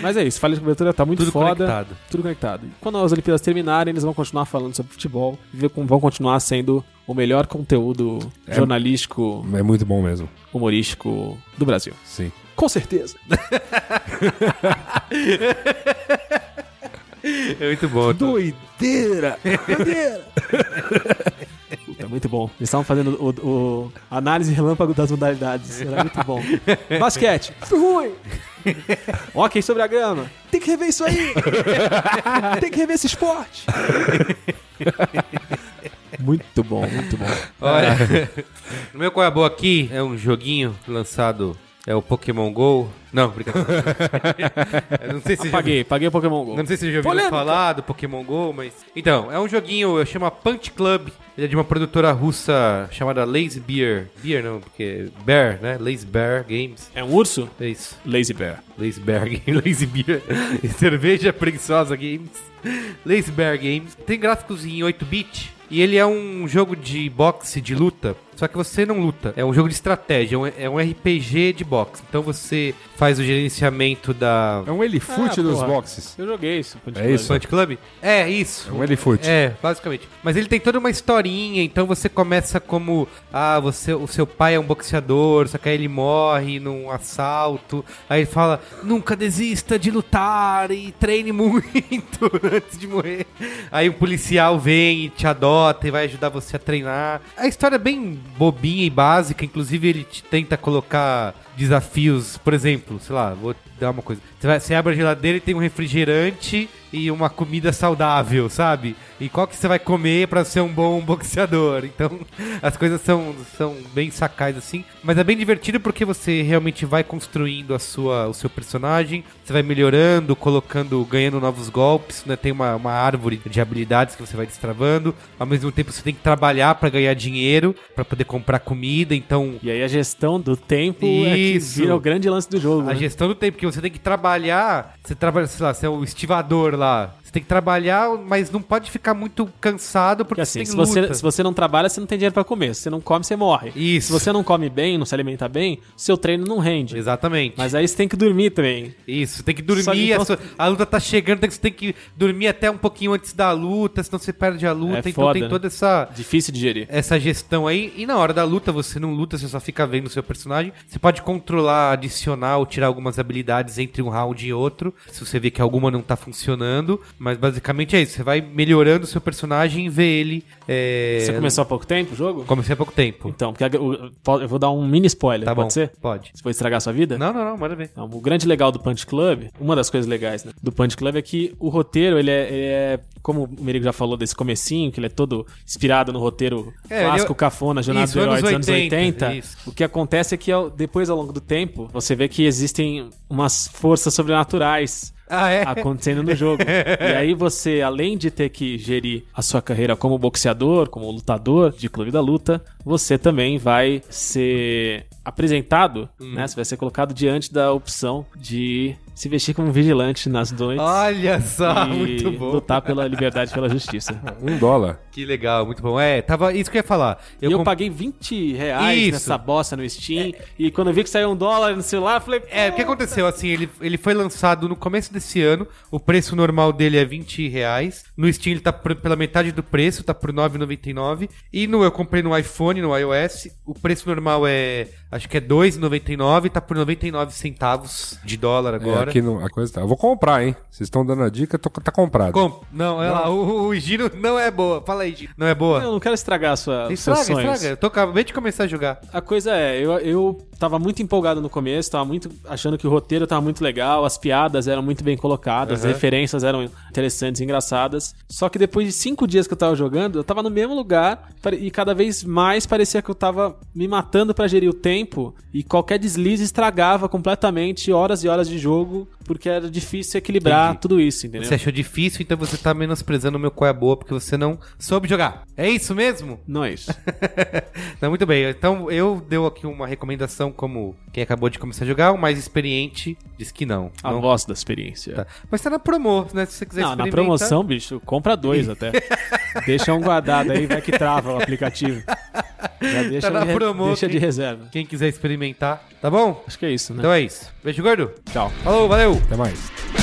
Speaker 2: Mas é isso, falha de cobertura tá muito
Speaker 1: Tudo
Speaker 2: foda.
Speaker 1: conectado.
Speaker 2: Tudo conectado. E quando as Olimpíadas terminarem, eles vão continuar falando sobre futebol e ver como vão continuar sendo o melhor conteúdo jornalístico,
Speaker 3: É muito bom mesmo.
Speaker 2: humorístico do Brasil.
Speaker 3: Sim.
Speaker 2: Com certeza.
Speaker 1: É muito bom.
Speaker 3: Doideira!
Speaker 2: É muito bom. Eles estavam fazendo o, o- a análise relâmpago das modalidades. Era muito bom. Basquete. Muito ruim. ok, sobre a grama. Tem que rever isso aí. Tem que rever esse esporte. muito bom, muito bom.
Speaker 1: Olha, no meu qual é a boa aqui é um joguinho lançado É o Pokémon GO? Não, brincadeira. Eu não sei se já-
Speaker 2: Paguei, paguei o Pokémon GO.
Speaker 1: Eu Não sei se vocês já ouviram
Speaker 2: Polêmica.
Speaker 1: falar do Pokémon GO, mas... Então, é um joguinho, chama Punch Club. Ele é de uma produtora russa chamada Lazy Beer. Beer não, porque... Bear, né? Lazy Bear Games.
Speaker 2: É um urso?
Speaker 1: É isso.
Speaker 2: Lazy Bear.
Speaker 1: Lazy Bear Games. Lazy Beer. Cerveja Preguiçosa Games. Lazy Bear Games. Tem gráficos em 8-bit. E ele é um jogo de boxe, de luta. Só que você não luta. É um jogo de estratégia. é um- É um RPG de boxe. Então você faz o gerenciamento da...
Speaker 3: É um elefute
Speaker 2: Ah,
Speaker 3: dos
Speaker 2: porra.
Speaker 3: boxes.
Speaker 2: Eu joguei isso. um Punch
Speaker 3: É
Speaker 2: Club.
Speaker 3: isso.
Speaker 1: Punch Club? É, isso.
Speaker 3: É um elefute.
Speaker 1: É, basicamente. Mas ele tem toda uma historinha, então você começa como. Ah, você, o seu pai é um boxeador, só que aí ele morre num assalto. Aí ele fala: nunca desista de lutar e treine muito antes de morrer. Aí um policial vem e te adota e vai ajudar você a treinar. A história é bem bobinha e básica, inclusive ele te tenta colocar desafios, por exemplo, sei lá, vou dar uma coisa. Você, vai- você abre a geladeira e tem um refrigerante e uma comida saudável, sabe? E qual que você vai comer pra ser um bom boxeador? Então, as coisas são, são bem sacais assim, mas é bem divertido porque você realmente vai construindo a sua o seu personagem, você vai melhorando, colocando, ganhando novos golpes, né? Tem uma, uma árvore de habilidades que você vai destravando. Ao mesmo tempo você tem que trabalhar pra ganhar dinheiro, pra poder comprar comida, então
Speaker 2: E aí a gestão do tempo é que
Speaker 1: Isso.
Speaker 2: vira o grande lance do jogo.
Speaker 1: a
Speaker 2: né?
Speaker 1: gestão do tempo, porque você tem que trabalhar. Você trabalha, sei lá, você é o estivador lá. Você tem que trabalhar, mas não pode ficar muito cansado porque
Speaker 2: Porque assim,
Speaker 1: tem
Speaker 2: se você,
Speaker 1: luta.
Speaker 2: se você não trabalha, você não tem dinheiro pra comer. Se você não come, você morre.
Speaker 1: Isso.
Speaker 2: Se você não come bem, não se alimenta bem, seu treino não rende.
Speaker 1: Exatamente.
Speaker 2: Mas aí você tem que dormir também.
Speaker 1: Isso, tem que
Speaker 2: Só que
Speaker 1: dormir,
Speaker 2: então-
Speaker 1: a, sua- a luta tá chegando, tem que- você tem que dormir até um pouquinho antes da luta, senão você perde a luta.
Speaker 2: É
Speaker 1: então
Speaker 2: foda,
Speaker 1: tem
Speaker 2: né?
Speaker 1: toda essa,
Speaker 2: Difícil de gerir.
Speaker 1: essa gestão aí. E na hora da luta, você não luta, você só fica vendo o seu personagem. Você pode controlar, adicionar ou tirar algumas habilidades entre um round e outro, se você vê que alguma não tá funcionando. Mas basicamente é isso, você vai melhorando o seu personagem e vê ele. é,
Speaker 2: Você começou há pouco tempo o jogo?
Speaker 1: Comecei há pouco tempo.
Speaker 2: Então, porque a- o- po- eu vou dar um mini spoiler,
Speaker 1: Tá
Speaker 2: pode
Speaker 1: bom.
Speaker 2: ser?
Speaker 1: Pode.
Speaker 2: Você vai estragar a sua vida?
Speaker 1: Não, não, não, manda ver.
Speaker 2: Não, o É um grande legal do Punch Club, uma das coisas legais né, do Punch Club é que o roteiro, ele é, ele é- como o Merigo já falou desse comecinho, que ele é todo inspirado no roteiro
Speaker 1: É,
Speaker 2: clássico,
Speaker 1: ele-
Speaker 2: cafona, Jornada
Speaker 1: Isso,
Speaker 2: do Herói dos
Speaker 1: anos
Speaker 2: anos
Speaker 1: 80,
Speaker 2: 80.
Speaker 1: isso.
Speaker 2: O que acontece é que ao- depois, ao longo do tempo, você vê que existem umas forças sobrenaturais
Speaker 1: Ah, é?
Speaker 2: acontecendo no jogo. e aí você, além de ter que gerir a sua carreira como boxeador, como lutador de clube da luta, você também vai ser apresentado,
Speaker 1: Hum.
Speaker 2: né? Você vai ser colocado diante da opção de se vestir como vigilante nas noites.
Speaker 1: Olha só,
Speaker 2: e
Speaker 1: tá muito bom.
Speaker 2: lutar pela liberdade e pela justiça.
Speaker 3: Um dólar.
Speaker 1: Que legal, muito bom. É, tava isso que eu ia falar.
Speaker 2: Eu, eu
Speaker 1: comp-
Speaker 2: paguei 20 reais
Speaker 1: Isso.
Speaker 2: nessa bosta no Steam. E quando eu vi que saiu um dólar no celular, eu falei.
Speaker 1: É, o que aconteceu, assim, ele, ele foi lançado no começo desse ano, o preço normal dele é 20 reais, no Steam ele tá por- pela metade do preço, tá por 9,99, e no, eu comprei no iPhone, no iOS, o preço normal é, acho que é 2,99, tá por 99 centavos de dólar
Speaker 3: É,
Speaker 1: agora.
Speaker 3: aqui no- a coisa tá. Eu vou comprar, hein? Vocês estão dando a dica, tô- tá comprado.
Speaker 1: Com- Não, olha lá, o, o Giro não é boa, fala aí, Giro, não é boa?
Speaker 2: Eu não quero estragar a sua, os
Speaker 1: estraga,
Speaker 2: seus sonhos.
Speaker 1: estraga, eu tô, acabei de começar a jogar.
Speaker 2: A coisa é, eu, eu tava muito empolgado no começo, tava muito achando que o roteiro tava muito legal, as piadas eram muito bem colocadas, as referências eram interessantes, engraçadas. Só que depois de cinco dias que eu tava jogando, eu tava no mesmo lugar pare- e cada vez mais parecia que eu tava me matando pra gerir o tempo e qualquer deslize estragava completamente horas e horas de jogo, porque era difícil equilibrar
Speaker 1: Entendi.
Speaker 2: tudo isso, entendeu?
Speaker 1: Você achou difícil, então você tá menosprezando o meu qual é a boa, porque você não soube jogar. É isso mesmo?
Speaker 2: Não é isso.
Speaker 1: Não, muito bem. Então eu deu aqui uma recomendação como quem acabou de começar a jogar, o mais experiente diz que não.
Speaker 2: A
Speaker 1: não
Speaker 2: voz da experiência.
Speaker 1: tá. Mas tá na promo, né? Se você quiser
Speaker 2: Ah. Não, na
Speaker 1: experimentar.
Speaker 2: promoção, bicho, compra dois até. deixa um guardado aí, vai que trava o aplicativo. Já deixa,
Speaker 1: Tá na
Speaker 2: de, re-
Speaker 1: promo,
Speaker 2: deixa
Speaker 1: hein?
Speaker 2: de reserva.
Speaker 1: Quem quiser experimentar, tá bom?
Speaker 2: Acho que é isso, né?
Speaker 1: Então é isso. Beijo, gordo.
Speaker 2: Tchau.
Speaker 1: Falou, valeu.
Speaker 3: Até mais.